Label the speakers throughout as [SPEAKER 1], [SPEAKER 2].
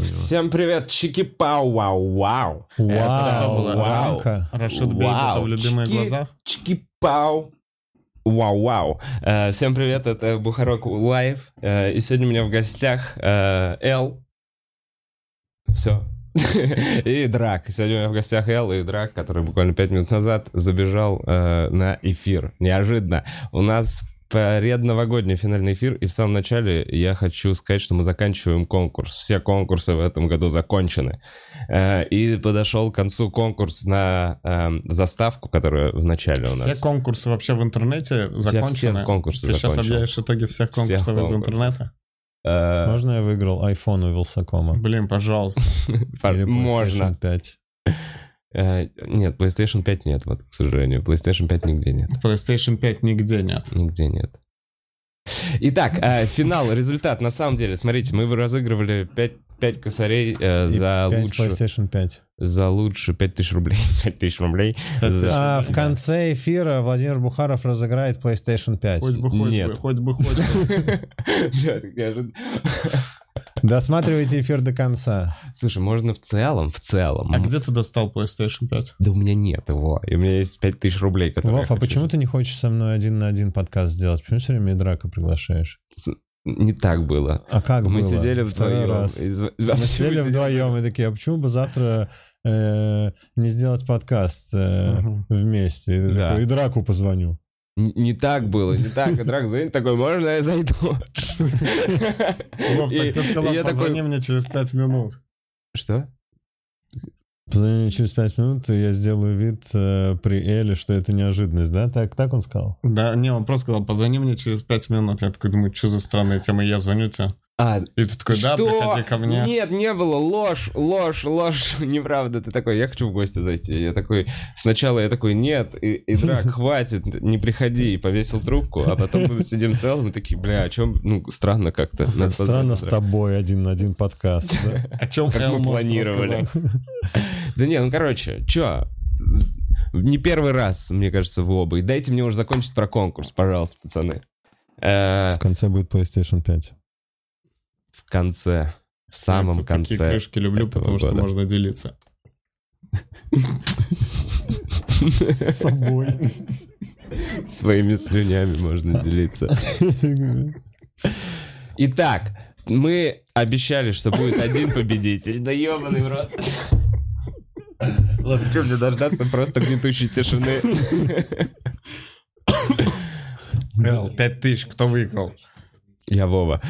[SPEAKER 1] Всем привет, чики пау вау вау.
[SPEAKER 2] Вау,
[SPEAKER 3] была
[SPEAKER 1] вау.
[SPEAKER 2] рамка.
[SPEAKER 3] Рашид Бей,
[SPEAKER 1] Вау,
[SPEAKER 3] это в любимые
[SPEAKER 1] чики-
[SPEAKER 3] глаза.
[SPEAKER 1] Чики пау. Вау вау. Э, всем привет, это Бухарок Лайв. Э, и сегодня у меня в гостях э, Эл. Все. И Драк. Сегодня у меня в гостях Эл и Драк, который буквально 5 минут назад забежал э, на эфир. Неожиданно. У нас предновогодний финальный эфир, и в самом начале я хочу сказать, что мы заканчиваем конкурс. Все конкурсы в этом году закончены. Э, И подошел к концу конкурс на эм, заставку, которая в начале у
[SPEAKER 3] Все
[SPEAKER 1] нас.
[SPEAKER 3] конкурсы вообще в интернете закончены.
[SPEAKER 1] все конкурсы
[SPEAKER 3] Ты сейчас
[SPEAKER 1] закончил.
[SPEAKER 3] объявишь итоги всех конкурсов из
[SPEAKER 1] конкурсов.
[SPEAKER 3] интернета?
[SPEAKER 1] Э,
[SPEAKER 2] Можно я выиграл iPhone у Вилсакома?
[SPEAKER 3] Блин, пожалуйста.
[SPEAKER 1] фар-
[SPEAKER 2] Или PlayStation
[SPEAKER 1] Можно.
[SPEAKER 2] 5.
[SPEAKER 1] Э, Нет, PlayStation 5 нет, вот, к сожалению. PlayStation 5 нигде нет.
[SPEAKER 3] PlayStation 5 нигде нет.
[SPEAKER 1] Нигде нет. Итак, э, финал, результат. На самом деле, смотрите, мы разыгрывали 5, косарей э,
[SPEAKER 2] И
[SPEAKER 1] за
[SPEAKER 2] пять
[SPEAKER 1] лучшую
[SPEAKER 2] PlayStation 5.
[SPEAKER 1] за лучше 5000 рублей. 5000 рублей. За-
[SPEAKER 2] А, в конце эфира Владимир Бухаров разыграет PlayStation 5.
[SPEAKER 3] Хоть бы, хоть бы,
[SPEAKER 1] Нет.
[SPEAKER 3] хоть бы, хоть бы.
[SPEAKER 1] Бля, так неожиданно.
[SPEAKER 2] Досматривайте эфир до конца.
[SPEAKER 1] Слушай, можно в целом, в целом.
[SPEAKER 3] А где ты достал PlayStation 5?
[SPEAKER 1] Да у меня нет его. И у меня есть 5000 рублей, которые
[SPEAKER 2] Вов,
[SPEAKER 1] я
[SPEAKER 2] а
[SPEAKER 1] хочу-
[SPEAKER 2] почему ты не хочешь со мной один на один подкаст сделать? Почему все время драка приглашаешь?
[SPEAKER 1] Не так было.
[SPEAKER 2] А как
[SPEAKER 1] мы
[SPEAKER 2] было?
[SPEAKER 1] сидели
[SPEAKER 2] Второй
[SPEAKER 1] вдвоем.
[SPEAKER 2] раз.
[SPEAKER 1] и зв- А
[SPEAKER 2] Мы
[SPEAKER 1] почему
[SPEAKER 2] сидели
[SPEAKER 1] сидели-
[SPEAKER 2] вдвоем и такие, а почему бы завтра э, не сделать подкаст э,
[SPEAKER 3] Мгм.
[SPEAKER 2] вместе? И, ты
[SPEAKER 1] Да.
[SPEAKER 2] такой, и драку позвоню.
[SPEAKER 1] Н- Не так было, не так. И Драк звонит такой, можно я зайду?
[SPEAKER 3] Вов,
[SPEAKER 1] И-
[SPEAKER 3] так ты сказал,
[SPEAKER 1] и я такой,
[SPEAKER 3] позвони мне через 5 минут.
[SPEAKER 1] Что?
[SPEAKER 2] Позвони мне через пять минут, и я сделаю вид э, при Эле, что это неожиданность, да? Так, так он сказал?
[SPEAKER 3] Да, не, он просто сказал, позвони мне через 5 минут. Я такой думаю, что за странная тема, я звоню тебе.
[SPEAKER 1] А,
[SPEAKER 3] И ты такой, да,
[SPEAKER 1] что?
[SPEAKER 3] приходи ко мне.
[SPEAKER 1] Нет, не было, ложь, ложь, ложь, неправда. Ты такой, я хочу в гости зайти. Я такой, сначала я такой, нет, и, и драк, хватит, не приходи, и повесил трубку, а потом мы сидим целым и такие, бля, о чем, ну, странно как-то. Надо
[SPEAKER 2] Странно
[SPEAKER 1] позвать
[SPEAKER 2] с
[SPEAKER 1] Драка.
[SPEAKER 2] тобой один на один подкаст, да?
[SPEAKER 3] О чем
[SPEAKER 1] Как мы планировали. Да не, ну, короче, чё, не первый раз, мне кажется, вы оба. И дайте мне уже закончить про конкурс, пожалуйста, пацаны. Э,
[SPEAKER 2] В конце будет PlayStation 5.
[SPEAKER 1] В конце, в самом
[SPEAKER 3] Такие
[SPEAKER 1] конце.
[SPEAKER 3] крышки люблю,
[SPEAKER 1] этого
[SPEAKER 3] потому что
[SPEAKER 1] года.
[SPEAKER 3] можно делиться.
[SPEAKER 2] С собой.
[SPEAKER 1] Своими слюнями можно делиться. Итак, мы обещали, что будет один победитель. Да ебаный в рот. Ладно, что мне дождаться просто гнетущей тишины?
[SPEAKER 3] Пять тысяч, кто выиграл?
[SPEAKER 1] Я Вова.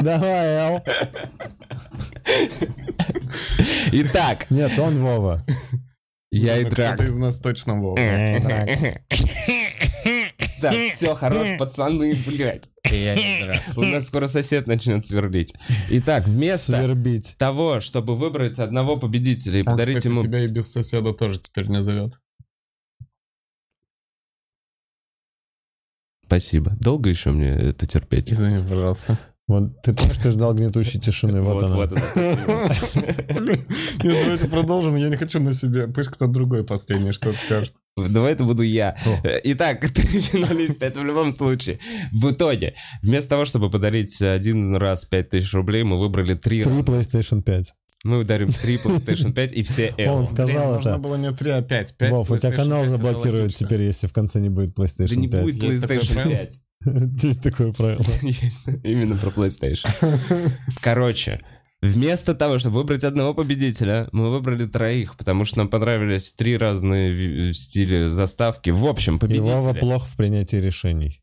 [SPEAKER 2] Давай, Эл.
[SPEAKER 1] Итак,
[SPEAKER 2] Нет, он Вова.
[SPEAKER 1] я и Э,
[SPEAKER 3] Ну,
[SPEAKER 1] Драк.
[SPEAKER 3] Кто-то из нас точно был.
[SPEAKER 1] Да, все, хорош, пацаны, блядь. У нас скоро сосед начнет сверлить. Итак, вместо
[SPEAKER 2] Свербить.
[SPEAKER 1] того, чтобы выбрать одного победителя и
[SPEAKER 3] Он,
[SPEAKER 1] подарить
[SPEAKER 3] кстати,
[SPEAKER 1] ему...
[SPEAKER 3] тебя и без соседа тоже теперь не зовет.
[SPEAKER 1] Спасибо. Долго еще мне это терпеть?
[SPEAKER 3] Извини, пожалуйста.
[SPEAKER 2] Вот ты помнишь, ты ждал гнетущей тишины, вот она.
[SPEAKER 1] она.
[SPEAKER 3] Нет, давайте ну продолжим, я не хочу на себе. Пусть кто-то другой последний что-то скажет.
[SPEAKER 1] Давай это буду я.
[SPEAKER 2] О.
[SPEAKER 1] Э, Итак, ты финалист, это в любом случае. В итоге, вместо того, чтобы подарить один раз 5000 рублей, мы выбрали три
[SPEAKER 2] Три
[SPEAKER 1] раза.
[SPEAKER 2] PlayStation 5.
[SPEAKER 1] Мы дарим три PlayStation 5 и все
[SPEAKER 2] Он
[SPEAKER 1] L.
[SPEAKER 2] сказал
[SPEAKER 3] Нужно
[SPEAKER 2] это.
[SPEAKER 3] было не 3, а 5.
[SPEAKER 2] Вов, у тебя канал заблокируют теперь, если в конце не будет PlayStation 5.
[SPEAKER 1] Да не будет
[SPEAKER 3] Есть такое
[SPEAKER 1] PlayStation
[SPEAKER 3] правило?
[SPEAKER 1] 5.
[SPEAKER 2] Здесь такое правило.
[SPEAKER 1] Есть. Именно про PlayStation. Короче, вместо того, чтобы выбрать одного победителя, мы выбрали троих, потому что нам понравились три разные ви- стили заставки. В общем,
[SPEAKER 2] И Вова
[SPEAKER 1] победители.
[SPEAKER 2] плох в принятии решений.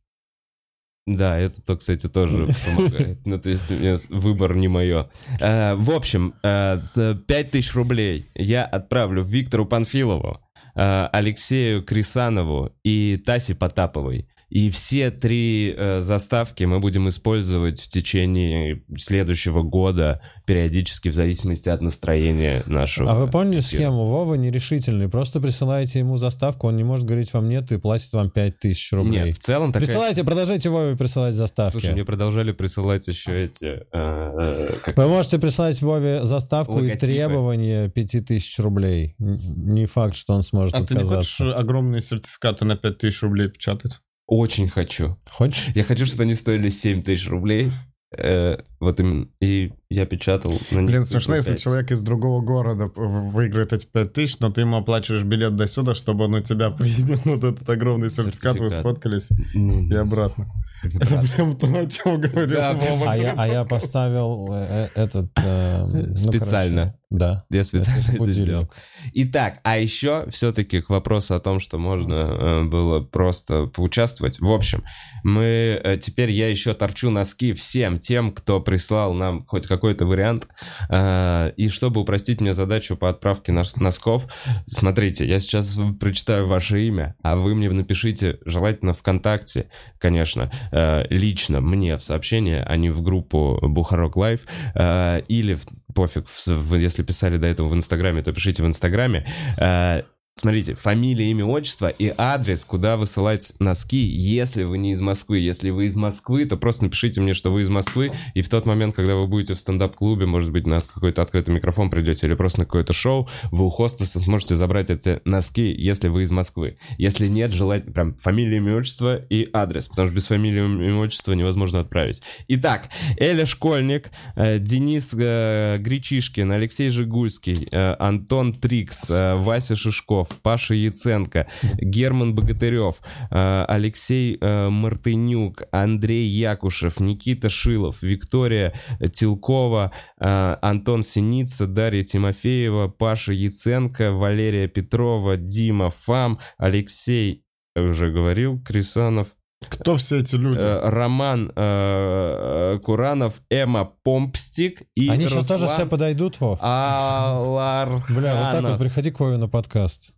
[SPEAKER 1] Да, это, то, кстати, тоже помогает. Ну, то есть у меня с- выбор не мое. В общем, э, т- 5000 рублей я отправлю Виктору Панфилову, э, Алексею Крисанову и Тасе Потаповой. И все три э, заставки мы будем использовать в течение следующего года, периодически в зависимости от настроения нашего.
[SPEAKER 2] А вы помните
[SPEAKER 1] эфира.
[SPEAKER 2] схему? Вова нерешительный. Просто присылаете ему заставку, он не может говорить вам нет и платит вам 5000 рублей.
[SPEAKER 1] Нет, в целом такая...
[SPEAKER 2] Присылайте, продолжайте Вове присылать заставки.
[SPEAKER 1] Слушай, мне продолжали присылать еще эти... э, э, как
[SPEAKER 2] Вы можете присылать Вове заставку и
[SPEAKER 1] Логотипы.
[SPEAKER 2] требование 5000 рублей. Н- Не факт, что он сможет
[SPEAKER 3] А ты не хочешь
[SPEAKER 2] отказаться.
[SPEAKER 3] огромные сертификаты на 5000 рублей печатать?
[SPEAKER 1] Очень хочу.
[SPEAKER 2] Хочешь?
[SPEAKER 1] Я хочу, чтобы они стоили 7 тысяч рублей. Э, вот им. И я печатал на них Э,
[SPEAKER 3] Блин, смешно, если
[SPEAKER 1] пять.
[SPEAKER 3] человек из другого города п- выиграет эти 5 тысяч, но ты ему оплачиваешь билет до сюда, чтобы он у тебя принял Ну, вот этот огромный сертификат, вы
[SPEAKER 1] Сертификат.
[SPEAKER 3] сфоткались
[SPEAKER 1] Ну,
[SPEAKER 3] и обратно. Это прям то, о чем говорил
[SPEAKER 1] Да,
[SPEAKER 3] Вова.
[SPEAKER 2] А я, а я поставил э, э, этот... э, ну, короче,
[SPEAKER 1] Специально.
[SPEAKER 2] Да.
[SPEAKER 1] Я специально
[SPEAKER 2] Это
[SPEAKER 1] это
[SPEAKER 2] будильник.
[SPEAKER 1] сделал. Итак, а еще все-таки к вопросу о том, что можно э, было просто поучаствовать. В общем, мы э, теперь я еще торчу носки всем тем, кто прислал нам хоть какой-то вариант. Э, и чтобы упростить мне задачу по отправке нос- носков, смотрите, я сейчас прочитаю ваше имя, а вы мне напишите, желательно ВКонтакте, конечно, э, лично мне в сообщение, а не в группу Бухарок Лайф, э, или в- пофиг, в- в- если писали до этого в Инстаграме, то пишите в Инстаграме. Э, Смотрите, фамилия, имя, отчество и адрес, куда высылать носки, если вы не из Москвы. Если вы из Москвы, то просто напишите мне, что вы из Москвы, и в тот момент, когда вы будете в стендап-клубе, может быть, на какой-то открытый микрофон придете или просто на какое-то шоу, вы у хостеса сможете забрать эти носки, если вы из Москвы. Если нет, желательно прям фамилия, имя, отчество и адрес, потому что без фамилии, имя, отчества невозможно отправить. Итак, Эля Школьник, э, Денис э, Гречишкин, Алексей Жигульский, э, Антон Трикс, э, Вася Шишков, Паша Яценко, Герман Богатырев, э, Алексей э, Мартынюк, Андрей Якушев, Никита Шилов, Виктория Тилкова, э, Антон Синица, Дарья Тимофеева, Паша Яценко, Валерия Петрова, Дима Фам, Алексей, я уже говорил, Крисанов,
[SPEAKER 3] Кто все эти
[SPEAKER 2] Ну
[SPEAKER 3] люди?
[SPEAKER 1] э, Роман э, Куранов, Эмма Помпстик и
[SPEAKER 2] Они
[SPEAKER 1] Руслан
[SPEAKER 2] сейчас тоже все подойдут, Вов.
[SPEAKER 1] А Аларханов.
[SPEAKER 2] Бля, вот так вот приходи к Вове на подкаст.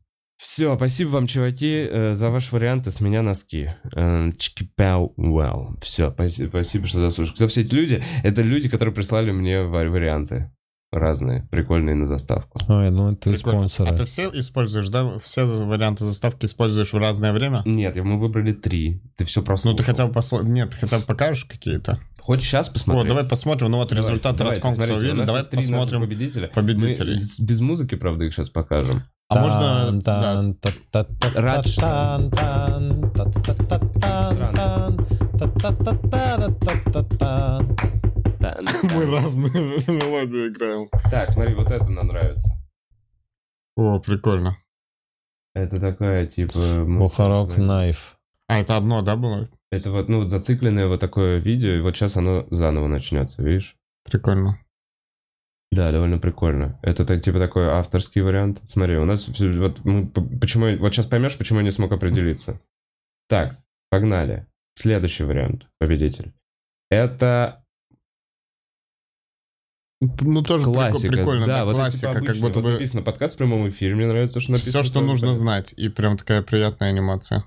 [SPEAKER 1] Все, спасибо вам, чуваки, э, за ваши варианты. С меня носки. Э, Чкипяу вау. Все, спасибо, что заслушали. Кто все эти люди? Это люди, которые прислали мне ва- варианты. Разные, прикольные на заставку.
[SPEAKER 2] А, я думал, ты
[SPEAKER 3] Прикольно. А ты
[SPEAKER 2] спонсоры.
[SPEAKER 3] все используешь, да? Все варианты заставки используешь в разное время?
[SPEAKER 1] Нет, мы выбрали три. Ты все просто.
[SPEAKER 3] Ну, ты хотя бы посл... Нет, ты хотя бы покажешь какие-то.
[SPEAKER 1] Хочешь сейчас
[SPEAKER 3] О,
[SPEAKER 1] посмотреть?
[SPEAKER 3] давай посмотрим. Ну вот
[SPEAKER 1] Давайте,
[SPEAKER 3] результаты
[SPEAKER 1] давайте,
[SPEAKER 3] расконкурса
[SPEAKER 1] смотрите, у
[SPEAKER 3] увидели.
[SPEAKER 1] нас
[SPEAKER 3] Давай
[SPEAKER 1] есть три наших
[SPEAKER 3] посмотрим
[SPEAKER 1] победителей.
[SPEAKER 3] победителей.
[SPEAKER 1] Мы с- без музыки, правда, их сейчас покажем.
[SPEAKER 3] А можно... да.
[SPEAKER 1] Рад, что-
[SPEAKER 3] Мы разные мелодии играем.
[SPEAKER 1] Так, смотри, вот это нам нравится.
[SPEAKER 3] О, прикольно.
[SPEAKER 1] Это такая, типа... ну,
[SPEAKER 2] Бухарок Найф.
[SPEAKER 3] А это одно, да, было?
[SPEAKER 1] Это вот, ну, вот зацикленное вот такое видео, и вот сейчас оно заново начнется, видишь?
[SPEAKER 3] Прикольно.
[SPEAKER 1] Да, довольно прикольно. Это так, типа такой авторский вариант. Смотри, у нас всё- вот мы п- почему я- вот сейчас поймешь, почему я не смог определиться. Так, погнали. Следующий вариант, победитель. Это
[SPEAKER 3] Ну, тоже прик-
[SPEAKER 1] классика.
[SPEAKER 3] прикольно.
[SPEAKER 1] да,
[SPEAKER 3] Да,
[SPEAKER 1] вот
[SPEAKER 3] классика, как будто
[SPEAKER 1] бы...
[SPEAKER 3] бы
[SPEAKER 1] написано подкаст в прямом эфире, мне нравится, что написано.
[SPEAKER 3] все, что
[SPEAKER 1] прям
[SPEAKER 3] нужно
[SPEAKER 1] так.
[SPEAKER 3] знать. И прям такая приятная анимация.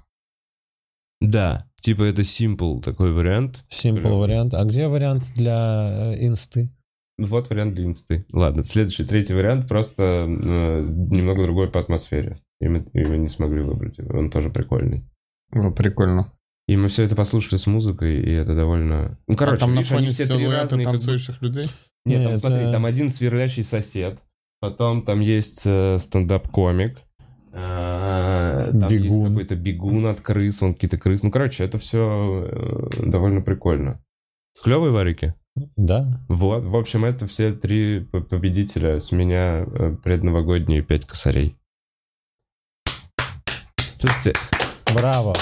[SPEAKER 1] Да, типа это simple такой вариант.
[SPEAKER 2] Simple
[SPEAKER 1] Прям.
[SPEAKER 2] вариант. А где вариант для э, инсты?
[SPEAKER 1] Ну Вот вариант для инсты. Ладно, следующий, третий вариант, просто э, немного другой по атмосфере. И мы, и мы не смогли выбрать, его, он тоже прикольный.
[SPEAKER 3] О, прикольно.
[SPEAKER 1] И мы все это послушали с музыкой, и это довольно... Ну, короче,
[SPEAKER 3] а там на
[SPEAKER 1] видишь, они
[SPEAKER 3] фоне
[SPEAKER 1] все три
[SPEAKER 3] силуэты
[SPEAKER 1] разные. как бы-
[SPEAKER 3] танцующих людей?
[SPEAKER 1] Нет, там,
[SPEAKER 2] Нет,
[SPEAKER 1] смотри,
[SPEAKER 2] э,
[SPEAKER 1] там один сверлящий сосед, потом там есть э, стендап-комик, э, там
[SPEAKER 2] Бегун.
[SPEAKER 1] есть какой-то бегун от крыс, вон какие-то крысы. Ну, короче, это все довольно прикольно. Клевые варики?
[SPEAKER 2] Да.
[SPEAKER 1] Вот, в общем, это все три п- победителя. С меня э, предновогодние пять косарей. Слушайте,
[SPEAKER 2] Браво.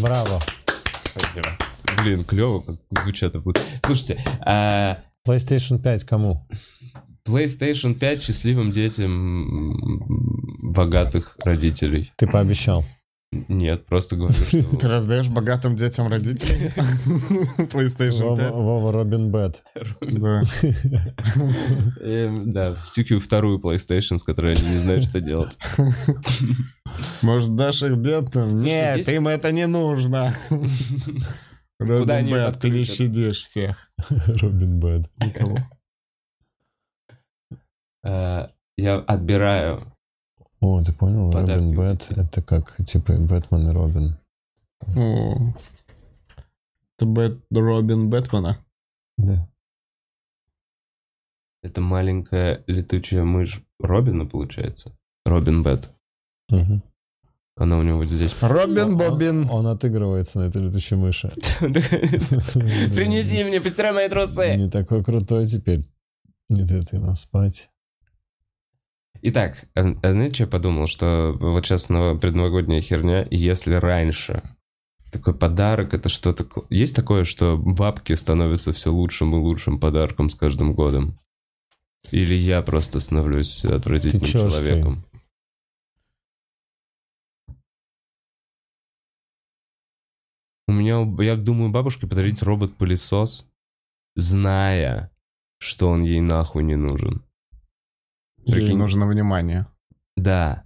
[SPEAKER 2] Браво.
[SPEAKER 1] спасибо. Блин, клево, как звучат. это будет. Слушайте, а,
[SPEAKER 2] PlayStation 5 кому?
[SPEAKER 1] PlayStation 5 счастливым детям м, богатых родителей.
[SPEAKER 2] Ты пообещал.
[SPEAKER 1] Нет, просто говорю,
[SPEAKER 3] Ты
[SPEAKER 1] что...
[SPEAKER 3] раздаешь богатым детям родителей PlayStation
[SPEAKER 2] Вова,
[SPEAKER 3] 5?
[SPEAKER 2] Вова Робин Бэт.
[SPEAKER 3] Да.
[SPEAKER 1] Эм, Да, втюкиваю вторую PlayStation, с которой они не знают, что делать.
[SPEAKER 3] Может, дашь их бедным?
[SPEAKER 1] Слушай,
[SPEAKER 3] Нет,
[SPEAKER 1] есть-
[SPEAKER 3] им это не нужно.
[SPEAKER 1] Куда
[SPEAKER 3] Робин
[SPEAKER 1] они
[SPEAKER 3] Бэт, ты не
[SPEAKER 1] отключат?
[SPEAKER 3] щадишь всех.
[SPEAKER 2] Робин Бэт.
[SPEAKER 3] Никого.
[SPEAKER 1] Э, Я отбираю
[SPEAKER 2] О, ты понял?
[SPEAKER 1] Подарки
[SPEAKER 2] Робин
[SPEAKER 1] у
[SPEAKER 2] Бэт это как типа Бэтмен и Робин.
[SPEAKER 3] О. Это Бэт- Робин Бэтмена.
[SPEAKER 2] Да.
[SPEAKER 1] Это маленькая летучая мышь Робина, получается? Робин Бет.
[SPEAKER 2] Мгм.
[SPEAKER 1] Она у него вот здесь.
[SPEAKER 3] Робин
[SPEAKER 2] Он-
[SPEAKER 3] Бобин.
[SPEAKER 2] Он отыгрывается на этой летучей мыши.
[SPEAKER 1] Принеси мне, постирай мои трусы.
[SPEAKER 2] Не такой крутой теперь. Не дает ему спать.
[SPEAKER 1] Итак, а а знаете, что я подумал? Что вот сейчас нова- предновогодняя херня, и если раньше такой подарок, это что-то... кл- Есть такое, что бабки становятся все лучшим и лучшим подарком с каждым годом? Или я просто становлюсь отвратительным
[SPEAKER 2] Ты чёрствый.
[SPEAKER 1] человеком? У меня, у- я думаю, бабушке подарить робот-пылесос, зная, что он ей нахуй не нужен.
[SPEAKER 3] Ей
[SPEAKER 1] Прикинь.
[SPEAKER 3] нужно внимание.
[SPEAKER 1] Да.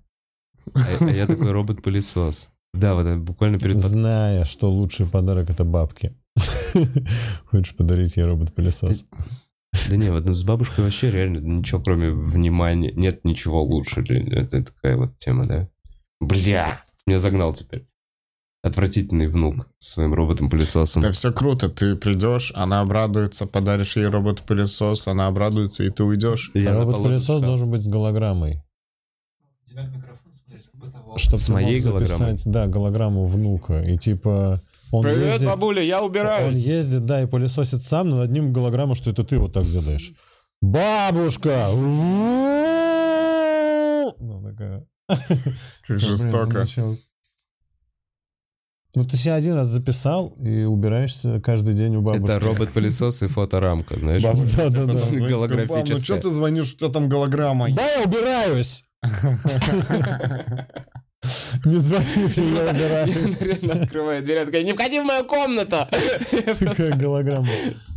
[SPEAKER 1] А, а я такой робот-пылесос. Да, вот это буквально перед... под-
[SPEAKER 2] Зная, что лучший подарок это бабки. Хочешь подарить ей робот-пылесос?
[SPEAKER 1] Да не, вот ну, с бабушкой вообще реально ничего, кроме внимания, нет ничего лучше. Ре- Это такая вот тема, да? Бля! Меня загнал теперь. Отвратительный внук с своим роботом-пылесосом.
[SPEAKER 3] Да все круто, ты придешь, она обрадуется, подаришь ей робот-пылесос, она обрадуется, и ты уйдешь.
[SPEAKER 1] Я на
[SPEAKER 2] Робот-пылесос
[SPEAKER 1] полотенце.
[SPEAKER 2] должен быть с голограммой. Чтоб
[SPEAKER 1] С
[SPEAKER 2] ты мог
[SPEAKER 1] моей голограммой?
[SPEAKER 2] записать, Да, голограмму внука. И типа... Он ездит,
[SPEAKER 1] бабуля, я
[SPEAKER 2] Он ездит, да, и пылесосит сам, но над ним голограмма, что это ты вот так делаешь. Бабушка! Ну, такая...
[SPEAKER 3] Как
[SPEAKER 2] Блин,
[SPEAKER 3] жестоко.
[SPEAKER 2] ну чё? Ну, ты себе один раз записал и убираешься каждый день у бабушки.
[SPEAKER 1] Это робот-пылесос и фоторамка, знаешь?
[SPEAKER 2] Баб- Да, да, да.
[SPEAKER 3] Потом звонит,
[SPEAKER 1] Голографическая.
[SPEAKER 3] «Бам, Ну что ты звонишь, у тебя там голограмма?
[SPEAKER 2] Да, я убираюсь! Не звони, я убираюсь.
[SPEAKER 1] реально открываю дверь, такая, не входи в мою комнату!
[SPEAKER 2] Такая голограмма.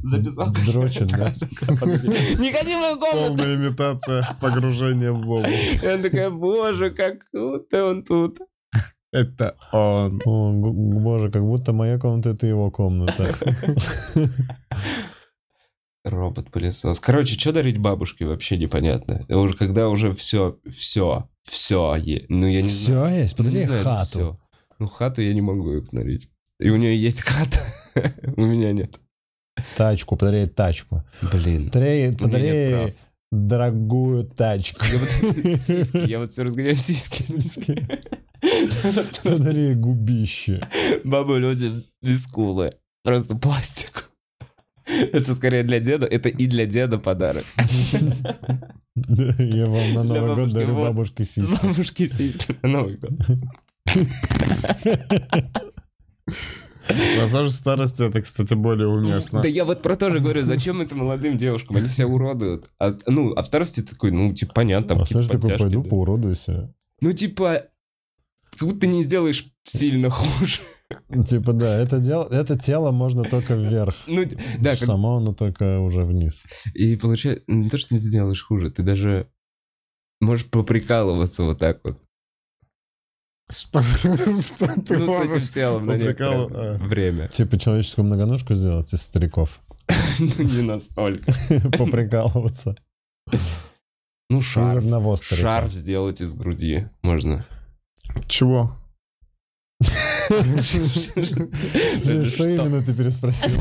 [SPEAKER 1] Записал.
[SPEAKER 2] Дрочит, да?
[SPEAKER 1] Не ходи в мою комнату!
[SPEAKER 3] Полная имитация погружения в Вову.
[SPEAKER 1] И он такая, боже, как круто он тут.
[SPEAKER 3] Это он.
[SPEAKER 2] О, г- боже, как будто моя комната — это его комната.
[SPEAKER 1] Робот-пылесос. Короче, что дарить бабушке, вообще непонятно. Это Уже когда уже все, все, все, ну я не знаю.
[SPEAKER 2] Все есть, подари
[SPEAKER 1] Не
[SPEAKER 2] ей
[SPEAKER 1] знаю,
[SPEAKER 2] хату.
[SPEAKER 1] всё. Ну хату я не могу её подарить. И у нее есть хата, у меня нет.
[SPEAKER 2] Тачку, подари ей тачку.
[SPEAKER 1] Блин.
[SPEAKER 2] Подари ей- подари
[SPEAKER 1] нет
[SPEAKER 2] ей
[SPEAKER 1] прав.
[SPEAKER 2] дорогую тачку.
[SPEAKER 1] Я вот, сиськи, я вот все разгоняю сиськи.
[SPEAKER 2] Подари ей губище.
[SPEAKER 1] Бабы люди дискулы. Просто пластик. Это скорее для деда. Это и для деда подарок.
[SPEAKER 2] Да, Я вам на
[SPEAKER 1] Для
[SPEAKER 2] Новый год
[SPEAKER 1] бабушки,
[SPEAKER 2] дарю
[SPEAKER 1] вот.
[SPEAKER 2] бабушке сиськи.
[SPEAKER 1] Бабушки сиськи на Новый год.
[SPEAKER 3] На самом старости это, кстати, более уместно.
[SPEAKER 1] Ну, Да я вот про то же говорю, зачем это молодым девушкам? Они себя уродуют. А, с- ну, а в старости ты такой, ну, типа, понятно. там
[SPEAKER 2] А
[SPEAKER 1] какие-то
[SPEAKER 2] Саша такой,
[SPEAKER 1] подтяжки,
[SPEAKER 2] пойду
[SPEAKER 1] да».
[SPEAKER 2] поуродуйся.
[SPEAKER 1] Ну, типа, как будто не сделаешь сильно хуже.
[SPEAKER 2] Типа, да, это, дело, это тело можно только вверх.
[SPEAKER 1] Ну, да, как-
[SPEAKER 2] Само оно только уже вниз.
[SPEAKER 1] и получается, не то, что не сделаешь хуже, ты даже можешь поприкалываться вот так вот.
[SPEAKER 3] Что, что ты
[SPEAKER 1] ну, с
[SPEAKER 3] можешь?
[SPEAKER 1] этим телом на некоторое
[SPEAKER 3] поприкалыв- а.
[SPEAKER 1] время.
[SPEAKER 2] Типа человеческую многоножку сделать из стариков.
[SPEAKER 1] Ну, не настолько.
[SPEAKER 2] Поприкалываться.
[SPEAKER 1] Ну,
[SPEAKER 2] Из
[SPEAKER 1] шарф.
[SPEAKER 2] одного старика.
[SPEAKER 1] Шарф сделать из груди можно. ну.
[SPEAKER 3] Чего?
[SPEAKER 2] Блин, Что именно ты переспросил?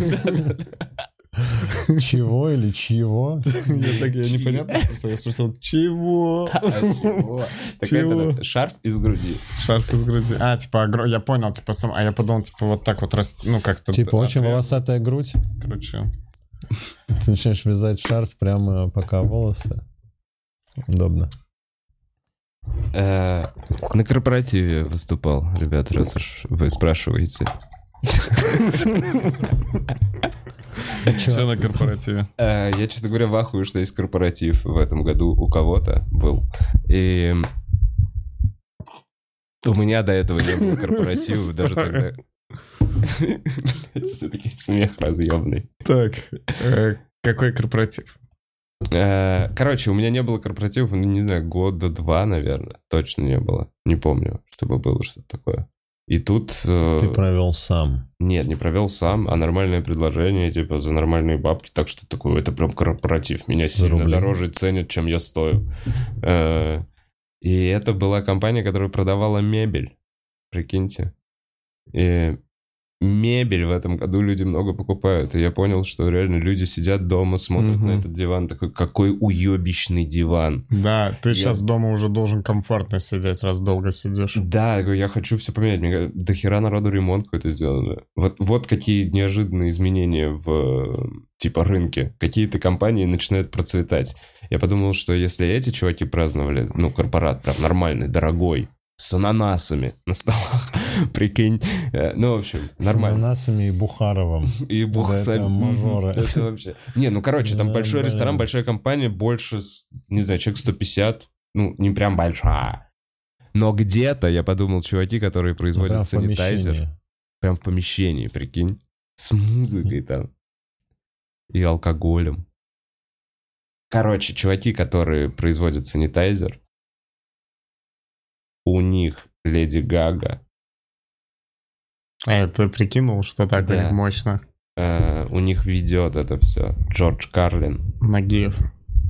[SPEAKER 2] Чего или чьего?
[SPEAKER 3] Я так, я
[SPEAKER 1] Чьи?
[SPEAKER 3] непонятно спросил. Я спросил, чего?
[SPEAKER 1] А чего? Такая
[SPEAKER 3] Чего?
[SPEAKER 1] тенденция. Шарф из груди.
[SPEAKER 3] Шарф из груди. А, типа, огро- я понял, типа, сам... а я подумал, типа, вот так вот, рас- ну, как-то...
[SPEAKER 2] Типа очень
[SPEAKER 3] отрез-
[SPEAKER 2] волосатая грудь.
[SPEAKER 3] Короче,
[SPEAKER 2] Ты начинаешь вязать шарф прямо пока волосы. Удобно.
[SPEAKER 1] Э, На корпоративе выступал, ребят, раз уж вы спрашиваете.
[SPEAKER 3] все на корпоративе.
[SPEAKER 1] Э, Я, честно говоря, в ахуе, что есть корпоратив в этом году у кого-то был. И у меня до этого не было корпоративов даже тогда. Блядь, Все-таки смех разъемный.
[SPEAKER 3] Так, э, какой корпоратив?
[SPEAKER 1] Э, Короче, у меня не было корпоративов, ну, не знаю, года два, наверное. Точно не было. Не помню, чтобы было что-то такое. И тут... э,
[SPEAKER 2] Ты провел сам.
[SPEAKER 1] Нет, не провел сам, а нормальное предложение, типа, за нормальные бабки. Так что такое, это прям корпоратив. Меня сильно
[SPEAKER 2] рубли.
[SPEAKER 1] дороже ценят, чем я стою. Э, И это была компания, которая продавала мебель. Прикиньте. И мебель в этом году люди много покупают. И я понял, что реально люди сидят дома, смотрят
[SPEAKER 3] Мгм.
[SPEAKER 1] на этот диван, такой, какой уебищный диван.
[SPEAKER 3] Да, ты
[SPEAKER 1] Я-
[SPEAKER 3] сейчас дома уже должен комфортно сидеть, раз долго сидишь.
[SPEAKER 1] Да, я говорю, я хочу все поменять. Мне говорят, до хера народу ремонт какой-то сделали. Вот, вот какие неожиданные изменения в э, типа рынке. Какие-то компании начинают процветать. Я подумал, что если эти чуваки праздновали, ну, корпорат прям нормальный, дорогой, с ананасами на столах, прикинь. Э, Ну, в общем,
[SPEAKER 2] С
[SPEAKER 1] нормально.
[SPEAKER 2] ананасами и Бухаровым.
[SPEAKER 1] И бог
[SPEAKER 2] Да,
[SPEAKER 1] с
[SPEAKER 2] это
[SPEAKER 1] ним.
[SPEAKER 2] мажоры.
[SPEAKER 1] Это вообще... Не, ну, короче, там
[SPEAKER 2] Да,
[SPEAKER 1] большой
[SPEAKER 2] блин.
[SPEAKER 1] ресторан, большая компания, больше, с- не знаю, человек 150. Ну, не прям большая. Но где-то, я подумал, чуваки, которые производят
[SPEAKER 2] Прям в
[SPEAKER 1] санитайзер,
[SPEAKER 2] помещении.
[SPEAKER 1] прям в помещении, прикинь, с музыкой там и алкоголем. Короче, чуваки, которые производят санитайзер, у них Леди Гага,
[SPEAKER 3] А ты прикинул, что так
[SPEAKER 1] Да.
[SPEAKER 3] мощно?
[SPEAKER 1] э, у них ведет это все Джордж Карлин.
[SPEAKER 3] Нагиев.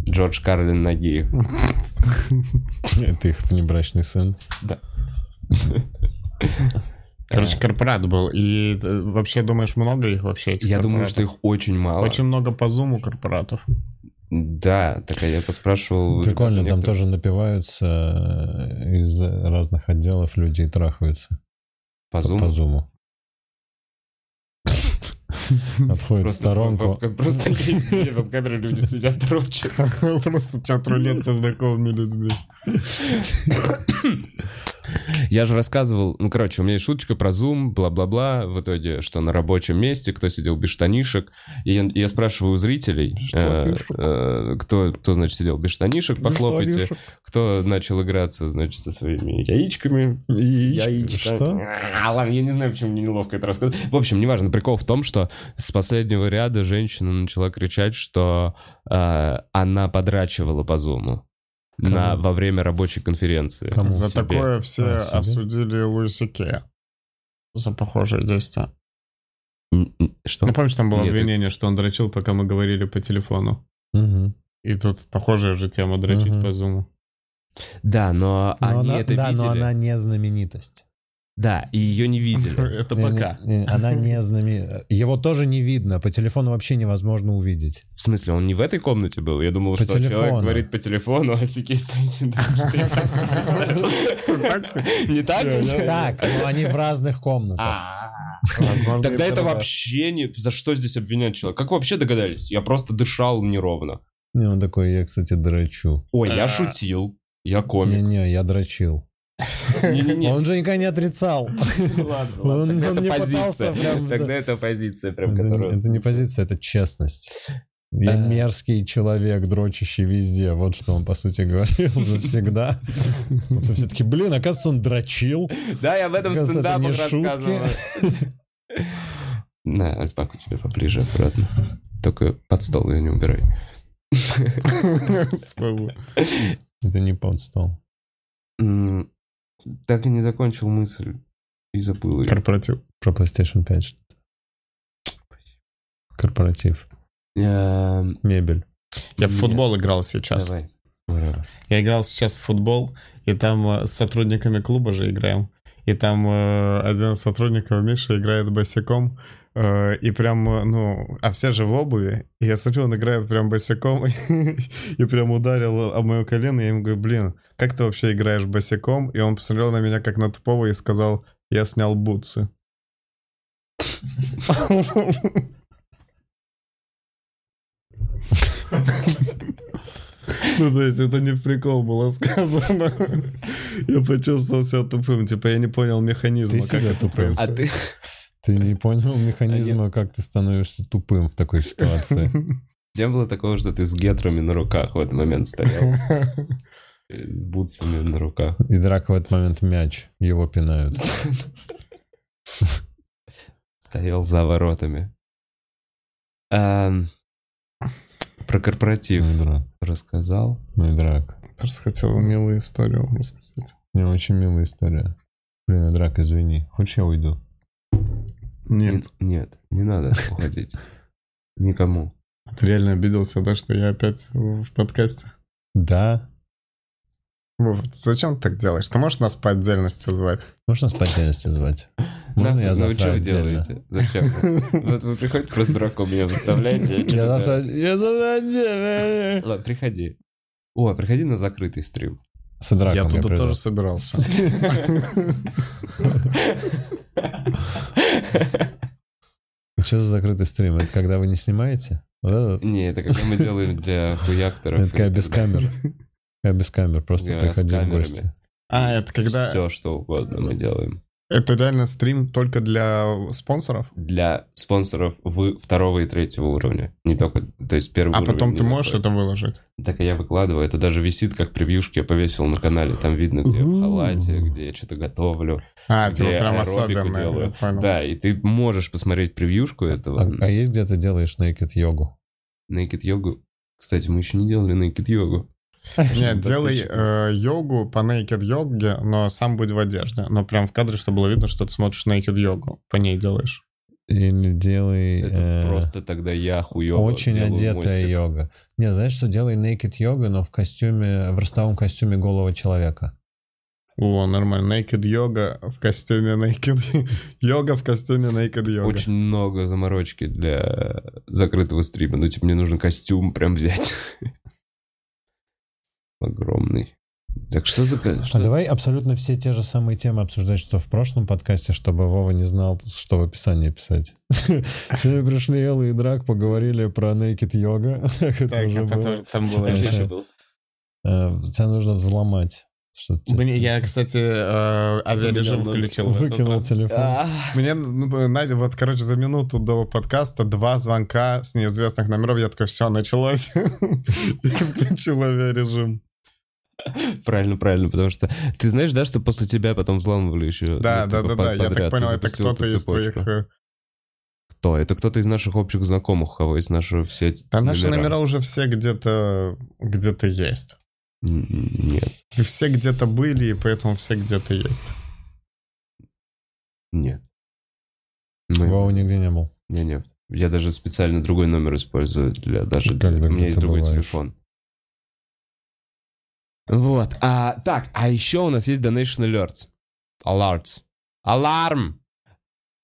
[SPEAKER 1] Джордж Карлин Нагиев.
[SPEAKER 2] Это их внебрачный сын.
[SPEAKER 3] Короче, корпорат был. И э, вообще, думаешь, много их вообще этих
[SPEAKER 1] Я думаю,
[SPEAKER 3] корпоратов?
[SPEAKER 1] что их очень мало.
[SPEAKER 3] типа, Очень много по зуму корпоратов.
[SPEAKER 1] Да, так а я поспрашивал. у
[SPEAKER 2] Прикольно,
[SPEAKER 1] ребят,
[SPEAKER 2] там
[SPEAKER 1] некоторых-
[SPEAKER 2] тоже напиваются э, из разных отделов люди и трахаются
[SPEAKER 1] по
[SPEAKER 2] по-
[SPEAKER 1] Zoom.
[SPEAKER 2] по зуму. Отходит в
[SPEAKER 1] Просто
[SPEAKER 2] сторонку.
[SPEAKER 1] веб- Просто веб-камеры люди сидят дрочат.
[SPEAKER 3] Просто чат рулет со знакомыми людьми.
[SPEAKER 1] Я же рассказывал, ну, короче, у меня есть шуточка про Zoom, бла-бла-бла, в итоге, что на рабочем месте, кто сидел без штанишек. И я, я спрашиваю у зрителей, э, э, кто, кто, значит, сидел без штанишек, похлопайте. Кто начал играться, значит, со своими яичками. Яичко.
[SPEAKER 2] Что?
[SPEAKER 1] А, ладно, я не знаю, почему мне неловко это рассказывать. В общем, неважно, прикол в том, что с последнего ряда женщина начала кричать, что э, она подрачивала по зуму. На, во время рабочей конференции.
[SPEAKER 2] Кому?
[SPEAKER 3] За
[SPEAKER 1] Себе.
[SPEAKER 3] такое все
[SPEAKER 2] А, себе?
[SPEAKER 3] осудили Луиса Кея. За похожее действие.
[SPEAKER 1] М, м, Что?
[SPEAKER 3] Ну, помнишь, там было
[SPEAKER 1] Нет,
[SPEAKER 3] обвинение, что он дрочил, пока мы говорили по телефону.
[SPEAKER 2] Мгм.
[SPEAKER 3] И тут похожая же тема дрочить
[SPEAKER 2] Мгм.
[SPEAKER 3] по зуму.
[SPEAKER 1] Да, но,
[SPEAKER 2] Но
[SPEAKER 1] они
[SPEAKER 2] она-
[SPEAKER 1] это
[SPEAKER 2] Да,
[SPEAKER 1] видели.
[SPEAKER 2] но она не знаменитость.
[SPEAKER 1] Да, и ее не видели.
[SPEAKER 3] Это
[SPEAKER 2] Не- не-
[SPEAKER 3] пока.
[SPEAKER 2] не, Она не знаменитость. Его тоже не видно. По телефону вообще невозможно увидеть.
[SPEAKER 1] В смысле, он не в этой комнате был? Я думал,
[SPEAKER 2] По
[SPEAKER 1] что человек
[SPEAKER 2] телефону.
[SPEAKER 1] говорит по телефону, а Сикей стоит и дрочит. Я так себе представил. Не так?
[SPEAKER 2] Так, но они в разных комнатах.
[SPEAKER 1] А.
[SPEAKER 3] Возможно,
[SPEAKER 1] Тогда это
[SPEAKER 2] второе.
[SPEAKER 1] вообще не... За что здесь обвинять человека? Как вы вообще догадались? Я просто дышал неровно.
[SPEAKER 2] Не, он такой, я, кстати, дрочу.
[SPEAKER 1] Ой, я
[SPEAKER 3] А.
[SPEAKER 1] шутил. Я комик.
[SPEAKER 2] Не-не, я дрочил.
[SPEAKER 1] Не-не-не.
[SPEAKER 2] Он же никогда не отрицал.
[SPEAKER 1] Ну Ладно,
[SPEAKER 2] Он-
[SPEAKER 1] ладно. Тогда
[SPEAKER 2] он
[SPEAKER 1] это
[SPEAKER 2] не
[SPEAKER 1] позиция.
[SPEAKER 2] пытался прям, да.
[SPEAKER 1] Тогда это позиция, прям,
[SPEAKER 2] Это,
[SPEAKER 1] которую...
[SPEAKER 2] не- это не позиция, это честность. Я
[SPEAKER 1] А.
[SPEAKER 2] мерзкий человек, дрочащий везде. Вот что он, по сути, говорил навсегда. Потом все таки блин, оказывается, он дрочил.
[SPEAKER 1] Да, я в этом
[SPEAKER 2] Кажется, это не
[SPEAKER 1] стендапах
[SPEAKER 2] шутки.
[SPEAKER 1] рассказывал. На, альпаку тебе поближе обратно. Только под стол ее не убирай.
[SPEAKER 3] своего.
[SPEAKER 2] Это не под стол.
[SPEAKER 1] М, Так и не закончил мысль. И забыл ее.
[SPEAKER 3] Корпоратив.
[SPEAKER 2] Про PlayStation 5 что-то. Корпоратив.
[SPEAKER 1] Эм,
[SPEAKER 2] Мебель.
[SPEAKER 3] Я в
[SPEAKER 1] Нет.
[SPEAKER 3] футбол играл сейчас.
[SPEAKER 1] Давай. Ура.
[SPEAKER 3] Я играл сейчас в футбол, и там э, с сотрудниками клуба же играем. И там э, один из сотрудников Миша играет босиком. э, и прям, э, ну, а все же в обуви. И я смотрю, он играет прям босиком. и прям ударил о мое колено. Я ему говорю, блин, как ты вообще играешь босиком? И он посмотрел на меня как на тупого и сказал, я снял бутсы. Ну, то есть это не в прикол было сказано. Я почувствовал себя тупым. Типа, я не понял механизма.
[SPEAKER 2] Ты
[SPEAKER 3] как
[SPEAKER 2] себя
[SPEAKER 3] это
[SPEAKER 2] тупым.
[SPEAKER 1] А ты...
[SPEAKER 2] Ты не понял механизма, как ты становишься тупым в такой ситуации.
[SPEAKER 1] Не было такого, что ты с гетрами на руках в этот момент стоял? Э, С бутсами на руках.
[SPEAKER 2] И Драк в этот момент мяч. Его пинают.
[SPEAKER 1] Стоял за воротами. Эм, Про корпоратив
[SPEAKER 2] Ну и драк.
[SPEAKER 1] рассказал.
[SPEAKER 2] Ну и драк.
[SPEAKER 3] Просто хотел милую историю вам рассказать.
[SPEAKER 2] У него очень милая история. Блин, и драк, извини. Хочешь, я уйду?
[SPEAKER 3] Нет,
[SPEAKER 1] Нет, не надо уходить. Никому.
[SPEAKER 3] ты реально обиделся, да, что я опять в подкасте.
[SPEAKER 2] Да.
[SPEAKER 3] Вов, зачем ты так делаешь? Ты можешь нас по отдельности звать?
[SPEAKER 2] Можно нас по отдельности звать? Можно
[SPEAKER 1] Нахуй,
[SPEAKER 2] я
[SPEAKER 1] ну вы
[SPEAKER 2] завтра
[SPEAKER 1] что вы
[SPEAKER 2] отдельно?
[SPEAKER 1] делаете? Зачем? Вот вы приходите, просто дураком меня выставляете. я
[SPEAKER 2] Я
[SPEAKER 1] что-то-
[SPEAKER 2] завтра, я завтра отдельно.
[SPEAKER 1] Ладно, приходи. О, приходи на закрытый стрим.
[SPEAKER 2] С драком
[SPEAKER 3] я туда
[SPEAKER 2] приду.
[SPEAKER 3] тоже собирался.
[SPEAKER 2] Что за закрытый стрим? Это когда вы не снимаете? Вот это-
[SPEAKER 1] Не, это как мы делаем для хуякторов.
[SPEAKER 2] Это когда без камер. Когда без камер, просто
[SPEAKER 1] Я с
[SPEAKER 2] приходили в
[SPEAKER 1] камерами.
[SPEAKER 2] гости.
[SPEAKER 3] А, это когда...
[SPEAKER 1] Все, что угодно мы делаем.
[SPEAKER 3] Это реально стрим только для спонсоров?
[SPEAKER 1] Для спонсоров вы второго и третьего уровня. Не только, то есть первый
[SPEAKER 3] А
[SPEAKER 1] уровень
[SPEAKER 3] потом
[SPEAKER 1] не
[SPEAKER 3] ты можешь
[SPEAKER 1] заходит.
[SPEAKER 3] это выложить?
[SPEAKER 1] Так я выкладываю, это даже висит, как превьюшки я повесил на канале. Там видно, где я в халате, где я что-то готовлю.
[SPEAKER 3] А,
[SPEAKER 1] где
[SPEAKER 3] типа прям
[SPEAKER 1] аэробику
[SPEAKER 3] особенно.
[SPEAKER 1] делаю.
[SPEAKER 3] я понял.
[SPEAKER 1] Да, и ты можешь посмотреть превьюшку
[SPEAKER 2] А,
[SPEAKER 1] этого.
[SPEAKER 2] а есть где ты делаешь naked йогу?
[SPEAKER 1] Naked йогу. Кстати, мы еще не делали naked йогу.
[SPEAKER 3] Нет,
[SPEAKER 1] Да,
[SPEAKER 3] делай
[SPEAKER 1] отлично.
[SPEAKER 3] э, йогу по naked йоге, но сам будь в одежде. Но прям в кадре, чтобы было видно, что ты смотришь naked йогу. По ней делаешь.
[SPEAKER 2] Или делай...
[SPEAKER 1] Это
[SPEAKER 2] э,
[SPEAKER 1] просто тогда я хуёво
[SPEAKER 2] Очень
[SPEAKER 1] делаю
[SPEAKER 2] одетая
[SPEAKER 1] мостик.
[SPEAKER 2] йога. Не, знаешь, что делай naked йога, но в костюме, в ростовом костюме голого человека.
[SPEAKER 3] О, нормально. Naked йога в костюме naked. йога в костюме naked йога.
[SPEAKER 1] Очень много заморочки для закрытого стрима. Ну, типа, мне нужен костюм прям взять. Огромный. Так что за... ко-
[SPEAKER 2] А
[SPEAKER 1] что-
[SPEAKER 2] давай абсолютно все те же самые темы обсуждать, что в прошлом подкасте, чтобы Вова не знал, что в описании писать. Сегодня пришли Элла и Драк, поговорили про naked йога.
[SPEAKER 3] Так,
[SPEAKER 1] а
[SPEAKER 3] это тоже там было.
[SPEAKER 1] Что
[SPEAKER 2] Конечно.
[SPEAKER 1] еще было?
[SPEAKER 2] Э, Тебя нужно взломать. Что-то
[SPEAKER 3] Блин,
[SPEAKER 2] тебе-
[SPEAKER 3] я, кстати, э, авиарежим включил. в этот
[SPEAKER 2] Выкинул
[SPEAKER 3] раз.
[SPEAKER 1] А!
[SPEAKER 2] телефон.
[SPEAKER 3] Мне, ну, Надя, вот, короче, за минуту до подкаста два звонка с неизвестных номеров. Я такой, все, началось. И включил авиарежим.
[SPEAKER 1] Правильно, правильно, потому что ты знаешь, да, что после тебя потом взламывали ну, типа, еще.
[SPEAKER 3] Да, да, да, да. Я так понял, это кто-то из твоих... э,
[SPEAKER 1] Кто? Это кто-то из наших общих знакомых, у кого есть наши все эти
[SPEAKER 3] Да а наши
[SPEAKER 1] номера.
[SPEAKER 3] номера уже все где-то где-то есть.
[SPEAKER 1] М, Нет,
[SPEAKER 3] И все где-то были, и поэтому все где-то есть.
[SPEAKER 1] нет. Мы-
[SPEAKER 2] Вова нигде не был.
[SPEAKER 1] Не, нет. Я даже специально другой номер использую для даже.
[SPEAKER 2] Как
[SPEAKER 1] для- У
[SPEAKER 2] так
[SPEAKER 1] меня есть
[SPEAKER 2] ты
[SPEAKER 1] другой
[SPEAKER 2] бываешь?
[SPEAKER 1] телефон. Вот. А, так, а еще у нас есть Donation Alerts. Alerts. Аларм!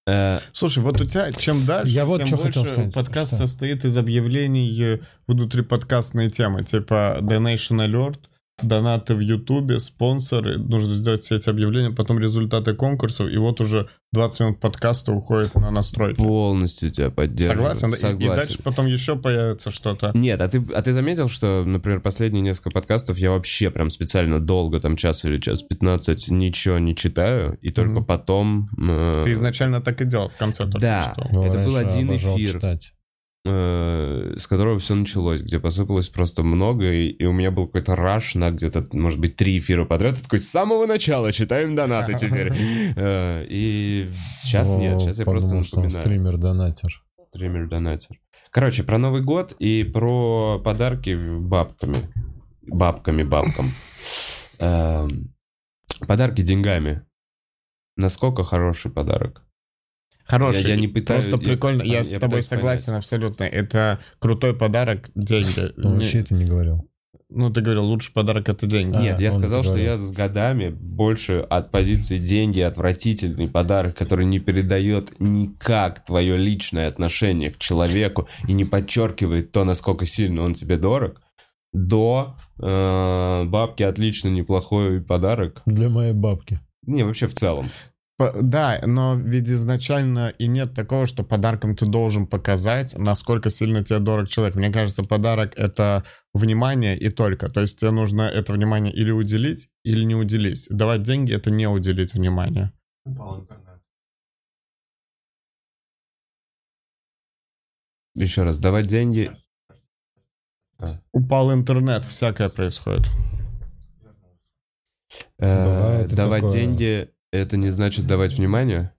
[SPEAKER 1] Э,
[SPEAKER 3] Слушай, вот у тебя чем дальше,
[SPEAKER 2] Я вот
[SPEAKER 3] тем
[SPEAKER 2] чё
[SPEAKER 3] больше
[SPEAKER 2] хотел сказать.
[SPEAKER 3] подкаст
[SPEAKER 2] Что?
[SPEAKER 3] состоит из объявлений э, внутриподкастные темы, типа Donation Alert, донаты в Ютубе, спонсоры. Нужно сделать все эти объявления, потом результаты конкурсов, и вот уже 20 минут подкаста уходит на настройки.
[SPEAKER 1] полностью тебя поддерживаю.
[SPEAKER 3] Согласен? да? И- И, дальше потом еще появится что-то.
[SPEAKER 1] Нет, а ты, а ты заметил, что, например, последние несколько подкастов я вообще прям специально долго, там час или час 15, ничего не читаю, и только
[SPEAKER 3] Мгм.
[SPEAKER 1] потом... э,
[SPEAKER 3] Ты изначально так и делал в конце только
[SPEAKER 1] Да.
[SPEAKER 3] что.
[SPEAKER 2] Вова
[SPEAKER 1] Это был
[SPEAKER 2] раньше
[SPEAKER 1] один
[SPEAKER 2] обожал
[SPEAKER 1] эфир.
[SPEAKER 2] читать.
[SPEAKER 1] э, с которого все началось, где посыпалось просто много, и, и у меня был какой-то раш на где-то, может быть, три эфира подряд. Я такой, с самого начала читаем донаты теперь. Э, И сейчас нет,
[SPEAKER 2] Вова
[SPEAKER 1] сейчас я просто
[SPEAKER 2] подумал, что он
[SPEAKER 1] напоминаю.
[SPEAKER 2] стример-донатер.
[SPEAKER 1] Стример-донатер. Короче, про Новый год и про подарки бабками. Бабками, бабкам. Эм, Подарки деньгами. Насколько хороший подарок?
[SPEAKER 3] Хороший.
[SPEAKER 1] Я- я не
[SPEAKER 3] и
[SPEAKER 1] пытаюсь-
[SPEAKER 3] Просто
[SPEAKER 1] я-
[SPEAKER 3] прикольно. Я,
[SPEAKER 1] я
[SPEAKER 3] с тобой
[SPEAKER 1] пытаюсь
[SPEAKER 3] согласен абсолютно. Это крутой подарок деньги.
[SPEAKER 2] Ну,
[SPEAKER 3] Не-
[SPEAKER 2] вообще это не говорил.
[SPEAKER 3] Ну, ты говорил, лучший подарок это деньги.
[SPEAKER 2] А,
[SPEAKER 1] Нет, я
[SPEAKER 2] он
[SPEAKER 1] сказал, что
[SPEAKER 2] говорил.
[SPEAKER 1] я с годами больше от позиции деньги отвратительный подарок, который не передает никак твое личное отношение к человеку и не подчеркивает то, насколько сильно он тебе дорог, до э, бабки отлично неплохой подарок.
[SPEAKER 2] Для моей бабки.
[SPEAKER 1] Не, вообще в целом.
[SPEAKER 3] П- Да, но ведь изначально и нет такого, что подарком ты должен показать, насколько сильно тебе дорог человек. Мне кажется, подарок — это внимание и только. То есть тебе нужно это внимание или уделить, или не уделить. Давать деньги — это не уделить внимание.
[SPEAKER 1] Еще раз, давать деньги.
[SPEAKER 3] Упал интернет, всякое происходит.
[SPEAKER 1] э,
[SPEAKER 2] Бывает и
[SPEAKER 1] давать
[SPEAKER 2] такое.
[SPEAKER 1] деньги это не значит давать внимание.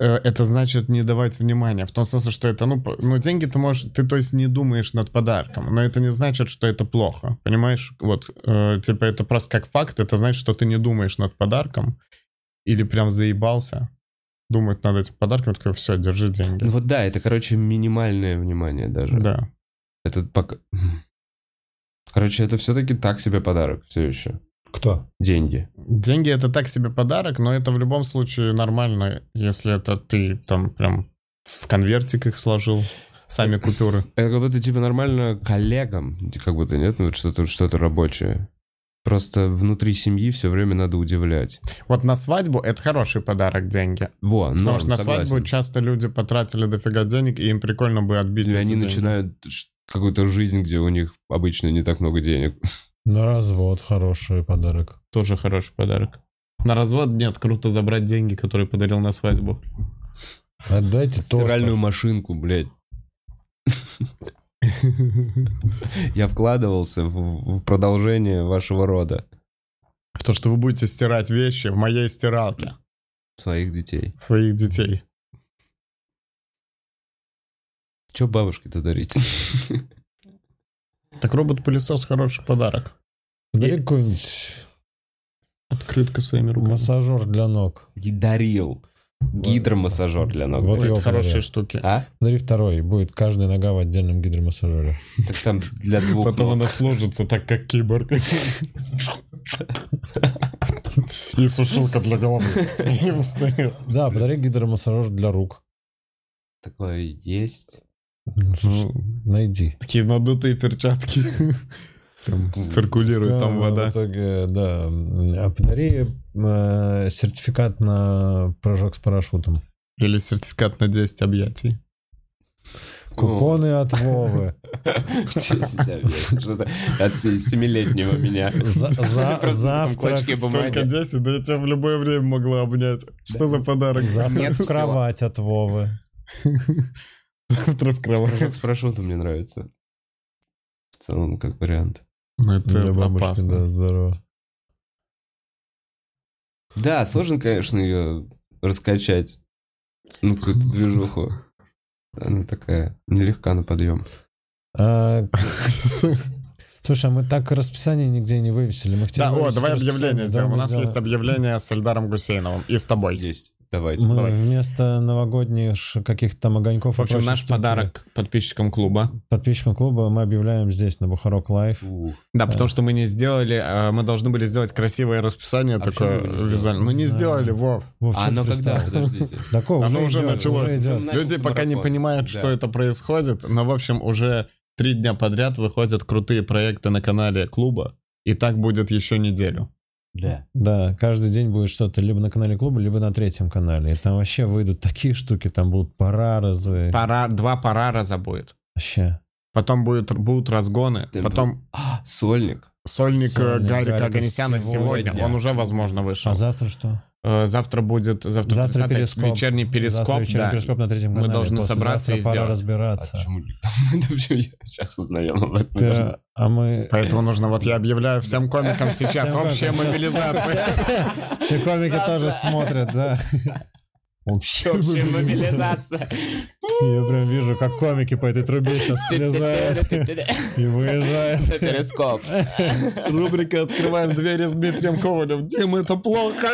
[SPEAKER 3] Э, Это значит не давать внимания. В том смысле, что это, ну, п- ну, деньги ты можешь, ты, то есть, не думаешь над подарком. Но это не значит, что это плохо. Понимаешь? Вот, э, типа, это просто как факт. Это значит, что ты не думаешь над подарком. Или прям заебался. Думает над этим подарком. Такой, все, держи деньги.
[SPEAKER 1] Ну вот да, это, короче, минимальное внимание даже.
[SPEAKER 3] Да.
[SPEAKER 1] Это пока... Короче, это все-таки так себе подарок все еще.
[SPEAKER 2] Кто?
[SPEAKER 1] деньги.
[SPEAKER 3] Деньги это так себе подарок, но это в любом случае нормально, если это ты там прям с- в конвертик их сложил, сами купюры.
[SPEAKER 1] Это как будто типа нормально коллегам, как будто нет, ну вот что-то что-то рабочее. Просто внутри семьи все время надо удивлять.
[SPEAKER 3] Вот на свадьбу это хороший подарок деньги.
[SPEAKER 1] Во,
[SPEAKER 3] Потому
[SPEAKER 1] норм,
[SPEAKER 3] что на
[SPEAKER 1] Ну, согласен.
[SPEAKER 3] свадьбу часто люди потратили дофига денег, и им прикольно бы отбить.
[SPEAKER 1] И
[SPEAKER 3] эти
[SPEAKER 1] они
[SPEAKER 3] деньги.
[SPEAKER 1] начинают ш- какую-то жизнь, где у них обычно не так много денег.
[SPEAKER 2] На развод хороший подарок.
[SPEAKER 3] Тоже хороший подарок. На развод нет, круто забрать деньги, которые подарил на свадьбу.
[SPEAKER 2] Отдайте
[SPEAKER 1] Стиральную
[SPEAKER 2] тостер.
[SPEAKER 1] машинку, блядь. Я вкладывался в, в продолжение вашего рода,
[SPEAKER 3] В то, что вы будете стирать вещи в моей стиралке
[SPEAKER 1] своих детей.
[SPEAKER 3] своих детей.
[SPEAKER 1] Че бабушке-то дарить?
[SPEAKER 3] Так робот-пылесос хороший подарок.
[SPEAKER 2] Подари какой-нибудь
[SPEAKER 3] Открытка своими руками.
[SPEAKER 2] массажер для ног.
[SPEAKER 1] И дарил. Гидромассажер для ног.
[SPEAKER 2] Вот
[SPEAKER 3] Вот
[SPEAKER 2] его
[SPEAKER 3] хорошие
[SPEAKER 2] подарил.
[SPEAKER 3] штуки.
[SPEAKER 1] А?
[SPEAKER 2] Подари второй. Будет каждая нога в отдельном гидромассажере.
[SPEAKER 1] Так там для двух
[SPEAKER 3] Потом
[SPEAKER 1] ног.
[SPEAKER 3] она сложится так, как киборг. И сушилка для головы. И встает.
[SPEAKER 2] Да, подари гидромассажер для рук.
[SPEAKER 1] Такое есть. Ну,
[SPEAKER 2] Ш- Найди.
[SPEAKER 3] Такие надутые перчатки. Там циркулирует, там
[SPEAKER 2] А,
[SPEAKER 3] вода.
[SPEAKER 2] В итоге, да. А подари э, сертификат на прыжок с парашютом.
[SPEAKER 3] Или сертификат на 10 объятий.
[SPEAKER 2] Купоны от Вовы.
[SPEAKER 1] Что-то От се- семилетнего меня.
[SPEAKER 2] За- за-
[SPEAKER 1] Просто там
[SPEAKER 2] Завтрак
[SPEAKER 1] клочки
[SPEAKER 3] Только
[SPEAKER 1] бумаги.
[SPEAKER 3] 10, да я тебя в любое время могла обнять. Что за подарок?
[SPEAKER 2] завтрак
[SPEAKER 1] Нет
[SPEAKER 2] в
[SPEAKER 1] всего.
[SPEAKER 2] кровать от Вовы.
[SPEAKER 3] Завтра в кровати.
[SPEAKER 1] Прыжок с парашютом мне нравится. В целом, как вариант.
[SPEAKER 3] Ну
[SPEAKER 2] Для
[SPEAKER 3] это
[SPEAKER 2] бабушки,
[SPEAKER 3] опасно.
[SPEAKER 2] Да, здорово.
[SPEAKER 1] Да, сложно, конечно, ее раскачать. Ну, какую-то движуху. Она такая нелегка на подъем.
[SPEAKER 2] А, Слушай, а мы так расписание нигде не вывесили. Мы хотели
[SPEAKER 3] Да, о,
[SPEAKER 2] вывесить
[SPEAKER 3] давай объявление
[SPEAKER 2] расписание,
[SPEAKER 3] сделаем. У
[SPEAKER 2] мы
[SPEAKER 3] нас
[SPEAKER 2] сделаем-
[SPEAKER 3] есть объявление с Эльдаром Гусейновым и с тобой.
[SPEAKER 1] Есть. Давайте.
[SPEAKER 2] Мы
[SPEAKER 3] Давай.
[SPEAKER 2] вместо новогодних ш- каких-то там огоньков...
[SPEAKER 3] В
[SPEAKER 2] и
[SPEAKER 3] общем,
[SPEAKER 2] прочих
[SPEAKER 3] наш
[SPEAKER 2] штук
[SPEAKER 3] подарок подписчикам клуба.
[SPEAKER 2] Подписчикам клуба мы объявляем здесь, на Бухарок Лайф.
[SPEAKER 1] Ух.
[SPEAKER 3] Да, потому что мы не сделали, а, мы должны были сделать красивое расписание
[SPEAKER 1] А
[SPEAKER 3] такое
[SPEAKER 1] почему мы не сделали?
[SPEAKER 3] визуально. Ну не
[SPEAKER 2] Да.
[SPEAKER 3] сделали, Вов.
[SPEAKER 2] Вов,
[SPEAKER 1] А
[SPEAKER 2] чё ты
[SPEAKER 1] оно когда?
[SPEAKER 2] пристал?
[SPEAKER 1] Подождите.
[SPEAKER 2] Такое
[SPEAKER 3] ну Оно уже
[SPEAKER 2] идёт,
[SPEAKER 3] началось.
[SPEAKER 2] уже идёт.
[SPEAKER 1] Начался
[SPEAKER 3] Люди пока не
[SPEAKER 1] марафон.
[SPEAKER 3] понимают,
[SPEAKER 1] Да.
[SPEAKER 3] что это происходит, но в общем уже три дня подряд выходят крутые проекты на канале клуба, и так будет еще неделю.
[SPEAKER 1] Да.
[SPEAKER 2] Да, каждый день будет что-то либо на канале клуба, либо на третьем канале. И там вообще выйдут такие штуки, там будут параразы.
[SPEAKER 3] Пора, два пора раза будет.
[SPEAKER 2] Вообще.
[SPEAKER 3] Потом будет, будут разгоны,
[SPEAKER 1] Ты
[SPEAKER 3] потом
[SPEAKER 1] А, сольник.
[SPEAKER 3] сольник, э,
[SPEAKER 2] Сольник
[SPEAKER 3] Гарика
[SPEAKER 2] Гарика
[SPEAKER 3] Аганесяна сегодня,
[SPEAKER 1] сегодня.
[SPEAKER 3] он уже, возможно, вышел.
[SPEAKER 2] А завтра что?
[SPEAKER 3] Э, Завтра будет, завтра,
[SPEAKER 2] Завтра
[SPEAKER 3] 30-е,
[SPEAKER 2] перископ.
[SPEAKER 3] вечерний перископ,
[SPEAKER 2] Завтра вечерний
[SPEAKER 3] да.
[SPEAKER 2] перископ на третьем
[SPEAKER 3] Мы
[SPEAKER 2] канале.
[SPEAKER 3] должны собраться
[SPEAKER 2] завтра
[SPEAKER 3] и
[SPEAKER 2] пора
[SPEAKER 3] сделать.
[SPEAKER 1] А
[SPEAKER 2] разбираться.
[SPEAKER 1] почему Сейчас узнаем об этом.
[SPEAKER 2] Э, А мы...
[SPEAKER 3] Поэтому нужно, вот я объявляю всем комикам сейчас
[SPEAKER 2] Всем
[SPEAKER 3] общая
[SPEAKER 2] комикам сейчас.
[SPEAKER 3] мобилизация.
[SPEAKER 2] Все комики тоже смотрят, да. Вообще
[SPEAKER 4] мобилизация.
[SPEAKER 2] Я прям вижу, как комики по этой трубе сейчас слезают и выезжают.
[SPEAKER 4] Перископ.
[SPEAKER 3] Рубрика «Открываем двери с Дмитрием Ковалем». Дим, это плохо.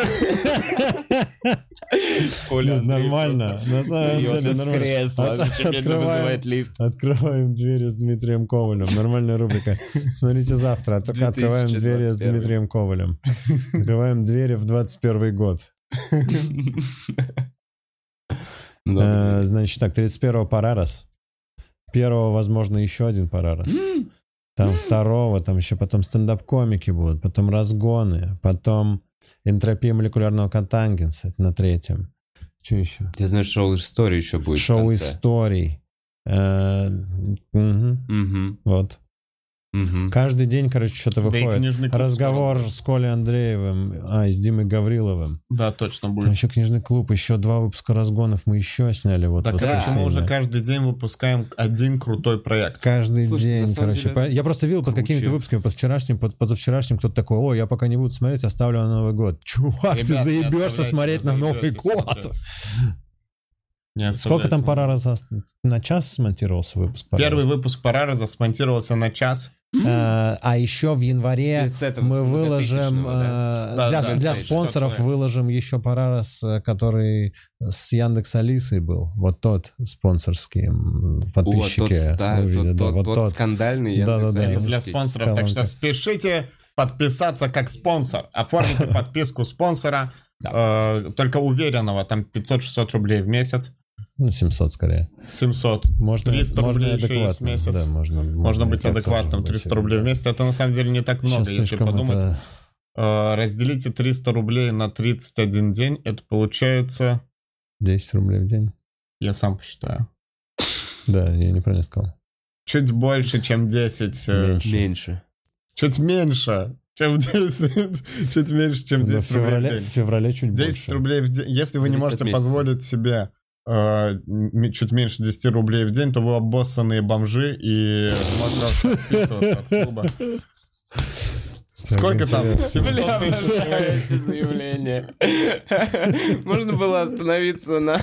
[SPEAKER 1] Коля
[SPEAKER 2] Нет,
[SPEAKER 1] Андреев
[SPEAKER 2] нормально. На самом деле
[SPEAKER 4] Смеется с
[SPEAKER 2] нормально.
[SPEAKER 4] кресла.
[SPEAKER 2] От-
[SPEAKER 4] Теперь
[SPEAKER 2] Открываем
[SPEAKER 4] вызывает лифт.
[SPEAKER 2] Открываем двери с Дмитрием Ковалем. Нормальная рубрика. Смотрите завтра. а Только открываем двери с
[SPEAKER 1] 2021.
[SPEAKER 2] Дмитрием Ковалем. Открываем двери в 21 год.
[SPEAKER 1] Ну,
[SPEAKER 2] Э, Значит так, 31-го Парарас. Первого, возможно, еще один Парарас. Там второго, там еще потом стендап-комики будут, потом разгоны, потом энтропия молекулярного контангенса это на третьем. Что еще?
[SPEAKER 1] Я знаю, шоу истории еще будет. в
[SPEAKER 2] Шоу
[SPEAKER 1] конце.
[SPEAKER 2] историй. Э, мгм,
[SPEAKER 1] Мгм,
[SPEAKER 2] Вот.
[SPEAKER 1] мгм.
[SPEAKER 2] Каждый день, короче, что-то
[SPEAKER 3] Да и
[SPEAKER 2] выходит.
[SPEAKER 3] книжный клуб
[SPEAKER 2] Разговор
[SPEAKER 3] скоро будет.
[SPEAKER 2] с Колей Андреевым, а, и с Димой Гавриловым.
[SPEAKER 3] Да, точно
[SPEAKER 2] Там
[SPEAKER 3] будет.
[SPEAKER 2] еще книжный клуб, еще два выпуска разгонов мы еще сняли. Вот
[SPEAKER 3] Так, короче, мы
[SPEAKER 2] воскресенье.
[SPEAKER 3] уже каждый день выпускаем один крутой проект.
[SPEAKER 2] Каждый
[SPEAKER 1] Слушайте, на
[SPEAKER 2] день,
[SPEAKER 1] самом
[SPEAKER 2] короче.
[SPEAKER 1] деле,
[SPEAKER 2] По- Я просто видел под
[SPEAKER 1] круче.
[SPEAKER 2] какими-то выпусками, под вчерашним, под позавчерашним, кто-то такой, о, я пока не буду смотреть, оставлю на Новый год. Чувак,
[SPEAKER 3] Ребят,
[SPEAKER 2] ты
[SPEAKER 3] не
[SPEAKER 2] заебешься
[SPEAKER 3] оставляйте,
[SPEAKER 2] смотреть на
[SPEAKER 3] не
[SPEAKER 2] Новый
[SPEAKER 3] заебетесь
[SPEAKER 2] год.
[SPEAKER 3] смотреть. Не
[SPEAKER 2] Сколько
[SPEAKER 3] оставляйте.
[SPEAKER 2] там пора раз на час смонтировался выпуск? пора
[SPEAKER 3] Первый
[SPEAKER 2] раз?
[SPEAKER 3] выпуск «Пора» смонтировался на час.
[SPEAKER 2] Э, А еще в январе
[SPEAKER 1] С- с этого,
[SPEAKER 2] мы
[SPEAKER 1] с
[SPEAKER 2] выложим
[SPEAKER 1] 2000-го, да.
[SPEAKER 2] э,
[SPEAKER 3] Да,
[SPEAKER 2] для
[SPEAKER 3] да,
[SPEAKER 2] для
[SPEAKER 3] да,
[SPEAKER 2] спонсоров
[SPEAKER 3] собственно.
[SPEAKER 2] выложим еще пора раз, э, который с Яндекс Алисой был, вот тот спонсорский м,
[SPEAKER 1] О, тот
[SPEAKER 2] подписчики
[SPEAKER 1] ста- тот-
[SPEAKER 2] увидят, да,
[SPEAKER 1] тот-
[SPEAKER 2] вот
[SPEAKER 1] тот
[SPEAKER 2] тот.
[SPEAKER 1] скандальный.
[SPEAKER 2] Да-да-да.
[SPEAKER 1] Яндекс.Алиса.
[SPEAKER 3] Для спонсоров, так что
[SPEAKER 2] Колонка.
[SPEAKER 3] спешите. подписаться как спонсор. Оформите подписку спонсора, э, только уверенного, там 500-600 рублей в месяц.
[SPEAKER 2] Ну, 700 скорее.
[SPEAKER 3] 700.
[SPEAKER 2] Можно,
[SPEAKER 3] 300
[SPEAKER 2] можно
[SPEAKER 3] рублей
[SPEAKER 2] и
[SPEAKER 3] еще есть
[SPEAKER 2] адекватно.
[SPEAKER 3] в месяц.
[SPEAKER 2] Да, можно,
[SPEAKER 3] Можно быть
[SPEAKER 2] и так
[SPEAKER 3] адекватным.
[SPEAKER 2] тоже быть.
[SPEAKER 3] 300 рублей в месяц. Это на самом деле не так много,
[SPEAKER 2] Сейчас
[SPEAKER 3] если
[SPEAKER 2] слишком
[SPEAKER 3] подумать.
[SPEAKER 2] это-
[SPEAKER 3] Э, Разделите 300 рублей на 31 день. Это получается...
[SPEAKER 2] 10 рублей в день.
[SPEAKER 3] Я сам посчитаю.
[SPEAKER 2] Да, я неправильно сказал.
[SPEAKER 3] Чуть больше, чем 10. э,
[SPEAKER 1] Меньше.
[SPEAKER 3] Чуть меньше, чем 10. Чуть меньше, чем
[SPEAKER 2] Да,
[SPEAKER 3] 10
[SPEAKER 2] в, феврале,
[SPEAKER 3] рублей в
[SPEAKER 2] в
[SPEAKER 3] день.
[SPEAKER 2] феврале чуть
[SPEAKER 3] 10
[SPEAKER 2] больше.
[SPEAKER 3] рублей в день. Если вы не
[SPEAKER 1] Зависит
[SPEAKER 3] можете
[SPEAKER 1] от месяца.
[SPEAKER 3] позволить себе э, м- чуть меньше 10 рублей в день, то вы обоссанные бомжи и можно отписываться от клуба.
[SPEAKER 2] Так,
[SPEAKER 3] Сколько там?
[SPEAKER 2] интересно.
[SPEAKER 3] 700 тысяч рублей.
[SPEAKER 1] эти заявления. Можно было остановиться на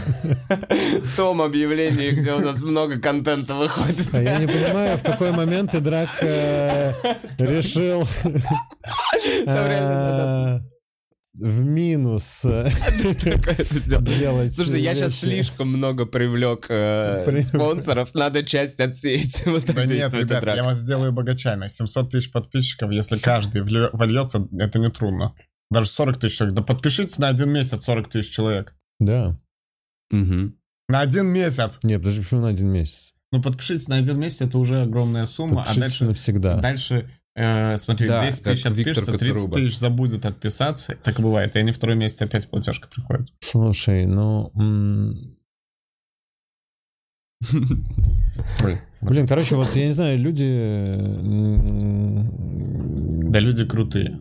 [SPEAKER 1] том объявлении, где у нас много контента выходит.
[SPEAKER 2] А я не понимаю, в какой момент ты, Драк, э, решил
[SPEAKER 1] Там реально
[SPEAKER 2] э, в минус э,
[SPEAKER 1] Такое это сделать.
[SPEAKER 2] делать
[SPEAKER 1] Слушай, я сейчас
[SPEAKER 2] вещи.
[SPEAKER 1] слишком много привлек э,
[SPEAKER 2] При-
[SPEAKER 1] спонсоров, надо часть отсеять. Вот так
[SPEAKER 3] Да нет,
[SPEAKER 1] действует
[SPEAKER 3] ребят,
[SPEAKER 1] Идрак.
[SPEAKER 3] я вас сделаю богачами. 700 тысяч подписчиков, если каждый вле- вольется, это не трудно. Даже 40 тысяч человек. Да подпишитесь на один месяц 40 тысяч человек.
[SPEAKER 2] Да.
[SPEAKER 1] Мгм.
[SPEAKER 3] На один месяц!
[SPEAKER 2] Нет, подожди, почему на один месяц?
[SPEAKER 3] Ну, подпишитесь на один месяц, это уже огромная сумма. А
[SPEAKER 2] Подпишитесь
[SPEAKER 3] дальше,
[SPEAKER 2] навсегда.
[SPEAKER 3] дальше э, смотри,
[SPEAKER 1] Да,
[SPEAKER 3] 10
[SPEAKER 1] как
[SPEAKER 3] тысяч
[SPEAKER 1] Виктор
[SPEAKER 3] отпишется, 30
[SPEAKER 1] Кацаруба.
[SPEAKER 3] тысяч забудет отписаться. Так и бывает. И они второй месяц опять платежка приходит.
[SPEAKER 2] Слушай, ну... м, Блин, короче, вот я не знаю, люди... м,
[SPEAKER 3] Да люди крутые.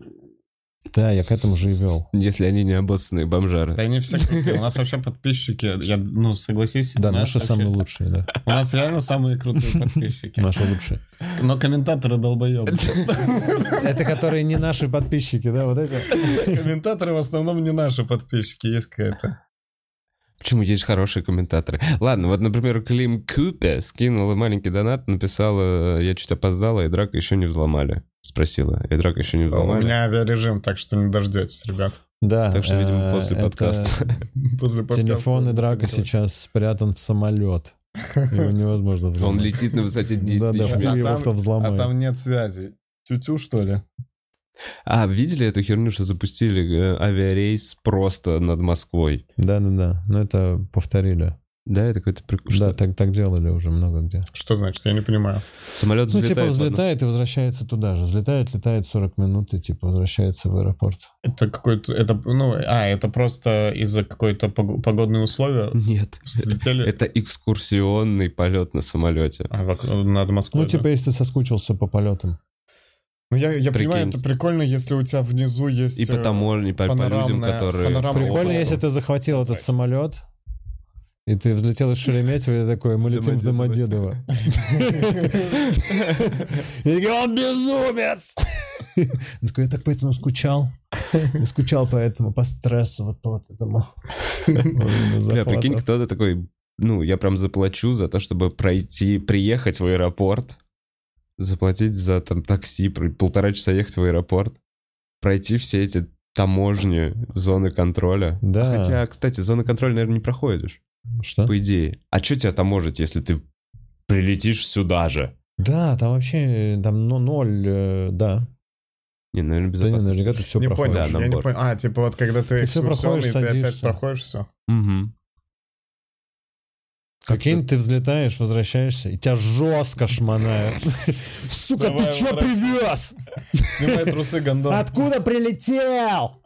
[SPEAKER 2] Да, я к этому же и вел.
[SPEAKER 1] Если они не обоссанные бомжары.
[SPEAKER 3] Да они все крутые. У нас вообще подписчики, я, ну, согласись.
[SPEAKER 2] Да,
[SPEAKER 3] у нас
[SPEAKER 2] наши
[SPEAKER 3] вообще-
[SPEAKER 2] самые лучшие, да.
[SPEAKER 3] У нас реально самые крутые подписчики.
[SPEAKER 2] Наши лучшие.
[SPEAKER 3] Но комментаторы долбоебы.
[SPEAKER 2] Это которые не наши подписчики, да, вот эти?
[SPEAKER 3] Комментаторы в основном не наши подписчики, есть какая-то.
[SPEAKER 1] Почему есть хорошие комментаторы? Ладно, вот, например, Клим Купе скинула маленький донат, написала, э, я чуть опоздала, и драка еще не взломали. Спросила, и драка еще не
[SPEAKER 3] А У
[SPEAKER 1] взломали.
[SPEAKER 3] меня авиарежим, так что не дождетесь, ребят.
[SPEAKER 2] Да.
[SPEAKER 1] Так что, видимо,
[SPEAKER 2] э,
[SPEAKER 1] после
[SPEAKER 2] это
[SPEAKER 1] подкаста.
[SPEAKER 3] После подкаста.
[SPEAKER 2] Телефон и драка сейчас спрятан в самолет. Его невозможно
[SPEAKER 1] Он
[SPEAKER 2] взломать.
[SPEAKER 1] летит на высоте 10
[SPEAKER 2] Да-да,
[SPEAKER 1] тысяч
[SPEAKER 3] А
[SPEAKER 2] хуй
[SPEAKER 1] метров.
[SPEAKER 2] его
[SPEAKER 3] там-
[SPEAKER 2] кто взломает.
[SPEAKER 3] А там нет связи. Тю-тю, что ли?
[SPEAKER 1] А, видели эту херню, что запустили э, авиарейс просто над Москвой?
[SPEAKER 2] Да-да-да, но Ну, это повторили.
[SPEAKER 1] Да, это какой-то прикол.
[SPEAKER 2] Да, Ну,
[SPEAKER 1] что
[SPEAKER 2] так, так делали уже много где.
[SPEAKER 3] Что значит? Я не понимаю.
[SPEAKER 1] Самолет
[SPEAKER 2] Ну, типа,
[SPEAKER 1] взлетает. в одну-
[SPEAKER 2] взлетает и возвращается туда же. Взлетает, летает 40 минут и, типа, возвращается в аэропорт.
[SPEAKER 3] Это какой-то... Это, ну, а, это просто из-за какой-то пог- погодные условия
[SPEAKER 1] Нет.
[SPEAKER 3] взлетели
[SPEAKER 1] Это экскурсионный полет на самолете.
[SPEAKER 3] а, вок- над Москвой.
[SPEAKER 2] Ну,
[SPEAKER 3] да?
[SPEAKER 2] типа, если соскучился по полетам.
[SPEAKER 3] Ну, я, я
[SPEAKER 1] Прикинь.
[SPEAKER 3] понимаю, это прикольно, если у тебя внизу есть...
[SPEAKER 1] И
[SPEAKER 3] э,
[SPEAKER 1] по таможне, по, по людям,
[SPEAKER 3] панорамная-
[SPEAKER 1] которые...
[SPEAKER 3] панорамная
[SPEAKER 2] Прикольно,
[SPEAKER 3] область.
[SPEAKER 2] если ты захватил этот
[SPEAKER 3] Значит.
[SPEAKER 2] самолет, и ты взлетел из Шереметьево, и такой, мы летим в
[SPEAKER 1] Домодедово».
[SPEAKER 2] Домодедово. Регион безумец! Он такой, я так поэтому скучал. Я скучал поэтому, по стрессу, вот по вот этому.
[SPEAKER 1] Бля, прикинь,
[SPEAKER 2] Захватов.
[SPEAKER 1] кто-то такой, ну, я прям заплачу за то, чтобы пройти, приехать в аэропорт, заплатить за там такси, пр- полтора часа ехать в аэропорт, пройти все эти таможни, зоны контроля.
[SPEAKER 2] Да.
[SPEAKER 1] Хотя, кстати, зоны контроля, наверное, не проходишь,
[SPEAKER 2] Что?
[SPEAKER 1] по идее. А что тебя таможить, если ты прилетишь сюда же?
[SPEAKER 2] Да, там вообще, там ну, ноль, э, да.
[SPEAKER 1] Не, наверное,
[SPEAKER 2] Да не,
[SPEAKER 1] безопасно.
[SPEAKER 2] наверняка ты все
[SPEAKER 3] Не
[SPEAKER 2] проходишь.
[SPEAKER 3] понял,
[SPEAKER 1] Да,
[SPEAKER 3] я не
[SPEAKER 1] набор.
[SPEAKER 3] понял. А, типа вот когда ты,
[SPEAKER 2] Ты всё проходишь,
[SPEAKER 3] экскурсионный, ты опять
[SPEAKER 2] садишься.
[SPEAKER 3] проходишь все.
[SPEAKER 1] Мгм.
[SPEAKER 2] Прикинь, ты взлетаешь, возвращаешься, и тебя жестко шманают. Сука,
[SPEAKER 3] Давай
[SPEAKER 2] ты чё
[SPEAKER 3] обратно.
[SPEAKER 2] привез?
[SPEAKER 3] Снимай трусы, гондон.
[SPEAKER 2] Откуда прилетел?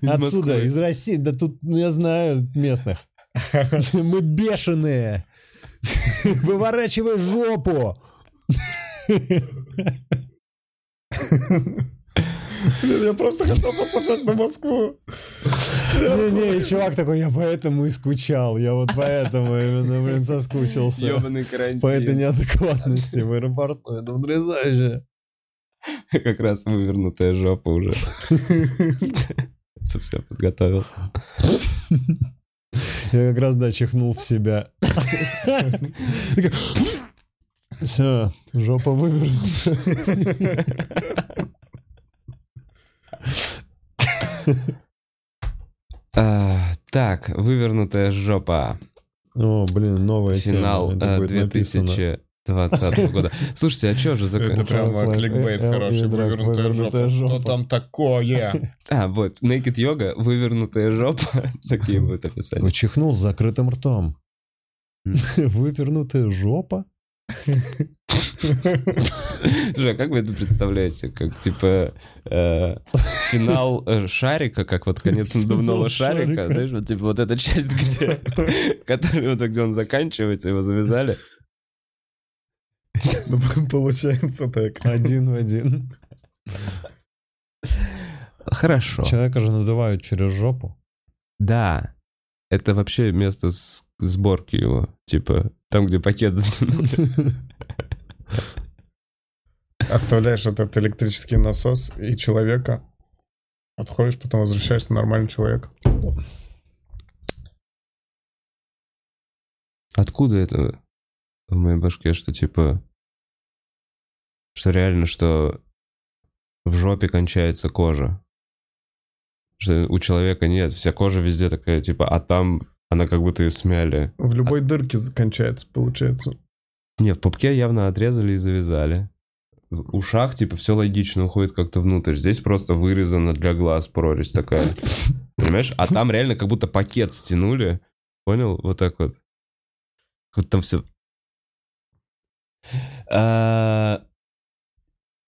[SPEAKER 1] Москвы.
[SPEAKER 2] Отсюда, из России. Да тут, ну, я знаю, местных. Мы бешеные. Выворачивай жопу.
[SPEAKER 3] Блин, я просто хотел посмотреть на Москву.
[SPEAKER 2] Не-не, и чувак такой, я поэтому и скучал. Я вот поэтому именно, блин, соскучился.
[SPEAKER 1] Ёбаный карантин.
[SPEAKER 2] По этой неадекватности в аэропорту. Это потрясающе.
[SPEAKER 1] Как раз вывернутая жопа уже. Сейчас я подготовил.
[SPEAKER 2] Я как раз, да, чихнул в себя. Все, жопа вывернута.
[SPEAKER 1] А, Так, вывернутая жопа.
[SPEAKER 2] О, блин, новая тема.
[SPEAKER 1] Финал
[SPEAKER 2] Это
[SPEAKER 1] э,
[SPEAKER 2] будет написано.
[SPEAKER 1] 2020 оставаться от года. Слушайте, а что же
[SPEAKER 3] Это
[SPEAKER 1] закон?
[SPEAKER 3] прям
[SPEAKER 2] Translate
[SPEAKER 3] кликбейт
[SPEAKER 2] AL
[SPEAKER 3] хороший,
[SPEAKER 2] и драк,
[SPEAKER 3] вывернутая
[SPEAKER 2] вывернутая
[SPEAKER 3] жопа. Что
[SPEAKER 2] жопа.
[SPEAKER 3] там такое?
[SPEAKER 1] А, вот, naked йога, вывернутая жопа, такие будут описания.
[SPEAKER 2] Ну, Чихнул с закрытым ртом.
[SPEAKER 1] М.
[SPEAKER 2] Вывернутая жопа?
[SPEAKER 1] Слушай, а как вы это представляете? Как, типа, э, финал э, шарика, как вот конец
[SPEAKER 2] Финал
[SPEAKER 1] надувного
[SPEAKER 2] шарика.
[SPEAKER 1] шарика, знаешь, вот, типа, вот эта часть, где, которая, вот, где он заканчивается, его завязали.
[SPEAKER 3] Ну, получается так.
[SPEAKER 2] Один в один.
[SPEAKER 1] Хорошо.
[SPEAKER 2] Человека же надувают через жопу.
[SPEAKER 1] Да. Это вообще место с- сборки его. Типа, там, где пакет затянули.
[SPEAKER 3] Оставляешь этот электрический насос и человека. Отходишь, потом возвращаешься нормальным человеком.
[SPEAKER 1] Откуда это в моей башке, что типа... Что реально, что в жопе кончается кожа. Что у человека нет, вся кожа везде такая, типа, а там она как будто ее смяли.
[SPEAKER 3] В любой дырке кончается, получается.
[SPEAKER 1] Не, в пупке явно отрезали и завязали. В ушах, типа, все логично уходит как-то внутрь. Здесь просто вырезана для глаз прорезь такая. Понимаешь? А там реально как будто пакет стянули. Понял? Вот так вот. Вот там все. А,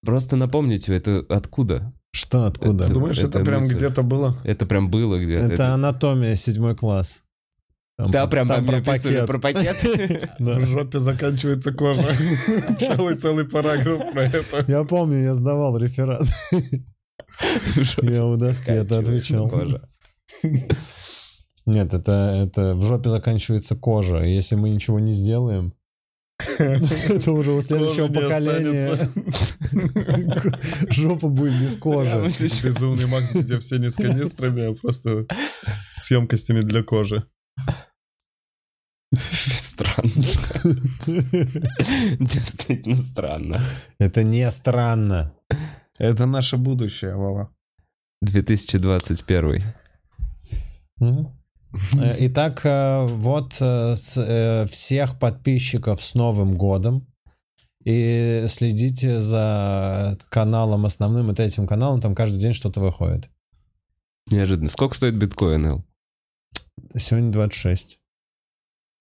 [SPEAKER 1] Просто напомните, это откуда?
[SPEAKER 2] Что, откуда?
[SPEAKER 1] Это-
[SPEAKER 3] Думаешь, это
[SPEAKER 1] эта
[SPEAKER 3] прям
[SPEAKER 1] мысль.
[SPEAKER 3] где-то было?
[SPEAKER 1] Это прям было где-то.
[SPEAKER 2] Это анатомия, седьмой класс. Там
[SPEAKER 1] Да,
[SPEAKER 2] про-
[SPEAKER 1] прям
[SPEAKER 2] там
[SPEAKER 1] там
[SPEAKER 2] про
[SPEAKER 1] мне описывали
[SPEAKER 2] пакет.
[SPEAKER 1] про пакет.
[SPEAKER 2] Да.
[SPEAKER 3] В жопе заканчивается кожа. Целый-целый параграф про это.
[SPEAKER 2] Я помню, я сдавал реферат. Я у доски это отвечал.
[SPEAKER 1] Кожа.
[SPEAKER 2] Нет, это, это в жопе заканчивается кожа. и Если мы ничего не сделаем, это уже у следующего
[SPEAKER 3] Кожи не
[SPEAKER 2] поколения жопа будет без
[SPEAKER 1] Прямо
[SPEAKER 2] кожи.
[SPEAKER 1] сейчас.
[SPEAKER 3] Безумный Макс, где все не с канистрами, а просто с емкостями для кожи.
[SPEAKER 1] Странно. Действительно странно.
[SPEAKER 2] Это не странно.
[SPEAKER 3] Это наше будущее, Вова.
[SPEAKER 1] 2021.
[SPEAKER 2] Мгм. Э, Итак, э, вот э, с- э, всех подписчиков с Новым годом. И следите за каналом основным и третьим каналом. Там каждый день что-то выходит.
[SPEAKER 1] Неожиданно. Сколько стоит биткоин, Эл?
[SPEAKER 2] Сегодня 26.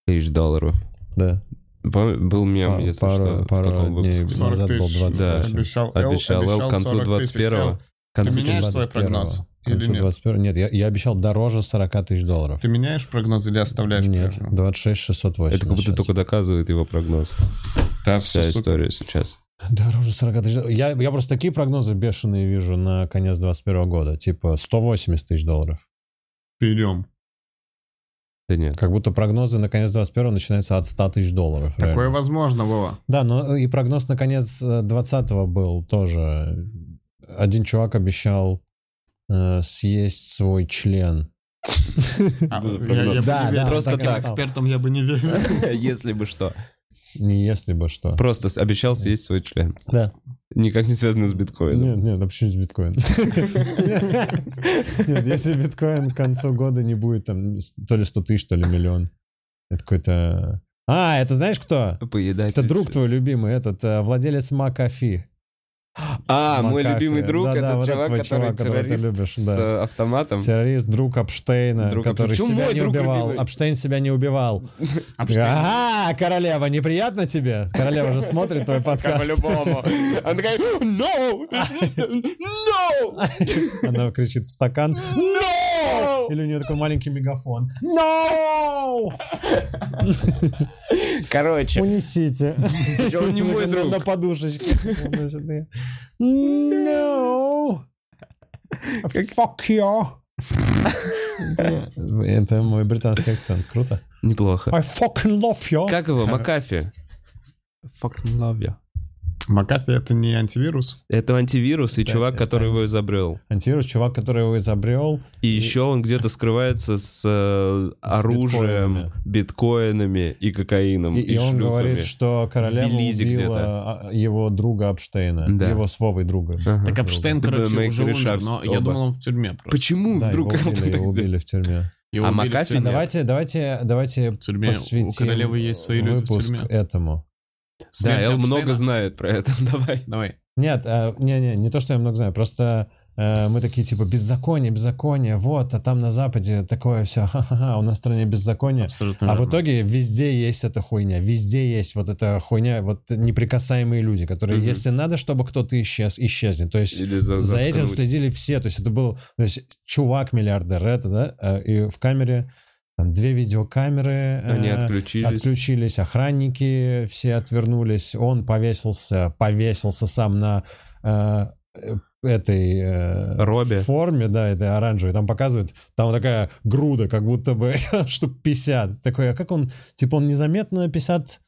[SPEAKER 1] Тысяч долларов.
[SPEAKER 2] Да.
[SPEAKER 1] Пом- Был мем,
[SPEAKER 2] Пар-
[SPEAKER 1] если
[SPEAKER 2] пару-
[SPEAKER 1] что, в
[SPEAKER 2] пару
[SPEAKER 1] каком
[SPEAKER 2] дней
[SPEAKER 1] выпуске.
[SPEAKER 2] 40 назад был 28.
[SPEAKER 3] Обещал, Эл,
[SPEAKER 1] Обещал Эл к концу
[SPEAKER 3] 40 тысяч. Эл,
[SPEAKER 1] 21-го. К концу
[SPEAKER 3] меня- Меняешь свой
[SPEAKER 2] 21-го.
[SPEAKER 3] прогноз
[SPEAKER 2] К концу
[SPEAKER 3] или нет?
[SPEAKER 2] 21-го. Нет, я, я обещал дороже 40 тысяч долларов.
[SPEAKER 3] Ты меняешь прогноз или оставляешь?
[SPEAKER 2] Нет,
[SPEAKER 3] прежним?
[SPEAKER 2] 26 608.
[SPEAKER 1] Это как будто
[SPEAKER 2] сейчас.
[SPEAKER 1] только доказывает его прогноз.
[SPEAKER 3] Да,
[SPEAKER 1] Вся
[SPEAKER 3] всё, супер.
[SPEAKER 1] история сейчас.
[SPEAKER 2] Дороже 40 тысяч долларов. Я, я просто такие прогнозы бешеные вижу на конец 21 года. Типа 180 тысяч долларов.
[SPEAKER 3] Берем.
[SPEAKER 1] Да нет.
[SPEAKER 2] Как будто прогнозы на конец 21 начинаются от 100 тысяч долларов.
[SPEAKER 3] Такое
[SPEAKER 2] реально.
[SPEAKER 3] возможно, Вова.
[SPEAKER 2] Да, но э, и прогноз на конец 20 был тоже. Один чувак обещал э, съесть свой член.
[SPEAKER 1] Да,
[SPEAKER 3] А, я-
[SPEAKER 1] прогноз.
[SPEAKER 3] я бы
[SPEAKER 2] Да,
[SPEAKER 3] не верил.
[SPEAKER 2] да,
[SPEAKER 1] Просто
[SPEAKER 2] и
[SPEAKER 1] так,
[SPEAKER 2] написал.
[SPEAKER 3] Экспертам я бы не верил.
[SPEAKER 1] Если бы что.
[SPEAKER 2] Не если бы что.
[SPEAKER 1] Просто с- обещал съесть свой член.
[SPEAKER 2] Да.
[SPEAKER 1] Никак не связано с биткоином.
[SPEAKER 2] Нет, нет, а почему с биткоин? Нет, если биткоин к концу года не будет там с- то ли 100 тысяч, то ли миллион. Это какой-то... А, это знаешь кто?
[SPEAKER 1] Поедать.
[SPEAKER 2] Это друг твой любимый, этот э, владелец Макафи.
[SPEAKER 1] А, мой
[SPEAKER 2] Макафи.
[SPEAKER 1] любимый друг,
[SPEAKER 2] Да-да,
[SPEAKER 1] это
[SPEAKER 2] вот
[SPEAKER 1] чувак,
[SPEAKER 2] этот твой
[SPEAKER 1] который
[SPEAKER 2] чувак, которого ты
[SPEAKER 1] террорист
[SPEAKER 2] любишь,
[SPEAKER 1] с
[SPEAKER 2] да.
[SPEAKER 1] э, автоматом.
[SPEAKER 2] Террорист, друг Апштейна,
[SPEAKER 1] Друг
[SPEAKER 2] который
[SPEAKER 1] Апштейна. Почему
[SPEAKER 2] себя
[SPEAKER 1] мой
[SPEAKER 2] не
[SPEAKER 1] друг
[SPEAKER 2] убивал.
[SPEAKER 1] любимый?
[SPEAKER 2] Апштейн себя не убивал. А Ага, королева, неприятно тебе? Королева же смотрит твой подкаст.
[SPEAKER 1] Она такая, no! No!
[SPEAKER 2] Она кричит в стакан.
[SPEAKER 1] No!
[SPEAKER 2] Или у нее такой маленький мегафон. No!
[SPEAKER 1] Короче,
[SPEAKER 2] Унесите.
[SPEAKER 1] Причем он не мой
[SPEAKER 2] На-
[SPEAKER 1] друг.
[SPEAKER 2] На подушечке. Значит, и- No! Fuck you! Это мой британский акцент. Круто.
[SPEAKER 1] неплохо.
[SPEAKER 2] I fucking love you.
[SPEAKER 1] Как его, Макафи? Fucking love you.
[SPEAKER 3] Макафи это не антивирус.
[SPEAKER 1] Это антивирус и
[SPEAKER 2] Да,
[SPEAKER 1] чувак,
[SPEAKER 2] это
[SPEAKER 1] который его изобрел.
[SPEAKER 2] Антивирус, чувак, который его изобрел.
[SPEAKER 1] И еще он где-то скрывается с э, оружием, биткоинами и кокаином.
[SPEAKER 2] И,
[SPEAKER 1] И,
[SPEAKER 2] и он
[SPEAKER 1] шлюхами.
[SPEAKER 2] говорит, что королева
[SPEAKER 1] В Белизе
[SPEAKER 2] убила
[SPEAKER 1] где-то.
[SPEAKER 2] а, его друга Апштейна.
[SPEAKER 1] Да.
[SPEAKER 2] Его с Вовой друга.
[SPEAKER 1] Ага.
[SPEAKER 3] Так а Апштейн,
[SPEAKER 1] Ты бы
[SPEAKER 3] короче,
[SPEAKER 1] Мэйк
[SPEAKER 3] уже умер,
[SPEAKER 1] Ришард
[SPEAKER 3] но я
[SPEAKER 1] оба.
[SPEAKER 3] думал, он в тюрьме просто.
[SPEAKER 1] Почему
[SPEAKER 2] Да, его
[SPEAKER 1] вдруг он
[SPEAKER 2] убили,
[SPEAKER 1] так
[SPEAKER 2] его
[SPEAKER 1] сделал?
[SPEAKER 2] убили в тюрьме.
[SPEAKER 3] Его
[SPEAKER 1] А
[SPEAKER 3] убили в
[SPEAKER 1] Макафи
[SPEAKER 3] тюрьме.
[SPEAKER 1] нет?
[SPEAKER 2] Давайте, давайте, давайте
[SPEAKER 3] В тюрьме у
[SPEAKER 2] посвятим
[SPEAKER 3] королевы есть свои люди в
[SPEAKER 2] выпуск Э,
[SPEAKER 3] тюрьме.
[SPEAKER 2] этому.
[SPEAKER 1] Да,
[SPEAKER 3] Смерть
[SPEAKER 1] Эл много
[SPEAKER 3] Эйнштейна.
[SPEAKER 1] знает про это. Давай.
[SPEAKER 3] Давай.
[SPEAKER 2] Нет, а, не, не, не то, что я много знаю, просто э, мы такие типа беззаконие, беззаконие, вот, а там на Западе такое все, ха-ха-ха, у нас в стране беззаконие.
[SPEAKER 3] Абсолютно.
[SPEAKER 2] А в
[SPEAKER 3] верно.
[SPEAKER 2] итоге везде есть эта хуйня, везде есть вот эта хуйня, вот неприкасаемые люди, которые,
[SPEAKER 1] Мгм.
[SPEAKER 2] если надо, чтобы кто-то исчез, исчезнет. То есть
[SPEAKER 1] Или за,
[SPEAKER 2] за этим
[SPEAKER 1] заткнуть.
[SPEAKER 2] следили все. То есть это был то есть, чувак-миллиардер, это, да, э, и в камере там две видеокамеры.
[SPEAKER 1] Они
[SPEAKER 2] э,
[SPEAKER 1] отключились.
[SPEAKER 2] Отключились охранники, все отвернулись. Он повесился, повесился сам на э, э, этой э,
[SPEAKER 1] Робе.
[SPEAKER 2] форме, да, этой оранжевой. Там показывают, там вот такая груда, как будто бы штук 50. Такой, а как он, типа он незаметно 50,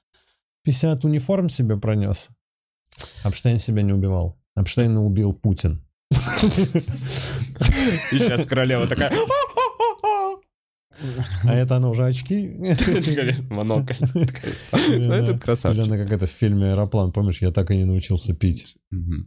[SPEAKER 2] 50 униформ себе пронес? Апштейн себя не убивал. Апштейна убил Путин.
[SPEAKER 1] И сейчас королева такая...
[SPEAKER 2] А это она уже очки?
[SPEAKER 1] Монокль. Такая, Ну,
[SPEAKER 2] Или
[SPEAKER 1] этот
[SPEAKER 2] она- Или
[SPEAKER 1] Ну, красавчик.
[SPEAKER 2] она как это в фильме «Аэроплан», помнишь, я так и не научился пить.
[SPEAKER 1] Мгм.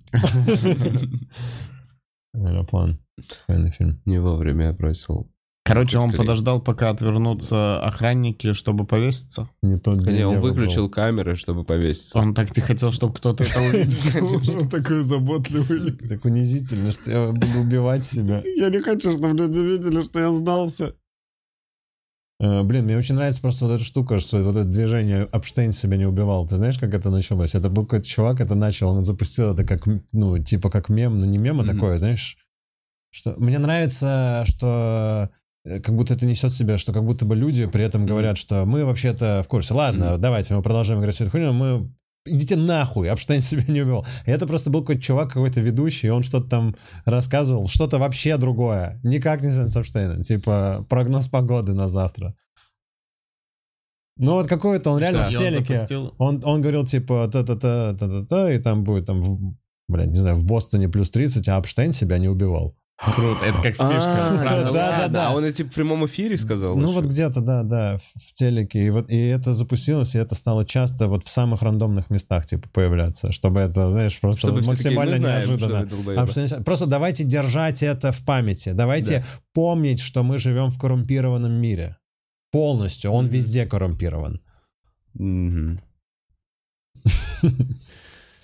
[SPEAKER 2] «Аэроплан», файный фильм.
[SPEAKER 1] Не вовремя я бросил.
[SPEAKER 3] Короче, он
[SPEAKER 1] Скорее.
[SPEAKER 3] подождал, пока отвернутся охранники, чтобы повеситься.
[SPEAKER 2] Не тот день
[SPEAKER 1] Не,
[SPEAKER 2] я
[SPEAKER 1] он
[SPEAKER 2] выбрал.
[SPEAKER 1] выключил камеры, чтобы повеситься.
[SPEAKER 3] Он так не хотел, чтобы кто-то это увидел. Он такой заботливый.
[SPEAKER 2] Так унизительно, что я буду убивать себя.
[SPEAKER 3] Я не хочу, чтобы люди видели, что я сдался.
[SPEAKER 2] Э, Блин, мне очень нравится просто вот эта штука, что вот это движение Апштейн себя не убивал. Ты знаешь, как это началось? Это был какой-то чувак, это начал, он запустил это как, м- ну, типа как мем, но не мем, а
[SPEAKER 1] Мгм.
[SPEAKER 2] такое, знаешь. Что... Мне нравится, что э, как будто это несет в себе, что как будто бы люди при этом говорят, что мы вообще-то в курсе. Ладно,
[SPEAKER 1] Мгм.
[SPEAKER 2] давайте мы продолжаем играть всю эту хуйню, а мы идите нахуй, Апштейн себя не убивал. И это просто был какой-то чувак, какой-то ведущий, и он что-то там рассказывал, что-то вообще другое. Никак не связано с Апштейном. Типа прогноз погоды на завтра. Ну вот какой-то он реально
[SPEAKER 1] Да.
[SPEAKER 2] в телеке. Он, он говорил типа та-та-та, та-та-та, и там будет там, в, блин, не знаю, в Бостоне плюс 30, а Апштейн себя не убивал.
[SPEAKER 3] Круто, это как фишка.
[SPEAKER 1] А, Да, да,
[SPEAKER 2] да, да.
[SPEAKER 1] да. Он типа в прямом эфире сказал.
[SPEAKER 2] Ну
[SPEAKER 1] ещё.
[SPEAKER 2] вот где-то, да, да, в, в телеке. И вот и это запустилось, и это стало часто вот в самых рандомных местах, типа, появляться, чтобы это, знаешь, просто
[SPEAKER 1] Чтобы ну все такие,
[SPEAKER 2] максимально
[SPEAKER 1] «Мы знаем,
[SPEAKER 2] неожиданно.
[SPEAKER 1] что вы долбоёбы».
[SPEAKER 2] А абсолютно- Просто давайте держать это в памяти. Давайте помнить, что мы живем в коррумпированном мире. Полностью. Он везде коррумпирован.
[SPEAKER 1] Мгм.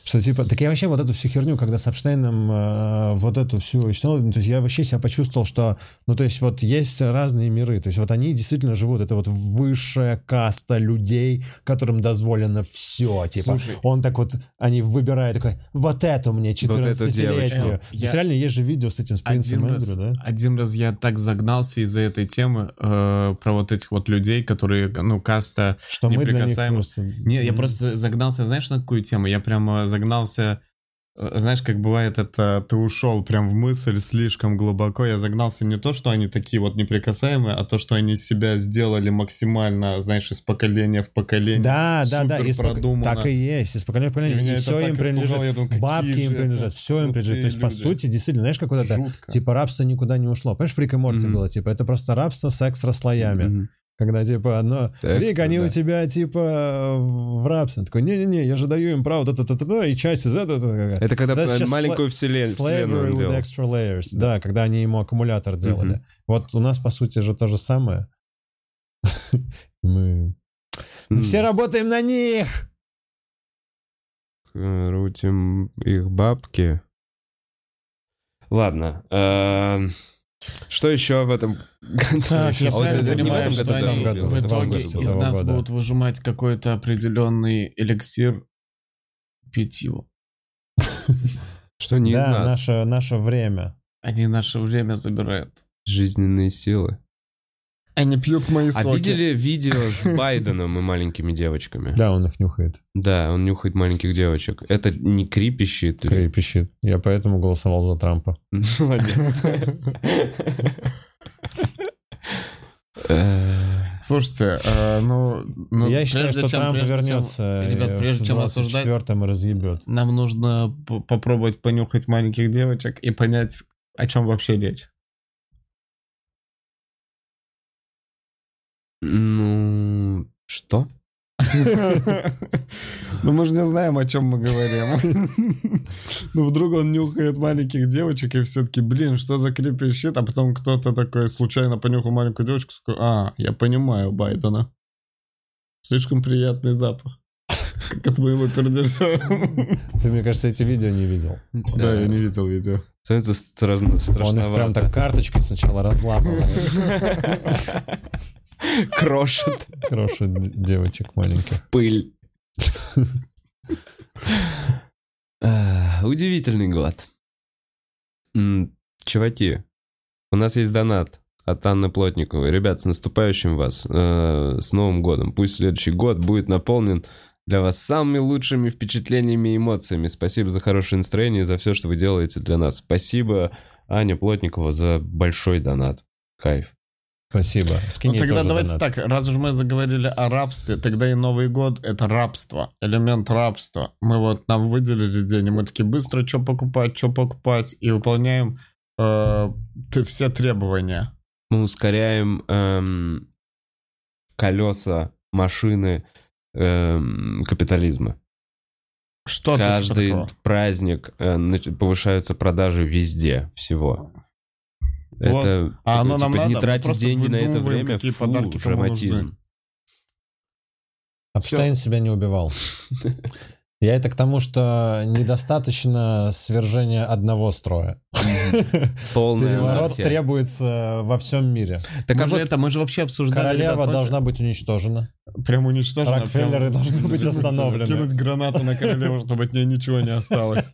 [SPEAKER 2] Что типа, так я вообще вот эту всю херню, когда с Апштейном э, вот эту всю читал, ну, то есть я вообще себя почувствовал, что, ну то есть вот есть разные миры, то есть вот они действительно живут, это вот высшая каста людей, которым дозволено все, типа.
[SPEAKER 1] Слушай.
[SPEAKER 2] Он так вот, они выбирают такой, вот эту мне
[SPEAKER 1] Вот эту
[SPEAKER 2] 14-летнюю.
[SPEAKER 3] девочку.
[SPEAKER 2] То есть реально есть же видео с этим, с принцем
[SPEAKER 3] Один раз,
[SPEAKER 2] Эндрю, да?
[SPEAKER 3] один раз я так загнался из-за этой темы э, про вот этих вот людей, которые, ну, каста...
[SPEAKER 2] Что мы для них
[SPEAKER 3] неприкасаемых.
[SPEAKER 2] просто...
[SPEAKER 3] Не, я
[SPEAKER 2] Мгм.
[SPEAKER 3] просто загнался, знаешь, на какую тему? Я прямо загнался... э, Знаешь, как бывает это, ты ушел прям в мысль слишком глубоко. Я загнался не то, что они такие вот неприкасаемые, а то, что они себя сделали максимально, знаешь, из поколения в поколение.
[SPEAKER 2] Да, да, да,
[SPEAKER 3] супер
[SPEAKER 2] из пок-
[SPEAKER 3] продумано.
[SPEAKER 2] так и есть, из поколения в
[SPEAKER 3] И меня
[SPEAKER 2] поколение, и
[SPEAKER 3] это
[SPEAKER 2] все
[SPEAKER 3] так
[SPEAKER 2] им
[SPEAKER 3] испугало,
[SPEAKER 2] принадлежит.
[SPEAKER 3] я думаю, какие
[SPEAKER 2] Бабки им
[SPEAKER 3] же
[SPEAKER 2] принадлежат,
[SPEAKER 3] это
[SPEAKER 2] все им принадлежит. То есть, по
[SPEAKER 3] крутые люди.
[SPEAKER 2] сути, действительно, знаешь, как вот это,
[SPEAKER 3] Жутко.
[SPEAKER 2] типа, рабство никуда не ушло. Понимаешь, Фрик и Морти
[SPEAKER 1] Мгм.
[SPEAKER 2] было, типа, это просто рабство с экстра слоями.
[SPEAKER 1] Мгм.
[SPEAKER 2] Когда, типа, одно,
[SPEAKER 1] Экстра,
[SPEAKER 2] Фрик, они
[SPEAKER 1] да.
[SPEAKER 2] у тебя, типа, в рабстве. Он такой, не-не-не, я же даю им право, та-та-та-та, и часть из этого.
[SPEAKER 1] Это когда
[SPEAKER 2] Да,
[SPEAKER 1] про
[SPEAKER 2] сейчас
[SPEAKER 1] маленькую
[SPEAKER 3] Э,
[SPEAKER 1] вселен- вселенную
[SPEAKER 2] Slavery
[SPEAKER 1] он
[SPEAKER 2] with
[SPEAKER 1] делал.
[SPEAKER 2] extra layers. Да. когда они ему аккумулятор делали.
[SPEAKER 1] Мгм.
[SPEAKER 2] Вот у нас, по сути, же то же самое. Мы
[SPEAKER 1] М.
[SPEAKER 2] Ну, все работаем на них!
[SPEAKER 1] крутим их бабки. Ладно. эм, Что еще в этом году?
[SPEAKER 3] Так,
[SPEAKER 1] Ещё-
[SPEAKER 3] я
[SPEAKER 1] А вот
[SPEAKER 3] правильно
[SPEAKER 1] это не
[SPEAKER 3] понимаю,
[SPEAKER 1] в этом
[SPEAKER 3] что
[SPEAKER 1] году,
[SPEAKER 3] они
[SPEAKER 1] это
[SPEAKER 2] году,
[SPEAKER 3] в
[SPEAKER 1] этом
[SPEAKER 2] этом
[SPEAKER 3] итоге
[SPEAKER 1] году
[SPEAKER 3] из
[SPEAKER 1] было.
[SPEAKER 2] Этого
[SPEAKER 3] нас
[SPEAKER 2] года.
[SPEAKER 3] будут выжимать какой-то определенный эликсир пить его.
[SPEAKER 1] Что не из
[SPEAKER 2] да,
[SPEAKER 1] нас?
[SPEAKER 2] наше, наше время.
[SPEAKER 3] Они наше время забирают.
[SPEAKER 1] Жизненные силы.
[SPEAKER 3] Они пьют мои
[SPEAKER 1] А видели видео с Байденом и маленькими девочками?
[SPEAKER 2] Да, он их нюхает,
[SPEAKER 1] Да, он нюхает маленьких девочек. Это не крипищит?
[SPEAKER 2] крепещит. Я поэтому голосовал за Трампа.
[SPEAKER 1] Молодец. Э,
[SPEAKER 3] Слушайте, э, ну, ну,
[SPEAKER 2] я считаю,
[SPEAKER 3] прежде
[SPEAKER 2] что
[SPEAKER 3] чем-
[SPEAKER 2] Трамп
[SPEAKER 3] прежде чем-
[SPEAKER 2] вернется э,
[SPEAKER 3] ребят, прежде чем осуждать-
[SPEAKER 2] четвертом разъебет.
[SPEAKER 3] Нам нужно п- попробовать понюхать маленьких девочек и понять, о чем вообще речь.
[SPEAKER 1] Ну, что?
[SPEAKER 3] Ну, мы же не знаем, о чем мы говорим. Ну, вдруг он нюхает маленьких девочек, и все-таки, блин, что за крипи щит? А потом кто-то такой случайно понюхал маленькую девочку, такой, а, я понимаю Байдена. Слишком приятный запах. Как от моего пердежа.
[SPEAKER 2] Ты, мне кажется, эти видео не видел.
[SPEAKER 3] Да, я не видел видео.
[SPEAKER 1] Становится страшно,
[SPEAKER 2] Он их прям
[SPEAKER 1] страшновато.
[SPEAKER 2] так карточкой сначала разламывал.
[SPEAKER 1] Крошит
[SPEAKER 2] Крошит девочек маленьких.
[SPEAKER 1] в пыль. Э, Удивительный год. М, Чуваки, у нас есть донат от Анны Плотниковой. Ребят, с наступающим вас, э, с Новым годом. Пусть следующий год будет наполнен для вас самыми лучшими впечатлениями и эмоциями. Спасибо за хорошее настроение и за все, что вы делаете для нас. Спасибо, Аня Плотникова, за большой донат. Кайф.
[SPEAKER 2] Спасибо. Скинь
[SPEAKER 3] Ну
[SPEAKER 2] ей
[SPEAKER 3] тогда
[SPEAKER 2] тоже
[SPEAKER 3] давайте
[SPEAKER 2] донат.
[SPEAKER 3] так, раз уж мы заговорили о рабстве, тогда и Новый год — это рабство, элемент рабства. Мы вот нам выделили день, и мы такие быстро что покупать, что покупать, и выполняем э, т- все требования.
[SPEAKER 1] мы ускоряем эм, колеса машины эм, капитализма.
[SPEAKER 3] Что ты
[SPEAKER 1] Каждый
[SPEAKER 3] типа такого?
[SPEAKER 1] праздник э, нач- повышаются продажи везде всего. Это
[SPEAKER 3] А оно
[SPEAKER 1] ну,
[SPEAKER 3] нам
[SPEAKER 1] типа, не
[SPEAKER 3] надо? Мы
[SPEAKER 1] тратить
[SPEAKER 3] просто
[SPEAKER 1] деньги на это
[SPEAKER 3] выдумываем,
[SPEAKER 1] время.
[SPEAKER 3] какие
[SPEAKER 1] Фу,
[SPEAKER 3] подарки кому
[SPEAKER 1] драматизм.
[SPEAKER 3] нужны.
[SPEAKER 2] Эпштейн себя не убивал. Я это к тому, что недостаточно свержения одного строя.
[SPEAKER 1] Полная
[SPEAKER 2] Переворот
[SPEAKER 1] анархия.
[SPEAKER 2] требуется э, во всем мире.
[SPEAKER 1] Так
[SPEAKER 3] мы,
[SPEAKER 1] а
[SPEAKER 3] же
[SPEAKER 1] вот
[SPEAKER 3] это, мы же вообще обсуждали...
[SPEAKER 2] Королева
[SPEAKER 3] Ну ребят, вот-
[SPEAKER 2] должна быть уничтожена.
[SPEAKER 3] Прям уничтожена.
[SPEAKER 2] Рокфеллеры
[SPEAKER 3] прям-
[SPEAKER 2] должны быть остановлены.
[SPEAKER 3] Кинуть гранату на королеву, чтобы от нее ничего не осталось.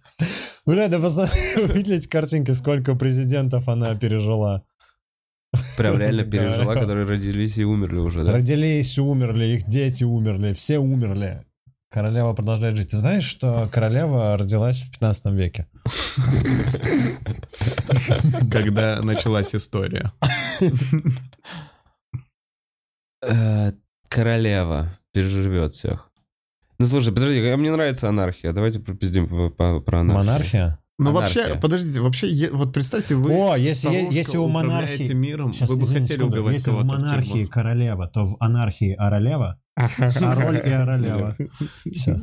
[SPEAKER 2] Бля, да посмотри, увидели эти картинки, сколько президентов она пережила.
[SPEAKER 1] прям реально
[SPEAKER 2] Да.
[SPEAKER 1] пережила, которые родились и умерли уже, да?
[SPEAKER 2] Родились, умерли, их дети умерли, все умерли. Королева продолжает жить. Ты знаешь, что королева родилась в 15 веке?
[SPEAKER 3] Когда началась история.
[SPEAKER 1] Э, Королева переживет всех. Ну слушай, подожди, а мне нравится анархия. Давайте пропиздим по- по- про анархию.
[SPEAKER 2] Монархия?
[SPEAKER 3] Ну
[SPEAKER 1] Монархия.
[SPEAKER 3] вообще, подождите, вообще, е- вот представьте, вы...
[SPEAKER 2] О, если,
[SPEAKER 3] Сталушка,
[SPEAKER 2] если у
[SPEAKER 3] управляете
[SPEAKER 2] монархии...
[SPEAKER 3] миром,
[SPEAKER 2] Сейчас,
[SPEAKER 3] вы бы
[SPEAKER 2] извини,
[SPEAKER 3] хотели
[SPEAKER 2] секунду.
[SPEAKER 3] убивать
[SPEAKER 2] Если в
[SPEAKER 3] кого-то
[SPEAKER 2] монархии
[SPEAKER 3] тюрьму?
[SPEAKER 2] королева, то в анархии оролева, ороль и оролева. Всё.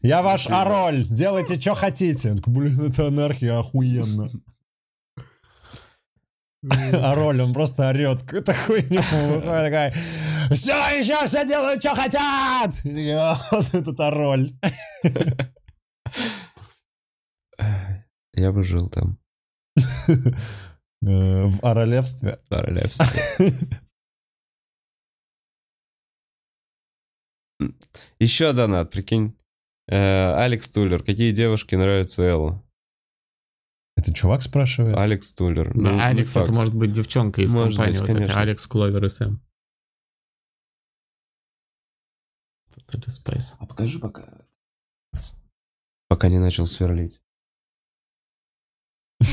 [SPEAKER 2] Я ваш ороль, делайте, что хотите. Он такой, Блин, это анархия, охуенно. Ороль, он просто орет какую-то хуйню. Выходит такая, все, еще все делают, что хотят. И он, Этот ороль.
[SPEAKER 1] Эх, Э, Я бы жил там.
[SPEAKER 2] Э, В оролевстве.
[SPEAKER 1] в королевстве. Еще донат, прикинь. Э, Алекс Туллер. Какие девушки нравятся Эллу?
[SPEAKER 2] Это чувак спрашивает?
[SPEAKER 1] Алекс Туллер.
[SPEAKER 3] Да,
[SPEAKER 1] Ну,
[SPEAKER 3] Алекс,
[SPEAKER 1] не
[SPEAKER 3] это
[SPEAKER 1] факт.
[SPEAKER 3] может быть девчонка из
[SPEAKER 1] Может
[SPEAKER 3] компании.
[SPEAKER 1] быть,
[SPEAKER 3] вот этой,
[SPEAKER 1] конечно.
[SPEAKER 3] Алекс, Кловер и Сэм. Total Spice.
[SPEAKER 1] А покажи пока. Пока не начал сверлить.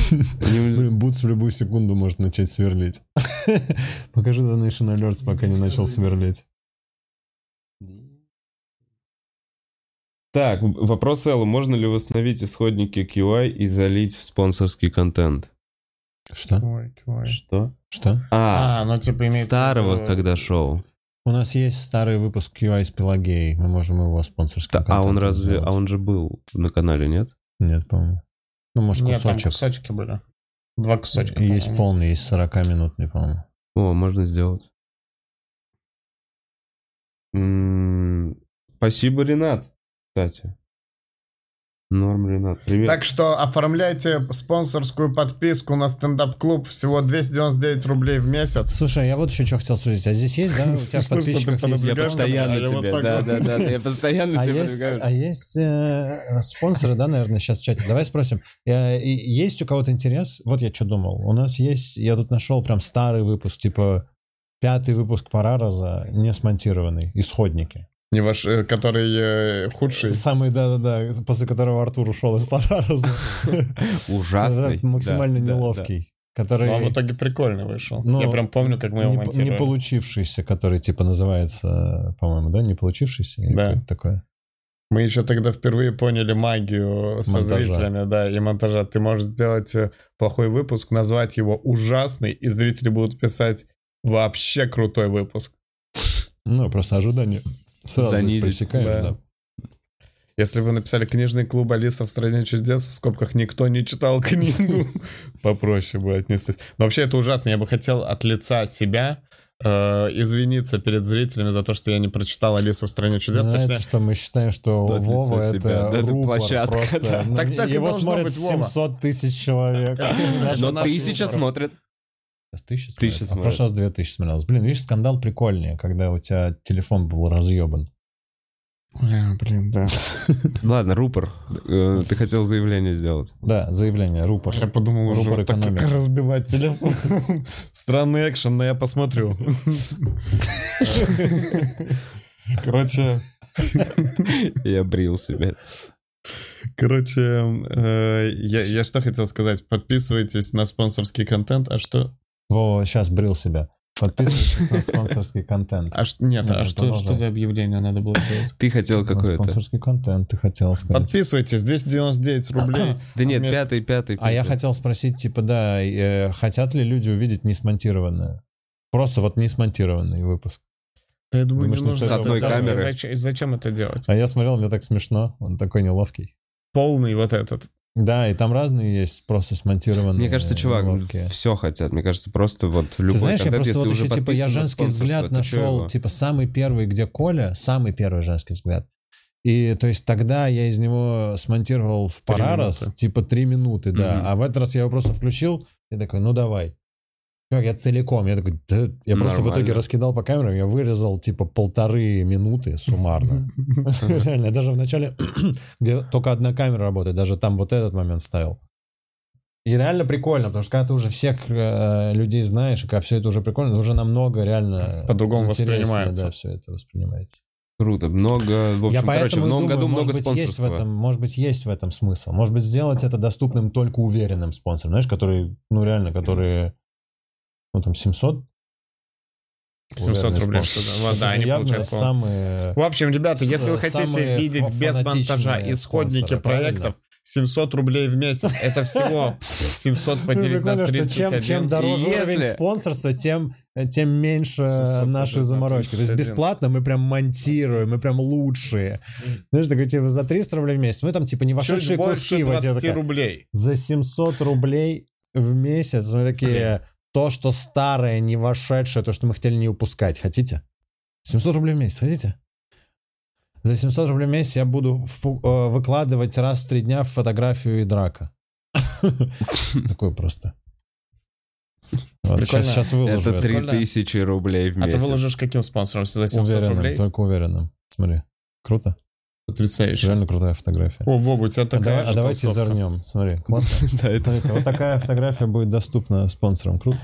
[SPEAKER 1] Не-
[SPEAKER 2] Блин, Бутс в любую секунду может начать сверлить. Покажи Donation Alerts, пока не начал сверлить.
[SPEAKER 1] Так, вопрос Эллы. Можно ли восстановить исходники QI и залить в спонсорский контент?
[SPEAKER 2] Что?
[SPEAKER 1] Что?
[SPEAKER 2] Что?
[SPEAKER 1] А,
[SPEAKER 3] А, ну типа имеется... в
[SPEAKER 1] старого
[SPEAKER 3] виду-
[SPEAKER 1] когда шоу.
[SPEAKER 2] У нас есть старый выпуск QI с Пелагеей. Мы можем его спонсорским
[SPEAKER 1] Да, а он
[SPEAKER 2] контентом
[SPEAKER 1] разве,
[SPEAKER 2] сделать.
[SPEAKER 1] а он же был на канале, нет?
[SPEAKER 2] Нет, по-моему. Ну, может,
[SPEAKER 3] э, Нет, там
[SPEAKER 2] кусочек.
[SPEAKER 3] кусочки были. Два кусочка.
[SPEAKER 2] Есть
[SPEAKER 3] по-моему.
[SPEAKER 2] полный, есть 40-минутный, по-моему.
[SPEAKER 1] О, можно сделать. М, М-м, Спасибо, Ренат, кстати. Норм, Ренат, привет.
[SPEAKER 3] Так что оформляйте спонсорскую подписку на стендап-клуб. Всего 299 рублей в месяц.
[SPEAKER 2] Слушай, а я вот еще что хотел спросить. А здесь есть, да, у тебя
[SPEAKER 3] Слышно,
[SPEAKER 2] в
[SPEAKER 3] что ты
[SPEAKER 2] подписчиках есть...
[SPEAKER 1] я
[SPEAKER 3] подозреваешь.
[SPEAKER 1] постоянно
[SPEAKER 3] а я вот
[SPEAKER 1] тебе,
[SPEAKER 3] так
[SPEAKER 1] да,
[SPEAKER 3] вот.
[SPEAKER 1] да, да, я постоянно
[SPEAKER 2] А
[SPEAKER 1] тебе
[SPEAKER 2] есть,
[SPEAKER 1] предлагаю.
[SPEAKER 2] а есть, э, спонсоры, да, наверное, сейчас в чате. Давай спросим. Э, и есть у кого-то интерес? Вот я что думал. У нас есть, я тут нашел прям старый выпуск, типа пятый выпуск Парараза, не смонтированный, исходники.
[SPEAKER 3] Не ваш, э, который э, худший.
[SPEAKER 2] Самый, да-да-да, после которого Артур ушел из Парараза.
[SPEAKER 1] Ужасный.
[SPEAKER 2] Этот Максимально
[SPEAKER 1] Да, да,
[SPEAKER 2] неловкий. Который...
[SPEAKER 3] Но он Ну, а в итоге прикольный вышел.
[SPEAKER 2] Ну,
[SPEAKER 3] я прям помню, как мы его
[SPEAKER 2] не, по-
[SPEAKER 3] монтировали.
[SPEAKER 2] не получившийся, который типа называется, по-моему, да, не получившийся или
[SPEAKER 3] Да.
[SPEAKER 2] какое-то такое.
[SPEAKER 3] Мы еще тогда впервые поняли магию со
[SPEAKER 2] Монтажа.
[SPEAKER 3] зрителями, да, и монтажа. Ты можешь сделать э, плохой выпуск, назвать его ужасный, и зрители будут писать вообще крутой выпуск.
[SPEAKER 2] Ну, просто ожидание. Сразу
[SPEAKER 1] Занизить,
[SPEAKER 2] пресекаешь,
[SPEAKER 3] да.
[SPEAKER 2] да.
[SPEAKER 3] Если вы написали книжный клуб Алиса в стране чудес, в скобках никто не читал книгу, попроще бы отнеслись. Но вообще это ужасно. Я бы хотел от лица себя э, э, извиниться перед зрителями за то то, что я не прочитал Алису в стране чудес.
[SPEAKER 2] Нравится,
[SPEAKER 3] точнее,
[SPEAKER 2] что мы считаем, что
[SPEAKER 1] Да, для
[SPEAKER 2] Вова
[SPEAKER 1] себя.
[SPEAKER 2] это
[SPEAKER 1] Да, это
[SPEAKER 2] рупор
[SPEAKER 1] площадка,
[SPEAKER 2] просто.
[SPEAKER 1] да.
[SPEAKER 2] Ну,
[SPEAKER 3] Так так и
[SPEAKER 2] Его
[SPEAKER 3] должно
[SPEAKER 2] смотрит
[SPEAKER 3] быть Вова.
[SPEAKER 2] 700 тысяч человек.
[SPEAKER 1] Но
[SPEAKER 3] наш
[SPEAKER 1] тысяча
[SPEAKER 3] выбор.
[SPEAKER 1] смотрит.
[SPEAKER 2] Сейчас Тысяча
[SPEAKER 1] Тысяча
[SPEAKER 2] смотрит. А в
[SPEAKER 1] смотрит.
[SPEAKER 2] прошлый раз 2000 смотрелось. Блин, видишь, скандал прикольнее, когда у тебя телефон был разъебан.
[SPEAKER 3] Бля, блин, да.
[SPEAKER 1] Ладно, рупор. Э, Ты хотел заявление сделать.
[SPEAKER 2] Да, заявление, рупор.
[SPEAKER 3] Я подумал уже
[SPEAKER 2] Рупор
[SPEAKER 3] вот так
[SPEAKER 2] экономики.
[SPEAKER 3] разбивать телефон. Странный экшен, но я посмотрю. Короче,
[SPEAKER 1] Я брил себя.
[SPEAKER 3] короче, э, я, я что хотел сказать? Подписывайтесь на спонсорский контент, а что?
[SPEAKER 2] Вова сейчас брил себя. Подписывайтесь на спонсорский контент.
[SPEAKER 3] А что нет,
[SPEAKER 2] Нет,
[SPEAKER 3] а
[SPEAKER 2] ну,
[SPEAKER 3] что,
[SPEAKER 2] продолжай.
[SPEAKER 3] что за объявление надо было сделать?
[SPEAKER 1] Ты хотел
[SPEAKER 2] На
[SPEAKER 1] какое-то.
[SPEAKER 2] Спонсорский контент, ты хотел сказать.
[SPEAKER 3] Подписывайтесь, 299 рублей.
[SPEAKER 1] Да нет,
[SPEAKER 3] Вместо-
[SPEAKER 1] пятый, пятый,
[SPEAKER 2] А я
[SPEAKER 1] пятый.
[SPEAKER 2] хотел спросить, типа, да, э, хотят ли люди увидеть несмонтированное? Просто вот несмонтированный выпуск.
[SPEAKER 3] Да я думаю,
[SPEAKER 2] Думаешь,
[SPEAKER 3] не
[SPEAKER 2] не
[SPEAKER 3] нужно
[SPEAKER 2] стоит
[SPEAKER 1] одной
[SPEAKER 3] это делать.
[SPEAKER 1] камеры?
[SPEAKER 3] Зачем, зачем это делать?
[SPEAKER 2] А я смотрел, мне так смешно, он такой неловкий.
[SPEAKER 3] Полный вот этот.
[SPEAKER 2] Да, и там разные есть просто смонтированные.
[SPEAKER 1] Мне кажется, чувак,
[SPEAKER 2] неловкие.
[SPEAKER 1] все хотят. Мне кажется, просто вот в любой
[SPEAKER 2] э, Ты знаешь, я
[SPEAKER 1] контент,
[SPEAKER 2] просто
[SPEAKER 1] если
[SPEAKER 2] вот
[SPEAKER 1] уже
[SPEAKER 2] еще, типа, я
[SPEAKER 1] подписан на
[SPEAKER 2] женский взгляд
[SPEAKER 1] спонсорство, ты чё
[SPEAKER 2] нашел,
[SPEAKER 1] его?
[SPEAKER 2] типа, самый первый, где Коля, самый первый женский взгляд. И, то есть, тогда я из него смонтировал в
[SPEAKER 3] Три
[SPEAKER 2] Парарас,
[SPEAKER 3] минуты.
[SPEAKER 2] типа, три минуты, да.
[SPEAKER 1] Мгм.
[SPEAKER 2] А в этот раз я его просто включил и такой, ну, давай. Чувак, я целиком. Я такой, да. Я просто в
[SPEAKER 1] Нормально.
[SPEAKER 2] итоге раскидал по камерам, я вырезал, типа, полторы минуты суммарно. Реально, я даже в начале, где только одна камера работает, даже там вот этот момент ставил. И реально прикольно, потому что когда ты уже всех э, людей знаешь, и когда все это уже прикольно, уже намного реально
[SPEAKER 3] По-другому
[SPEAKER 2] интереснее,
[SPEAKER 3] воспринимается.
[SPEAKER 2] Да, все это воспринимается.
[SPEAKER 1] Круто, много, в общем, короче,
[SPEAKER 2] я
[SPEAKER 1] в
[SPEAKER 2] поэтому и
[SPEAKER 1] новом
[SPEAKER 2] думаю,
[SPEAKER 1] году много
[SPEAKER 2] может быть, есть в
[SPEAKER 1] спонсорства.
[SPEAKER 2] этом, может быть, есть в этом смысл. Может быть, сделать это доступным только уверенным спонсорам, знаешь, которые, ну реально, которые, ну там 700.
[SPEAKER 3] 700
[SPEAKER 2] уверенные спонсоры.
[SPEAKER 3] рублей.
[SPEAKER 1] Ну
[SPEAKER 3] что-то. Вот, да, они
[SPEAKER 2] Явно
[SPEAKER 3] получают полный.
[SPEAKER 2] самые...
[SPEAKER 3] В общем, ребята, если вы
[SPEAKER 2] С- э,
[SPEAKER 3] хотите
[SPEAKER 2] самые
[SPEAKER 3] видеть
[SPEAKER 2] фа-
[SPEAKER 3] без монтажа
[SPEAKER 2] фанатичные
[SPEAKER 3] исходники
[SPEAKER 2] спонсоры, правильно?
[SPEAKER 3] проектов, 700 рублей в месяц. Это всего 700
[SPEAKER 2] Ну,
[SPEAKER 3] поделить на
[SPEAKER 2] прикольно, что
[SPEAKER 3] 31.
[SPEAKER 2] чем, чем дороже
[SPEAKER 1] И если-
[SPEAKER 2] уровень спонсорства, тем, э, тем меньше
[SPEAKER 3] 700,
[SPEAKER 2] наши
[SPEAKER 3] да,
[SPEAKER 2] заморочки. То есть
[SPEAKER 3] 31.
[SPEAKER 2] бесплатно мы прям монтируем, мы прям лучшие. Знаешь, такой типа за 300 рублей в месяц. Мы там типа не
[SPEAKER 3] Чуть
[SPEAKER 2] вошедшие куски.
[SPEAKER 3] больше
[SPEAKER 2] Вот я
[SPEAKER 3] 20
[SPEAKER 2] такая,
[SPEAKER 3] рублей.
[SPEAKER 2] за 700 рублей в месяц мы такие... То, что старое, не вошедшее, то, что мы хотели не упускать. Хотите? 700 рублей в месяц, хотите? За 700 рублей в месяц я буду фу- э, выкладывать раз в три дня фотографию и драка. Такое просто.
[SPEAKER 3] Прикольно.
[SPEAKER 2] Сейчас,
[SPEAKER 1] Это
[SPEAKER 2] выложу это.
[SPEAKER 1] 3000 рублей в
[SPEAKER 3] А ты
[SPEAKER 1] месяц.
[SPEAKER 3] выложишь каким спонсором? За 700
[SPEAKER 2] Уверенным,
[SPEAKER 3] рублей?
[SPEAKER 2] только уверенным. Смотри. Круто.
[SPEAKER 3] Потрясающе.
[SPEAKER 2] Реально крутая фотография.
[SPEAKER 3] О, Вова, у тебя
[SPEAKER 2] а
[SPEAKER 3] такая
[SPEAKER 2] давай- а давайте зернем. Смотри, классно.
[SPEAKER 1] Да, это
[SPEAKER 2] Смотрите, вот такая фотография будет доступна спонсорам. Круто.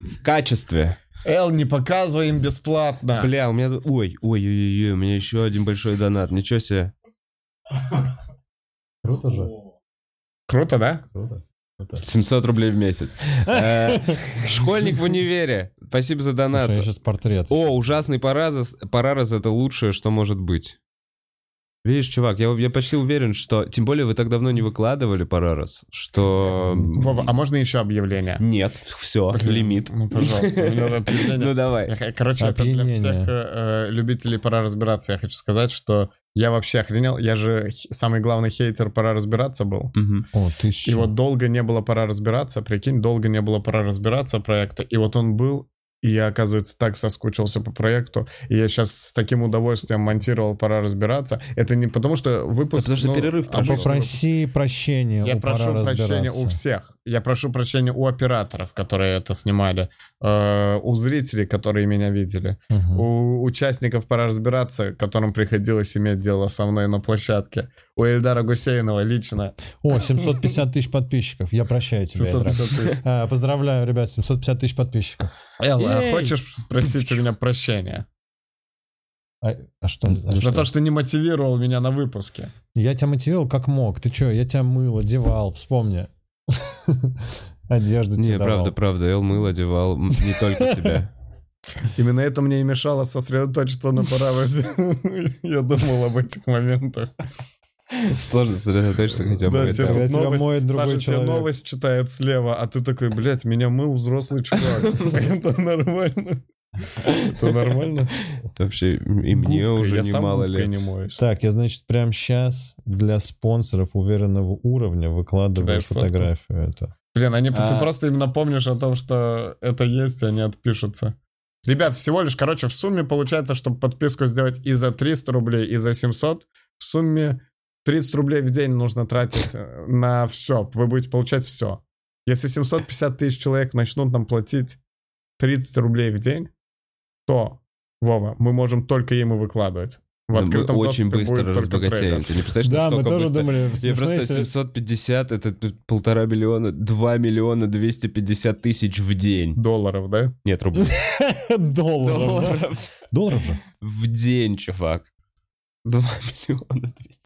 [SPEAKER 1] в качестве.
[SPEAKER 3] Эл, не показывай
[SPEAKER 2] А.
[SPEAKER 3] им бесплатно.
[SPEAKER 1] Бля, у меня... тут- Ой, ой, ой, ой, ой, у меня еще один большой донат. Ничего себе.
[SPEAKER 2] Круто же.
[SPEAKER 3] Круто, да?
[SPEAKER 2] Круто. Круто.
[SPEAKER 1] 700 рублей в месяц. Э, Школьник в универе. Спасибо за донат.
[SPEAKER 2] Слушай, я сейчас портрет.
[SPEAKER 1] О, ужасный Паразас. Парарас это лучшее, что может быть. Видишь, чувак, я, я почти уверен, что... Тем более вы так давно не выкладывали Парарас, что...
[SPEAKER 3] Вова, а можно еще объявление?
[SPEAKER 1] Нет, все, лимит.
[SPEAKER 3] Ну, пожалуйста. Ну, да, объявление.
[SPEAKER 1] Ну давай.
[SPEAKER 3] Я х- Короче, это для
[SPEAKER 2] Опьянение.
[SPEAKER 3] всех э, э, любителей пора разбираться. Я хочу сказать, что я вообще охренел. Я же х- самый главный хейтер пора разбираться был.
[SPEAKER 1] Мгм.
[SPEAKER 2] О,
[SPEAKER 3] И
[SPEAKER 2] тысяча.
[SPEAKER 3] вот долго не было пора разбираться, прикинь, долго не было пора разбираться проекта. И вот он был, и я, оказывается, так соскучился по проекту. И я сейчас с таким удовольствием монтировал пора разбираться. Это не потому, что выпуск...
[SPEAKER 1] Да потому что перерыв
[SPEAKER 3] а
[SPEAKER 1] прошел.
[SPEAKER 3] просто-
[SPEAKER 2] Попроси прощения.
[SPEAKER 3] я
[SPEAKER 2] у «Пора
[SPEAKER 3] прошу прощения у
[SPEAKER 2] разбираться».
[SPEAKER 3] всех. Я прошу прощения у операторов, которые это снимали, э, у зрителей, которые меня видели.
[SPEAKER 2] Мгм.
[SPEAKER 3] У участников пора разбираться, которым приходилось иметь дело со мной на площадке. У Эльдара Гусейнова лично.
[SPEAKER 2] О, 750 тысяч подписчиков. Я прощаю тебя. Эльдар.
[SPEAKER 3] 750 тысяч.
[SPEAKER 2] А, Поздравляю, ребят, 750 тысяч подписчиков.
[SPEAKER 3] Элла, а
[SPEAKER 1] Ей!
[SPEAKER 3] хочешь спросить у меня прощения?
[SPEAKER 2] А, а что? а
[SPEAKER 3] За
[SPEAKER 2] что?
[SPEAKER 3] то, что не мотивировал меня на выпуске.
[SPEAKER 2] Я тебя мотивировал как мог. Ты чё, я тебя мыл, одевал, вспомни. Одежду тебе
[SPEAKER 1] Не,
[SPEAKER 2] давал.
[SPEAKER 1] правда, правда, Эл мыл одевал м, не только тебя.
[SPEAKER 3] Именно это мне и мешало сосредоточиться на паровозе. Я думал об этих моментах.
[SPEAKER 1] Сложно сосредоточиться хотя бы.
[SPEAKER 3] Да,
[SPEAKER 1] на
[SPEAKER 3] тебе
[SPEAKER 1] этом.
[SPEAKER 2] тебя
[SPEAKER 3] тут новость-
[SPEAKER 2] моет другой
[SPEAKER 3] Саша тебе
[SPEAKER 2] человек.
[SPEAKER 3] новость читает слева, а ты такой, блядь, меня мыл взрослый чувак. Это нормально. Это нормально.
[SPEAKER 1] Вообще, и мне
[SPEAKER 3] Губкой,
[SPEAKER 1] уже
[SPEAKER 3] я сам
[SPEAKER 1] немало
[SPEAKER 3] губкой
[SPEAKER 1] лет.
[SPEAKER 3] не моюсь.
[SPEAKER 2] Так, я, значит, прям сейчас для спонсоров уверенного уровня выкладываю
[SPEAKER 3] Кидаешь фотку?
[SPEAKER 2] фотографию эту.
[SPEAKER 3] Блин, они,
[SPEAKER 1] А.
[SPEAKER 3] ты просто им напомнишь о том, что это есть, и они отпишутся. Ребят, всего лишь, короче, в сумме получается, чтобы подписку сделать и за 300 рублей, и за 700, в сумме 30 рублей в день нужно тратить э, на все. Вы будете получать все. Если 750 тысяч человек начнут нам платить 30 рублей в день, то, Вова, мы можем только им и выкладывать. В
[SPEAKER 1] Ну, Мы
[SPEAKER 3] открытом
[SPEAKER 1] очень
[SPEAKER 3] доступе
[SPEAKER 1] быстро
[SPEAKER 3] будет только
[SPEAKER 1] разбогатеем.
[SPEAKER 3] трейлер.
[SPEAKER 1] Ты не представляешь,
[SPEAKER 2] Да, мы
[SPEAKER 1] насколько
[SPEAKER 2] тоже
[SPEAKER 1] быстро?
[SPEAKER 2] думали,
[SPEAKER 1] Я
[SPEAKER 2] смешно,
[SPEAKER 1] просто
[SPEAKER 2] если-
[SPEAKER 1] 750, это тут полтора миллиона, 2 миллиона 250 тысяч в день.
[SPEAKER 3] Долларов, да?
[SPEAKER 1] Нет, рублей.
[SPEAKER 2] долларов. да?
[SPEAKER 1] Долларов
[SPEAKER 2] Долларов же.
[SPEAKER 1] в день, чувак. 2 миллиона 200.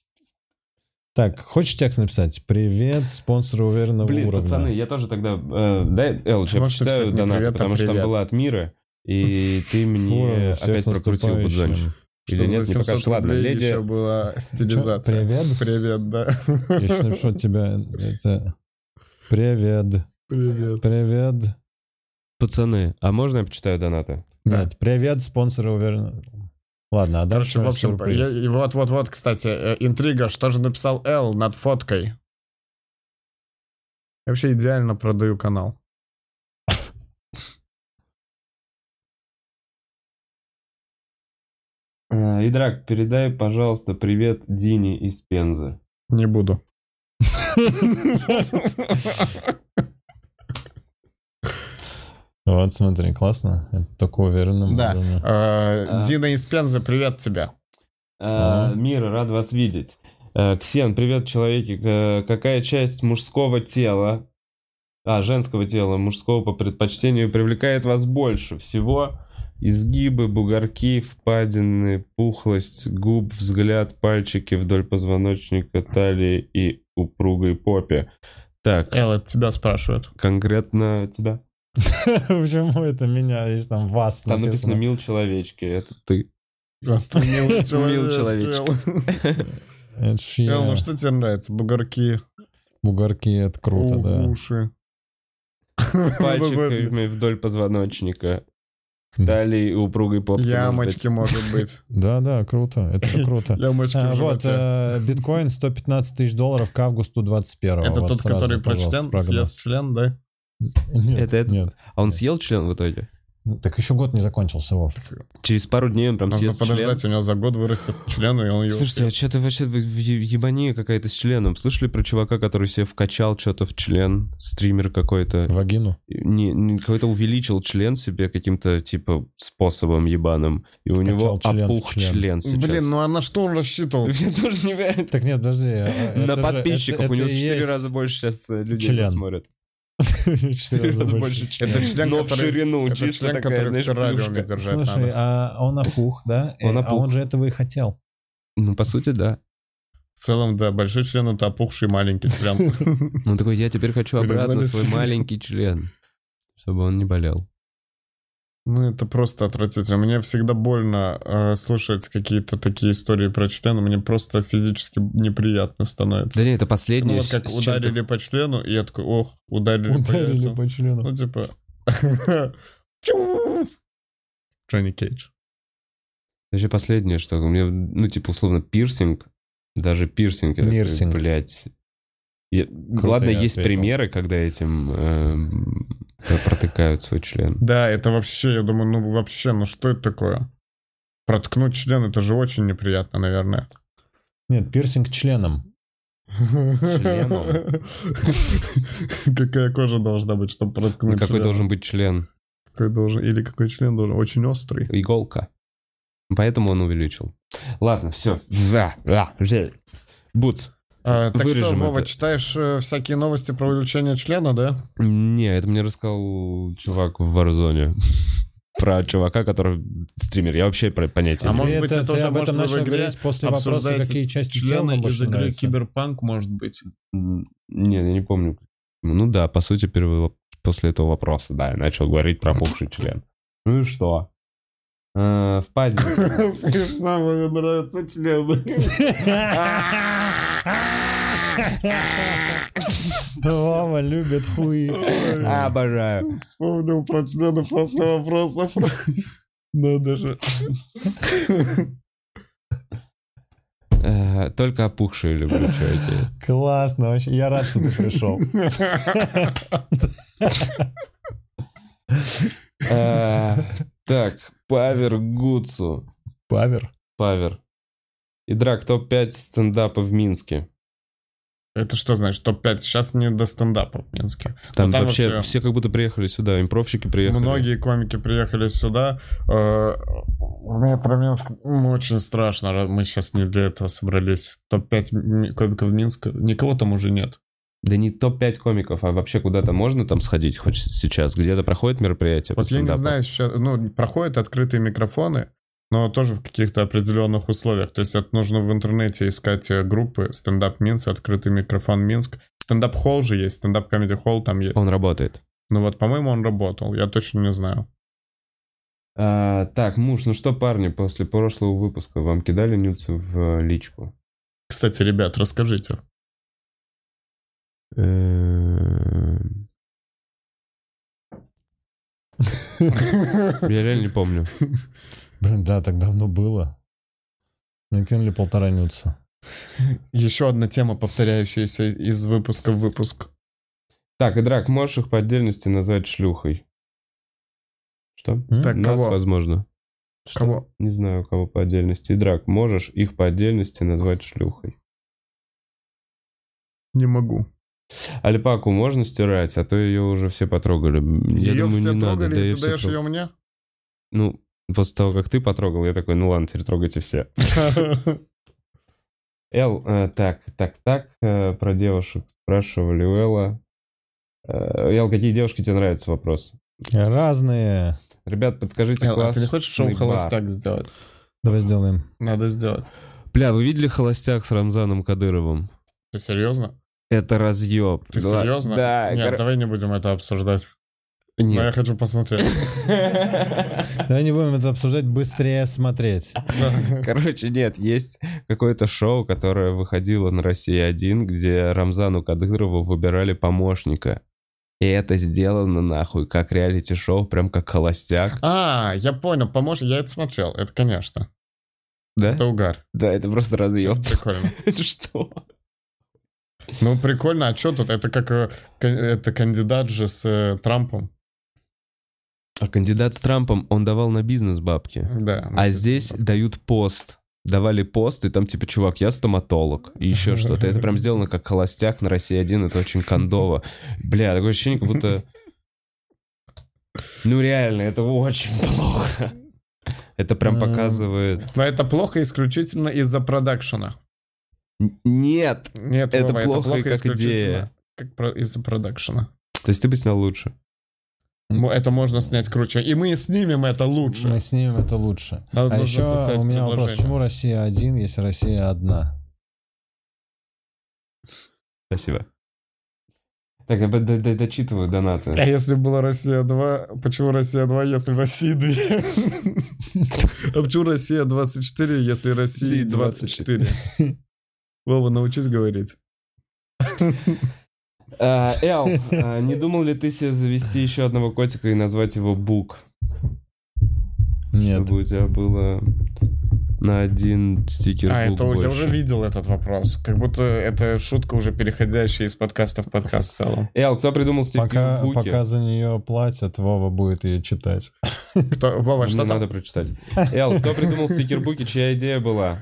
[SPEAKER 2] Так, хочешь текст написать? Привет, спонсоры уверенного
[SPEAKER 1] Блин,
[SPEAKER 2] уровня.
[SPEAKER 1] пацаны, я тоже тогда... э, дай, Элч, я
[SPEAKER 3] Может,
[SPEAKER 1] почитаю
[SPEAKER 3] написать не
[SPEAKER 1] донат,
[SPEAKER 3] привет, а
[SPEAKER 1] потому что там
[SPEAKER 3] привет.
[SPEAKER 1] была от Мира, и ты мне
[SPEAKER 2] Уровень, всех
[SPEAKER 1] опять
[SPEAKER 2] с
[SPEAKER 1] прокрутил
[SPEAKER 2] наступающим.
[SPEAKER 1] подзонишь. Или нет,
[SPEAKER 3] Чтобы за
[SPEAKER 1] не
[SPEAKER 3] 700
[SPEAKER 1] покажешь. Ладно,
[SPEAKER 3] рублей
[SPEAKER 1] леди...
[SPEAKER 3] еще была стилизация.
[SPEAKER 2] Привет?
[SPEAKER 3] Привет, да.
[SPEAKER 2] Я еще напишу тебя. Это... Привет.
[SPEAKER 3] Привет.
[SPEAKER 2] Привет.
[SPEAKER 1] Пацаны, а можно я почитаю донаты?
[SPEAKER 3] Да.
[SPEAKER 2] Нет, привет, спонсоры уверенного. Ладно, а дальше
[SPEAKER 3] Короче, в общем,
[SPEAKER 2] сюрприз.
[SPEAKER 3] я- и вот-вот-вот, кстати, э, интрига, что же написал Эл над фоткой? Я вообще идеально продаю канал.
[SPEAKER 1] Э, Идрак, передай, пожалуйста, привет Дине из Пензы.
[SPEAKER 3] Не буду. Э,
[SPEAKER 2] Вот, смотри, классно. Это только уверенному
[SPEAKER 3] Да.
[SPEAKER 2] уровню.
[SPEAKER 3] Э,
[SPEAKER 1] А.
[SPEAKER 3] Дина из Пензы, привет тебя.
[SPEAKER 1] А,
[SPEAKER 2] А.
[SPEAKER 1] Мира, рад вас видеть. Э, Ксен, привет, человеки. Э, Какая часть мужского тела, а, женского тела, мужского по предпочтению привлекает вас больше всего? Изгибы, бугорки, впадины, пухлость, губ, взгляд, пальчики вдоль позвоночника, талии и упругой попе. Так,
[SPEAKER 3] Эл, это тебя спрашивают.
[SPEAKER 1] конкретно тебя.
[SPEAKER 2] Почему это меня? Есть там вас
[SPEAKER 1] Там написано «Мил человечки», это ты.
[SPEAKER 3] Милый
[SPEAKER 1] Милый человечек.
[SPEAKER 2] Это ж
[SPEAKER 3] Эл,
[SPEAKER 2] я.
[SPEAKER 3] Эл, ну что тебе нравится? Бугорки,
[SPEAKER 2] Бугорки, это круто, да.
[SPEAKER 3] уши.
[SPEAKER 1] Пальчиками вдоль позвоночника.
[SPEAKER 2] Мгм.
[SPEAKER 1] К талии и упругой попки. может быть.
[SPEAKER 3] Ямочки, может быть.
[SPEAKER 2] Да, да, круто. Это все круто.
[SPEAKER 3] Ямочки
[SPEAKER 2] А,
[SPEAKER 3] в
[SPEAKER 2] вот,
[SPEAKER 3] животе.
[SPEAKER 2] э, биткоин 115 тысяч долларов к августу 21
[SPEAKER 3] Это
[SPEAKER 2] Вот
[SPEAKER 3] тот,
[SPEAKER 2] сразу,
[SPEAKER 3] который про
[SPEAKER 2] пожалуйста,
[SPEAKER 3] член,
[SPEAKER 2] прогноз.
[SPEAKER 3] съест член, да?
[SPEAKER 2] Нет,
[SPEAKER 1] Это- это-
[SPEAKER 2] нет. Ну,
[SPEAKER 1] А он съел член в итоге?
[SPEAKER 2] Так еще год не закончился, Вов.
[SPEAKER 1] Через пару дней он прям
[SPEAKER 3] Нужно
[SPEAKER 1] съест член.
[SPEAKER 3] подождать, у него за год вырастет член, и он его...
[SPEAKER 1] Слушайте, а что-то вообще в- в- ебания какая-то с членом. Слышали про чувака, который себе вкачал что-то в член? Стример какой-то.
[SPEAKER 2] Вагину.
[SPEAKER 1] Не, не, какой-то увеличил член себе каким-то, типа, способом ебаным. И у
[SPEAKER 2] Вкачал
[SPEAKER 1] него
[SPEAKER 2] член в
[SPEAKER 1] опух
[SPEAKER 2] член.
[SPEAKER 1] член сейчас.
[SPEAKER 3] Блин, ну а на что он рассчитывал?
[SPEAKER 1] Я тоже не верю.
[SPEAKER 2] Так нет, подожди. э, это
[SPEAKER 1] На
[SPEAKER 2] же-
[SPEAKER 1] подписчиков.
[SPEAKER 2] это-
[SPEAKER 1] у него в
[SPEAKER 2] это и
[SPEAKER 1] 4
[SPEAKER 2] есть-
[SPEAKER 1] раза больше сейчас э, людей
[SPEAKER 2] Член.
[SPEAKER 1] смотрят.
[SPEAKER 2] Четыре раза больше.
[SPEAKER 3] Это член,
[SPEAKER 1] но в
[SPEAKER 3] который-
[SPEAKER 1] ширину,
[SPEAKER 3] Это
[SPEAKER 1] чисто
[SPEAKER 3] член,
[SPEAKER 1] такая,
[SPEAKER 3] который
[SPEAKER 1] знаешь,
[SPEAKER 3] в террариуме
[SPEAKER 1] плюшка.
[SPEAKER 3] держать
[SPEAKER 2] Слушай,
[SPEAKER 3] надо.
[SPEAKER 2] а он опух, да? Э,
[SPEAKER 1] Он
[SPEAKER 2] А
[SPEAKER 1] опух.
[SPEAKER 2] он же этого и хотел.
[SPEAKER 1] Ну, по сути, да.
[SPEAKER 3] В целом, да, большой член — это опухший маленький член.
[SPEAKER 1] Он Ну, такой, я теперь хочу
[SPEAKER 3] Вы
[SPEAKER 1] обратно
[SPEAKER 3] разобрались?
[SPEAKER 1] свой маленький член, чтобы он не болел.
[SPEAKER 3] Ну, это просто отвратительно. Мне всегда больно э, слышать какие-то такие истории про члены. Мне просто физически неприятно становится.
[SPEAKER 1] Да нет, это
[SPEAKER 3] Ну,
[SPEAKER 1] последнее.
[SPEAKER 3] вот
[SPEAKER 1] с-
[SPEAKER 3] как
[SPEAKER 1] с чем ты-
[SPEAKER 3] ударили по члену, и я такой, ох, ударили, по
[SPEAKER 2] Ударили
[SPEAKER 3] яйцам.
[SPEAKER 2] по члену.
[SPEAKER 3] Ну, типа... Джонни Кейдж.
[SPEAKER 1] Вообще последнее, что у меня, ну, типа, условно, пирсинг, даже пирсинг. я такой,
[SPEAKER 2] Пирсинг.
[SPEAKER 1] Блядь. Я- Ладно,
[SPEAKER 2] я
[SPEAKER 1] есть
[SPEAKER 2] ответил.
[SPEAKER 1] примеры, когда этим эм, протыкают свой член.
[SPEAKER 3] Да, это вообще, я думаю, ну вообще, ну что это такое? Проткнуть член, это же очень неприятно, наверное.
[SPEAKER 2] Нет, пирсинг членом.
[SPEAKER 1] Членом?
[SPEAKER 3] Какая кожа должна быть, чтобы
[SPEAKER 1] Ну,
[SPEAKER 3] проткнуть
[SPEAKER 1] какой
[SPEAKER 3] член?
[SPEAKER 1] должен быть член?
[SPEAKER 3] Какой должен- Или какой член должен? Очень острый.
[SPEAKER 1] Иголка. Поэтому он увеличил. Ладно, все. Да, да, да. Бутс.
[SPEAKER 3] А, так что,
[SPEAKER 1] Вырежем
[SPEAKER 3] Вова,
[SPEAKER 1] это.
[SPEAKER 3] читаешь э, всякие новости про увеличение члена, да?
[SPEAKER 1] Не, это мне рассказал чувак в Warzone. Про чувака, который стример. Я вообще про- понятия не
[SPEAKER 3] А
[SPEAKER 1] имею.
[SPEAKER 3] может
[SPEAKER 2] Ты
[SPEAKER 3] быть,
[SPEAKER 2] это-
[SPEAKER 3] это
[SPEAKER 2] ты
[SPEAKER 3] уже,
[SPEAKER 2] об этом
[SPEAKER 3] может, вы в
[SPEAKER 2] начал
[SPEAKER 3] игре
[SPEAKER 2] говорить после вопроса,
[SPEAKER 3] обсуждаете
[SPEAKER 2] какие части тела вам больше нравятся.
[SPEAKER 3] Киберпанк, может быть.
[SPEAKER 1] М, Не, я не помню. Ну да, по сути, первый воп- после этого вопроса, да, я начал говорить про пухший член. Ну и что? Э, Впадин.
[SPEAKER 3] Смешно, мне нравится
[SPEAKER 2] Вова любит хуи.
[SPEAKER 3] член.
[SPEAKER 1] А, Обожаю.
[SPEAKER 3] Вспомнил про члены после вопросов. Надо же.
[SPEAKER 1] Э, Только опухшие люблю, чуваки.
[SPEAKER 2] Классно вообще. Я рад, что ты пришел.
[SPEAKER 1] Э, Так, Павер Гуцу.
[SPEAKER 2] Павер.
[SPEAKER 1] Павер. И драк топ-5 стендапа в Минске.
[SPEAKER 3] Это что значит? Топ-5 сейчас не до стендапа в Минске.
[SPEAKER 1] Там,
[SPEAKER 3] Ну, там
[SPEAKER 1] вообще
[SPEAKER 3] вообще-
[SPEAKER 1] все как будто приехали сюда, импровщики приехали.
[SPEAKER 3] Многие комики приехали сюда. э, Мне про Минск ну, очень страшно. ра- Мы сейчас не для этого собрались. Топ-5 ми- комиков Минска. Никого там уже нет.
[SPEAKER 1] Да не топ-5 комиков, а вообще куда-то можно там сходить хоть сейчас? Где-то проходит мероприятие по
[SPEAKER 3] Вот я не
[SPEAKER 1] стендапу?
[SPEAKER 3] знаю сейчас. Ну, проходят открытые микрофоны, но тоже в каких-то определенных условиях. То есть это нужно в интернете искать э, группы стендап Минск, открытый микрофон Минск. Стендап холл же есть, стендап комеди холл там есть.
[SPEAKER 1] Он работает.
[SPEAKER 3] Ну вот, по-моему, он работал. Я точно не знаю.
[SPEAKER 1] А, так, муж, ну что, парни, после прошлого выпуска вам кидали нюцы в э, личку?
[SPEAKER 3] Кстати, ребят, расскажите.
[SPEAKER 1] Эм, Я реально не помню.
[SPEAKER 2] Блин, да, так давно было. Накинули полтора нюца.
[SPEAKER 3] Еще одна тема, повторяющаяся из выпуска в выпуск.
[SPEAKER 1] Так, и драк, можешь их по отдельности назвать шлюхой? Что?
[SPEAKER 2] М?
[SPEAKER 3] Так,
[SPEAKER 1] Нас,
[SPEAKER 3] кого?
[SPEAKER 1] возможно.
[SPEAKER 3] Кого?
[SPEAKER 1] Не знаю, кого по отдельности. И драк, можешь их по отдельности назвать шлюхой?
[SPEAKER 3] Не могу.
[SPEAKER 1] Альпаку можно стирать, а то ее уже все потрогали. Я
[SPEAKER 3] ее
[SPEAKER 1] думаю,
[SPEAKER 3] все
[SPEAKER 1] не
[SPEAKER 3] трогали,
[SPEAKER 1] надо. Да
[SPEAKER 3] и
[SPEAKER 1] её
[SPEAKER 3] ты
[SPEAKER 1] все
[SPEAKER 3] даешь
[SPEAKER 1] трог-
[SPEAKER 3] ее мне?
[SPEAKER 1] Ну, после того, как ты потрогал, я такой, ну ладно, теперь трогайте все. Эл, э, так, так, так, э, про девушек спрашивали у Элла. Э, Эл, какие девушки тебе нравятся? Вопрос.
[SPEAKER 2] Разные.
[SPEAKER 1] Ребят, подскажите
[SPEAKER 3] Эл, а
[SPEAKER 1] класс.
[SPEAKER 3] ты не хочешь шоу «Холостяк» сделать?
[SPEAKER 2] Давай сделаем.
[SPEAKER 3] Надо сделать.
[SPEAKER 1] Бля, вы видели «Холостяк» с Рамзаном Кадыровым?
[SPEAKER 3] Ты серьезно?
[SPEAKER 1] Это разъеб.
[SPEAKER 3] Ты
[SPEAKER 1] Гла-
[SPEAKER 3] серьезно?
[SPEAKER 1] Да.
[SPEAKER 3] Нет, ну,
[SPEAKER 1] гор-
[SPEAKER 3] давай не будем это обсуждать. Но я
[SPEAKER 1] Нет.
[SPEAKER 3] хочу посмотреть.
[SPEAKER 2] Давай не будем это обсуждать, быстрее смотреть.
[SPEAKER 1] Короче, нет, есть какое-то шоу, которое выходило на Россия 1, где Рамзану Кадырову выбирали помощника. И это сделано нахуй, как реалити-шоу, прям как холостяк.
[SPEAKER 3] А, я понял, поможешь. Я это смотрел, это, конечно.
[SPEAKER 1] Да?
[SPEAKER 3] Это угар.
[SPEAKER 1] Да, это просто разъеб.
[SPEAKER 3] Прикольно.
[SPEAKER 1] Что?
[SPEAKER 3] Ну, прикольно, а что тут? Это как э, кан- это кандидат же с э, Трампом.
[SPEAKER 1] А кандидат с Трампом, он давал на бизнес бабки.
[SPEAKER 3] Да.
[SPEAKER 1] А здесь дают пост. Давали пост, и там типа, чувак, я стоматолог, и еще что-то. Это прям сделано как холостяк на России 1, это очень кондово. Бля, такое ощущение, как будто... Ну реально, это очень плохо. Это прям
[SPEAKER 2] М.
[SPEAKER 1] показывает...
[SPEAKER 3] Но это плохо исключительно из-за продакшена.
[SPEAKER 1] Н- Нет!
[SPEAKER 3] Нет,
[SPEAKER 1] Это
[SPEAKER 3] Вова,
[SPEAKER 1] плохо и как
[SPEAKER 3] исключительно
[SPEAKER 1] идея.
[SPEAKER 3] Как про- из-за продакшена.
[SPEAKER 1] То есть ты бы снял лучше.
[SPEAKER 3] М, Это можно снять круче. И мы снимем это лучше.
[SPEAKER 2] Мы снимем это лучше.
[SPEAKER 3] Надо
[SPEAKER 2] а
[SPEAKER 3] нужно
[SPEAKER 2] еще
[SPEAKER 3] составить
[SPEAKER 2] у меня вопрос,
[SPEAKER 3] предложение.
[SPEAKER 2] почему Россия один, если Россия одна?
[SPEAKER 1] Спасибо. Так, я д- д- дочитываю
[SPEAKER 3] А
[SPEAKER 1] донаты.
[SPEAKER 3] если была Россия 2, почему Россия 2, если Россия 2? А почему Россия 24, если Россия 24? Вова, научись говорить.
[SPEAKER 1] А, Эл, а, не думал ли ты себе завести еще одного котика и назвать его Бук?
[SPEAKER 2] Нет.
[SPEAKER 1] чтобы у тебя было на один стикер
[SPEAKER 3] А,
[SPEAKER 1] букв
[SPEAKER 3] это я
[SPEAKER 1] больше.
[SPEAKER 3] уже видел этот вопрос. Как будто это шутка, уже переходящая из подкаста в подкаст в целом.
[SPEAKER 1] Эл, кто придумал стикер
[SPEAKER 2] Пока,
[SPEAKER 1] буки?
[SPEAKER 2] пока за нее платят, Вова будет ее читать.
[SPEAKER 3] Кто, Вова,
[SPEAKER 1] Мне
[SPEAKER 3] что там?
[SPEAKER 1] надо прочитать. Эл, кто придумал стикербуки, чья идея была?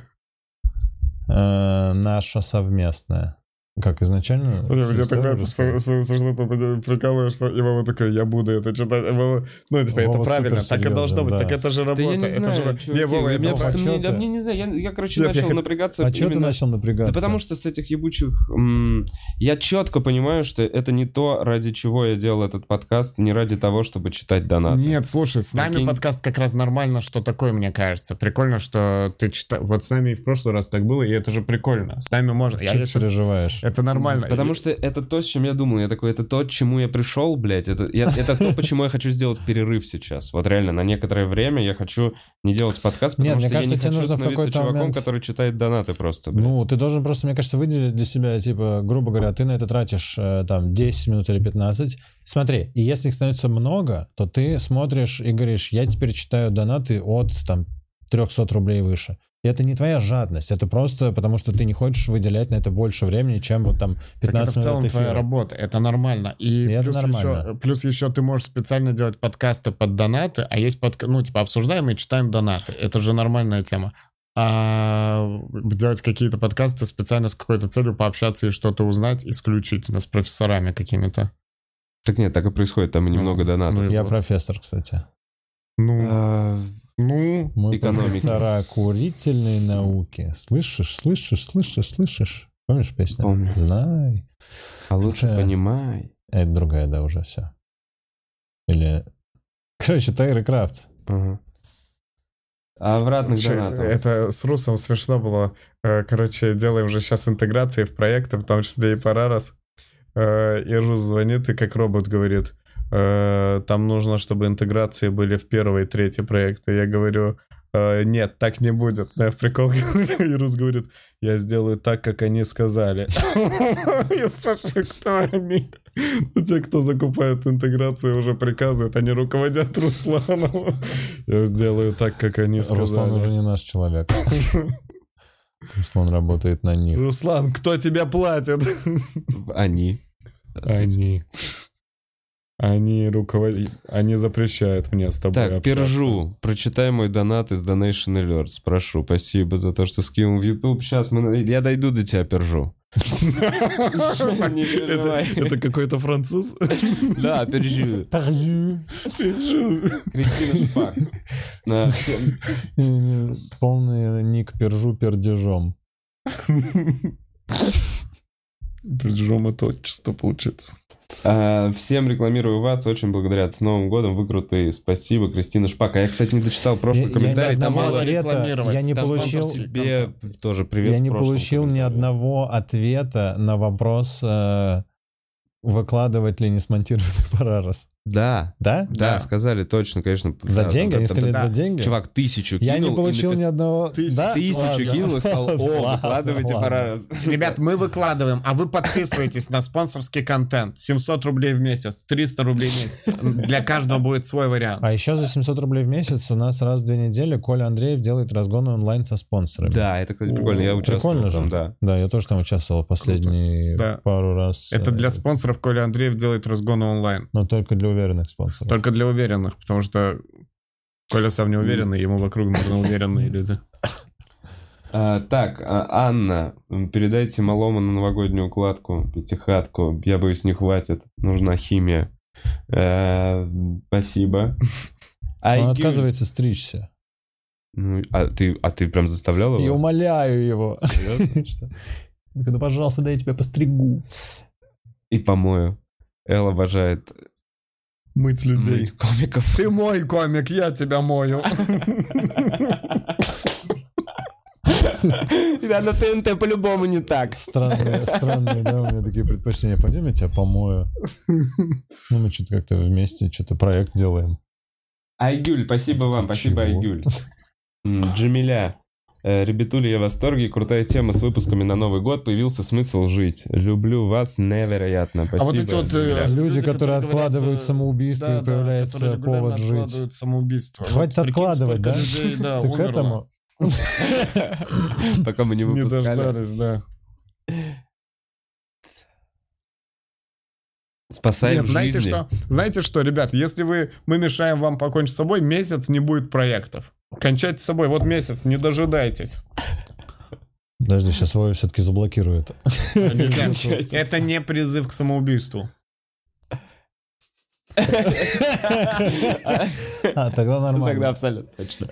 [SPEAKER 2] Э, наша совместная. Как изначально?
[SPEAKER 3] Мне, Ну, мне так
[SPEAKER 2] Что
[SPEAKER 3] нравится,
[SPEAKER 2] уже?
[SPEAKER 3] что, что- что- что ты такой прикалываешься, и Вова такой, я буду это читать. А Вова, ну, типа, это
[SPEAKER 2] Вова
[SPEAKER 3] правильно, так и
[SPEAKER 2] суперсерьезно,
[SPEAKER 3] должно быть,
[SPEAKER 2] да.
[SPEAKER 3] так это же
[SPEAKER 1] Да
[SPEAKER 3] работа.
[SPEAKER 1] я не
[SPEAKER 3] это же...
[SPEAKER 1] знаю,
[SPEAKER 3] ра-
[SPEAKER 1] чуваки,
[SPEAKER 3] Не, Вова,
[SPEAKER 1] я-
[SPEAKER 3] это
[SPEAKER 1] меня
[SPEAKER 2] правда.
[SPEAKER 1] просто-
[SPEAKER 2] А
[SPEAKER 1] мне-
[SPEAKER 2] чё
[SPEAKER 1] да
[SPEAKER 2] ты?
[SPEAKER 1] мне не знаю, я, я, короче,
[SPEAKER 3] Я- я
[SPEAKER 1] начал
[SPEAKER 3] хот-
[SPEAKER 1] напрягаться.
[SPEAKER 2] А что ты
[SPEAKER 1] именно-
[SPEAKER 2] начал напрягаться?
[SPEAKER 1] Да потому что с этих ебучих... м, я четко понимаю, что это не то, ради чего я делал этот подкаст, не ради того, чтобы читать донаты.
[SPEAKER 3] Нет, слушай, с нами
[SPEAKER 1] Прикинь.
[SPEAKER 3] подкаст как раз нормально, что такое, мне кажется. Прикольно, что ты читаешь. Вот с нами и в прошлый раз так было, и это же прикольно. С нами можно. Я,
[SPEAKER 2] Чё ты
[SPEAKER 3] щас-
[SPEAKER 2] переживаешь?
[SPEAKER 3] Это нормально.
[SPEAKER 1] Потому что это то, с чем я думал. Я такой, это то, к чему я пришел, блядь. Это, я- это то, почему я хочу сделать перерыв сейчас. Вот реально, на некоторое время я хочу не делать подкаст, потому
[SPEAKER 2] Нет, мне
[SPEAKER 1] что
[SPEAKER 2] кажется,
[SPEAKER 1] я не
[SPEAKER 2] тебе
[SPEAKER 1] хочу
[SPEAKER 2] нужно в
[SPEAKER 1] становиться
[SPEAKER 2] какой-то
[SPEAKER 1] чуваком,
[SPEAKER 2] момент-
[SPEAKER 1] который читает донаты просто, блядь.
[SPEAKER 2] Ну, ты должен просто, мне кажется, выделить для себя, типа, грубо говоря, ты на это тратишь э, там 10 минут или 15. Смотри, и если их становится много, то ты смотришь и говоришь, я теперь читаю донаты от там 300 рублей выше. И И это не твоя жадность, это просто потому, что ты не хочешь выделять на это больше времени, чем вот там 15
[SPEAKER 3] Так это в
[SPEAKER 2] минут
[SPEAKER 3] целом твоя
[SPEAKER 2] эфира.
[SPEAKER 3] работа, это нормально. И,
[SPEAKER 2] И это
[SPEAKER 3] плюс,
[SPEAKER 2] нормально.
[SPEAKER 3] Еще, плюс еще ты можешь специально делать подкасты под донаты, а есть подка... ну типа обсуждаем и читаем донаты. Это же нормальная тема. А делать какие-то подкасты специально с какой-то целью пообщаться и что-то узнать исключительно с профессорами какими-то.
[SPEAKER 1] Так нет, так и происходит, там и немного донатов.
[SPEAKER 3] ну и
[SPEAKER 2] Я
[SPEAKER 3] вот.
[SPEAKER 2] профессор, кстати.
[SPEAKER 3] Ну,
[SPEAKER 1] А,
[SPEAKER 3] ну,
[SPEAKER 2] Мы
[SPEAKER 1] Экономики.
[SPEAKER 2] профессора курительной науки. Слышишь, слышишь, слышишь, слышишь? Помнишь песню?
[SPEAKER 1] Помню.
[SPEAKER 2] Знай.
[SPEAKER 1] А лучше
[SPEAKER 2] Да.
[SPEAKER 1] понимай.
[SPEAKER 2] А Это другая, да, уже все. Или... Короче, Тайры Крафт.
[SPEAKER 1] Ага. А обратных
[SPEAKER 3] Чё,
[SPEAKER 1] донатов.
[SPEAKER 3] Это с Русом смешно было. Э, Короче, делаем же сейчас интеграции в проекты, в том числе и Парарас. Э, И Рус звонит, и как робот говорит, э, там нужно, чтобы интеграции были в первый и третий проект. И я говорю, «Э, нет, так не будет. Да, Я в прикол говорю, и Рус говорит, я сделаю так, как они сказали. Я спрашиваю, кто они? Ну, Те, кто закупает интеграцию, уже приказывают, они руководят Русланом. Я сделаю так, как они сказали.
[SPEAKER 2] Руслан уже не наш человек. Руслан работает на них.
[SPEAKER 3] Руслан, кто тебя платит?
[SPEAKER 1] Они.
[SPEAKER 3] Они. Они руководят... Они запрещают мне с тобой
[SPEAKER 1] Так,
[SPEAKER 3] общаться.
[SPEAKER 1] пержу. Прочитай мой донат из Donation Alert. Спрошу. Спасибо за то, что скинул в YouTube. Сейчас мы... на- я дойду до тебя, пержу. Не
[SPEAKER 3] Это,
[SPEAKER 1] переживай.
[SPEAKER 3] это какой-то француз?
[SPEAKER 1] Да, пержу. Кретин Шпак. На-
[SPEAKER 2] Полный ник пержу пердежом.
[SPEAKER 3] Причем это отчество получится.
[SPEAKER 1] А, Всем рекламирую вас. Очень благодаря. С Новым годом. Вы крутые. Спасибо, Кристина Шпак. А я, кстати, не дочитал прошлый
[SPEAKER 2] Я-
[SPEAKER 1] комментарий.
[SPEAKER 2] я ни
[SPEAKER 1] Там
[SPEAKER 2] одного
[SPEAKER 1] было...
[SPEAKER 2] ответа Я не
[SPEAKER 3] Там
[SPEAKER 2] получил...
[SPEAKER 3] спонсорский
[SPEAKER 1] Тебе тоже привет.
[SPEAKER 2] Я
[SPEAKER 1] в
[SPEAKER 2] не
[SPEAKER 1] прошлом
[SPEAKER 2] получил ни
[SPEAKER 1] комментарии.
[SPEAKER 2] одного ответа на вопрос, э, выкладывать ли несмонтированный парарас.
[SPEAKER 1] Да,
[SPEAKER 2] Да?
[SPEAKER 1] да,
[SPEAKER 3] Да.
[SPEAKER 1] сказали точно, конечно.
[SPEAKER 2] За
[SPEAKER 1] Да,
[SPEAKER 2] деньги?
[SPEAKER 1] да,
[SPEAKER 2] Они
[SPEAKER 1] да,
[SPEAKER 2] сказали
[SPEAKER 1] да.
[SPEAKER 2] за деньги?
[SPEAKER 1] Чувак, тысячу
[SPEAKER 2] Я не
[SPEAKER 1] кинул и
[SPEAKER 2] получил
[SPEAKER 1] напис-
[SPEAKER 2] ни одного...
[SPEAKER 3] Тысяч-
[SPEAKER 2] Да?
[SPEAKER 1] Тысячу
[SPEAKER 2] А, Ладно.
[SPEAKER 1] кинул и сказал, о,
[SPEAKER 2] Ладно,
[SPEAKER 1] выкладывайте
[SPEAKER 2] ладно.
[SPEAKER 1] пора раз.
[SPEAKER 3] Ребят, мы выкладываем, а вы подписываетесь на спонсорский контент. 700 рублей в месяц, 300 рублей в месяц. Для каждого будет свой вариант.
[SPEAKER 2] А еще за 700 рублей в месяц у нас раз в две недели Коля Андреев делает разгоны онлайн со спонсорами.
[SPEAKER 1] Да, это, кстати,
[SPEAKER 3] О,
[SPEAKER 1] прикольно, я участвовал
[SPEAKER 2] Прикольно же.
[SPEAKER 1] там, да.
[SPEAKER 2] Да, я тоже там участвовал последние
[SPEAKER 3] Да.
[SPEAKER 2] пару раз.
[SPEAKER 3] Это
[SPEAKER 2] э,
[SPEAKER 3] для спонсоров Коля Андреев делает разгоны онлайн.
[SPEAKER 2] Но только для уверенных спонсоров.
[SPEAKER 3] Только для уверенных, потому что Коля сам не уверенный, ему вокруг нужны уверенные люди.
[SPEAKER 1] А, так, а, Анна, м, передайте малому на новогоднюю укладку, пятихатку, я боюсь, не хватит, нужна химия. Э, спасибо.
[SPEAKER 2] Ну, Он
[SPEAKER 1] IQ.
[SPEAKER 2] отказывается стричься.
[SPEAKER 1] Ну, а ты, а ты прям заставлял
[SPEAKER 2] Я
[SPEAKER 1] его?
[SPEAKER 2] умоляю его.
[SPEAKER 1] Серьезно, что?
[SPEAKER 2] Он говорит, Ну, пожалуйста, дай я тебя постригу.
[SPEAKER 1] И помою. Эл обожает
[SPEAKER 3] Мыть
[SPEAKER 1] мыть комиков.
[SPEAKER 3] Ты мой комик, я тебя мою.
[SPEAKER 1] Да, на ТНТ по-любому не так.
[SPEAKER 2] Странные, странные, да, у меня такие предпочтения. Пойдем, я тебя помою. Ну, мы что-то как-то вместе что-то проект делаем.
[SPEAKER 1] Айгюль, спасибо вам, спасибо,
[SPEAKER 2] Чего?
[SPEAKER 1] Айгюль. М, Джамиля. э, Ребятули, я в восторге. Крутая тема с выпусками на Новый год. Появился смысл жить. Люблю вас невероятно. Спасибо.
[SPEAKER 3] вот эти вот, э,
[SPEAKER 1] Джамиля.
[SPEAKER 2] Люди,
[SPEAKER 3] Люди,
[SPEAKER 2] которые
[SPEAKER 3] которые
[SPEAKER 2] откладывают
[SPEAKER 3] говорят, э,
[SPEAKER 2] самоубийство, и появляется повод жить.
[SPEAKER 3] самоубийство.
[SPEAKER 2] Хватит
[SPEAKER 3] Вот прикинь,
[SPEAKER 2] откладывать,
[SPEAKER 3] сколько
[SPEAKER 2] да?
[SPEAKER 3] людей, да,
[SPEAKER 2] Ты к
[SPEAKER 3] умерло.
[SPEAKER 2] этому?
[SPEAKER 1] Пока мы не
[SPEAKER 3] Не
[SPEAKER 1] выпускали.
[SPEAKER 3] дождались, да.
[SPEAKER 1] Спасаем
[SPEAKER 3] Нет, знаете
[SPEAKER 1] жизни.
[SPEAKER 3] что? Знаете что, ребят, если вы, мы мешаем вам покончить с собой, месяц не будет проектов. Кончайте с собой, вот месяц, не дожидайтесь.
[SPEAKER 2] Подожди, сейчас Вове все-таки заблокирует.
[SPEAKER 3] А
[SPEAKER 1] Кончайте.
[SPEAKER 3] Это не призыв к самоубийству.
[SPEAKER 2] А, тогда
[SPEAKER 1] Тогда
[SPEAKER 2] нормально.
[SPEAKER 1] абсолютно точно.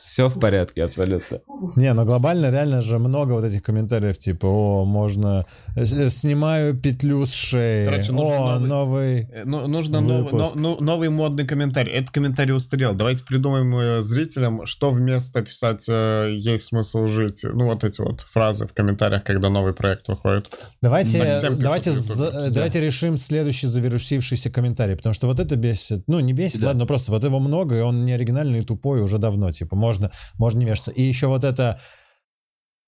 [SPEAKER 1] Все в порядке, абсолютно.
[SPEAKER 2] Не, но глобально реально же много вот этих комментариев, типа, о, можно... э, Снимаю петлю с шеи.
[SPEAKER 3] Короче, нужен
[SPEAKER 2] О,
[SPEAKER 3] новый-
[SPEAKER 2] новый...
[SPEAKER 3] Э, ну, нужно нов-
[SPEAKER 2] Выпуск.
[SPEAKER 3] но- ну, новый модный комментарий. Это комментарий устрел. Давайте придумаем э, зрителям, что вместо писать э, «Есть смысл жить». Ну, вот эти вот фразы в комментариях, когда новый проект выходит. Так
[SPEAKER 2] Давайте,
[SPEAKER 3] всем пишут
[SPEAKER 2] давайте,
[SPEAKER 3] в
[SPEAKER 2] за-
[SPEAKER 3] Ютубе.
[SPEAKER 2] э, давайте решим следующий завершившийся комментарий, потому что вот это бесит. Ну, не бесит,
[SPEAKER 1] Да.
[SPEAKER 2] ладно, но просто вот его много, и он не оригинальный и тупой уже давно, типа, можно, можно не вешаться. И еще вот это...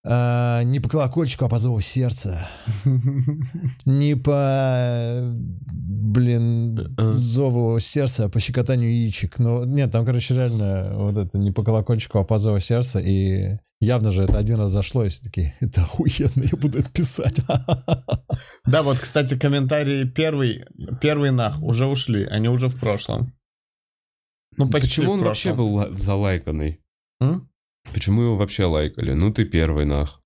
[SPEAKER 2] а, не по колокольчику, а по зову сердца. Не по, блин,
[SPEAKER 1] Э, э.
[SPEAKER 2] зову сердца, а по щекотанию яичек. Ну, нет, там, короче, реально вот это не по колокольчику, а по зову сердца. И явно же это один раз зашло, и все таки это охуенно, я буду это писать.
[SPEAKER 3] Да, вот, кстати, комментарии первый, первый нах уже ушли, они уже в прошлом. Ну, почти
[SPEAKER 1] Почему
[SPEAKER 3] в
[SPEAKER 1] он вообще
[SPEAKER 3] прошлом.
[SPEAKER 1] был ла- залайканный?
[SPEAKER 3] М?
[SPEAKER 1] Почему его вообще лайкали? Ну ты первый, нах.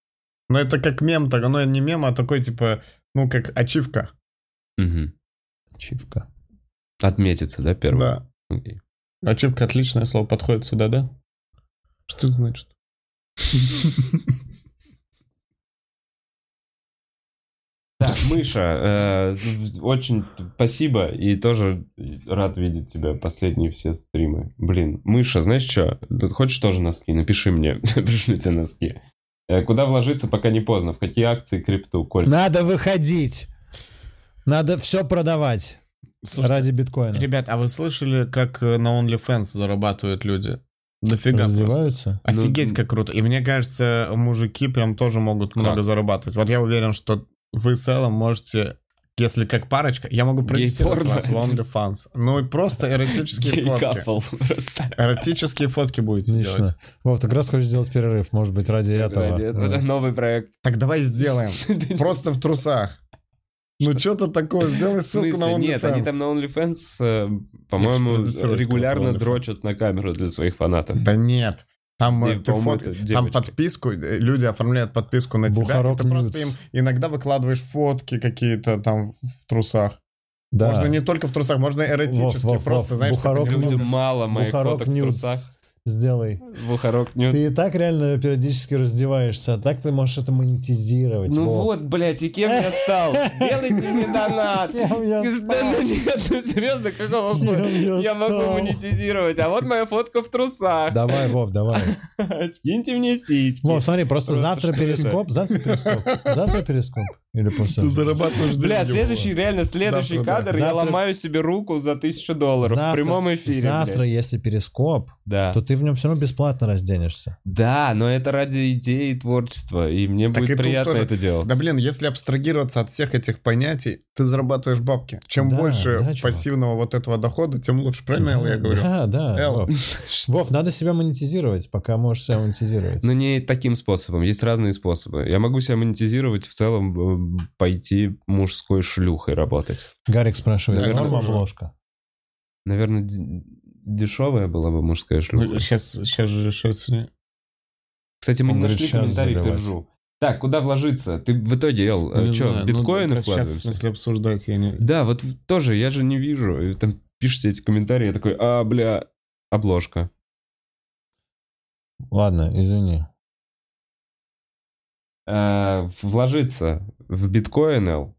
[SPEAKER 3] Ну, это как мем, так, ну, не мем, а такой, типа, ну, как ачивка.
[SPEAKER 1] Мгм.
[SPEAKER 2] Чивка.
[SPEAKER 1] Отметится, да, первый?
[SPEAKER 3] Да.
[SPEAKER 1] Окей.
[SPEAKER 3] Ачивка отличное слово, подходит сюда, да? Что это значит?
[SPEAKER 1] Так, Мыша, э, з- очень спасибо и тоже рад видеть тебя последние все стримы. Блин, Мыша, знаешь что? Хочешь тоже носки? Напиши мне, пришлю тебе носки. Э, Куда вложиться, пока не поздно? В какие акции крипту, Коль?
[SPEAKER 2] Надо выходить. Надо все продавать
[SPEAKER 3] Слушай,
[SPEAKER 2] ради биткоина.
[SPEAKER 3] ребят, а вы слышали, как э, на OnlyFans зарабатывают люди? Дофига просто.
[SPEAKER 2] Раздеваются?
[SPEAKER 1] Ну,
[SPEAKER 3] Офигеть,
[SPEAKER 1] м.
[SPEAKER 3] как круто. И мне кажется, мужики прям тоже могут много зарабатывать. Вот я уверен, что вы в целом можете, если как парочка, я могу продюсировать
[SPEAKER 1] Гей-порно.
[SPEAKER 3] вас в OnlyFans. Ну и просто эротические фотки.
[SPEAKER 1] Гей-капл просто.
[SPEAKER 3] Эротические фотки будете делать.
[SPEAKER 2] Отлично. Вов, ты как раз хочешь сделать перерыв, может быть, ради этого.
[SPEAKER 1] Ради этого, да, новый проект.
[SPEAKER 3] Так давай сделаем. Просто в трусах. Ну что-то такое, сделай
[SPEAKER 1] В
[SPEAKER 3] ссылку на
[SPEAKER 1] смысле? Нет, они там
[SPEAKER 3] OnlyFans.
[SPEAKER 1] на OnlyFans, э, по-моему,
[SPEAKER 3] Я хочу продюсировать
[SPEAKER 1] регулярно
[SPEAKER 3] кого-то на OnlyFans.
[SPEAKER 1] дрочат на камеру для своих фанатов.
[SPEAKER 3] Да нет. Там, э,
[SPEAKER 1] И,
[SPEAKER 3] ты
[SPEAKER 1] по-моему,
[SPEAKER 3] фот-
[SPEAKER 1] это
[SPEAKER 3] там
[SPEAKER 1] девочки.
[SPEAKER 3] подписку, э, люди оформляют подписку на тебя, и
[SPEAKER 2] Бухарок
[SPEAKER 3] ты просто им
[SPEAKER 2] Ньюс.
[SPEAKER 3] иногда выкладываешь фотки какие-то там в трусах.
[SPEAKER 2] Да.
[SPEAKER 3] Можно не только в трусах, можно эротически,
[SPEAKER 2] Вов, Вов,
[SPEAKER 3] просто,
[SPEAKER 2] Вов,
[SPEAKER 3] знаешь,
[SPEAKER 2] Бухарок
[SPEAKER 3] такой,
[SPEAKER 1] Людям
[SPEAKER 2] Ньюс.
[SPEAKER 1] мало моих
[SPEAKER 2] Бухарок
[SPEAKER 1] фоток в
[SPEAKER 2] Ньюс.
[SPEAKER 1] трусах.
[SPEAKER 2] Сделай.
[SPEAKER 1] Бухарок Ньюс.
[SPEAKER 2] Ты и так реально периодически раздеваешься, а так ты можешь это монетизировать.
[SPEAKER 1] Ну
[SPEAKER 2] Вов.
[SPEAKER 1] вот, блядь, и кем я стал? Делайте мне донат.
[SPEAKER 2] Кем я
[SPEAKER 1] Да
[SPEAKER 2] стал?
[SPEAKER 1] ну нет, ну серьезно, какого
[SPEAKER 2] Кем
[SPEAKER 1] хуя?
[SPEAKER 2] я
[SPEAKER 1] Я могу
[SPEAKER 2] стал?
[SPEAKER 1] монетизировать, а вот моя фотка в трусах.
[SPEAKER 2] Давай, Вов, давай.
[SPEAKER 1] Скиньте мне сиськи.
[SPEAKER 2] Вов, смотри, просто,
[SPEAKER 1] Просто
[SPEAKER 2] завтра
[SPEAKER 1] что
[SPEAKER 2] перископ, завтра перископ, завтра перископ. Или после.
[SPEAKER 3] Ты зарабатываешь деньги.
[SPEAKER 1] Бля, следующий, реально, следующий
[SPEAKER 3] Завтра, да.
[SPEAKER 1] кадр, я
[SPEAKER 2] Завтра-
[SPEAKER 1] ломаю себе руку за тысячу долларов в
[SPEAKER 2] Завтра-
[SPEAKER 1] прямом эфире.
[SPEAKER 2] Завтра,
[SPEAKER 1] блядь.
[SPEAKER 2] если перископ,
[SPEAKER 1] Да.
[SPEAKER 2] то ты в нем все равно бесплатно разденешься.
[SPEAKER 1] Да, но это ради идеи и творчества, и мне
[SPEAKER 3] Так и
[SPEAKER 1] будет
[SPEAKER 3] тут
[SPEAKER 1] приятно
[SPEAKER 3] тоже-
[SPEAKER 1] это делать.
[SPEAKER 3] Да блин, если абстрагироваться от всех этих понятий, ты зарабатываешь бабки. Чем
[SPEAKER 2] Да,
[SPEAKER 3] больше
[SPEAKER 2] да, чувак.
[SPEAKER 3] пассивного вот этого дохода, тем лучше. Правильно
[SPEAKER 2] Да,
[SPEAKER 3] я говорю?
[SPEAKER 2] Да, да.
[SPEAKER 3] Эл.
[SPEAKER 2] Вов. Вов, надо себя монетизировать, пока можешь себя монетизировать.
[SPEAKER 1] Но не таким способом, есть разные способы. Я могу себя монетизировать, в целом м, пойти мужской шлюхой работать.
[SPEAKER 2] Гарик спрашивает,
[SPEAKER 3] Да, это
[SPEAKER 2] норм
[SPEAKER 3] хуже.
[SPEAKER 2] обложка?
[SPEAKER 1] Наверное, д- дешевая была бы мужская
[SPEAKER 2] Ну,
[SPEAKER 1] шлюха.
[SPEAKER 3] сейчас, сейчас же решается.
[SPEAKER 1] Кстати, мы
[SPEAKER 2] Он
[SPEAKER 1] не
[SPEAKER 2] говорит,
[SPEAKER 1] нашли
[SPEAKER 2] «Щас
[SPEAKER 1] комментарий
[SPEAKER 2] заливать».
[SPEAKER 1] пержу. Так, куда вложиться? Ты в итоге,
[SPEAKER 2] Ну,
[SPEAKER 1] Эл, что, биткоины
[SPEAKER 3] ну, Сейчас, в
[SPEAKER 1] вкладываешься?
[SPEAKER 3] смысле, обсуждать я не...
[SPEAKER 1] Да, вот в- тоже, я же не вижу. И Там пишите эти комментарии, я такой, а, бля, обложка.
[SPEAKER 2] Ладно, извини.
[SPEAKER 1] Э, вложиться в биткоин, Эл?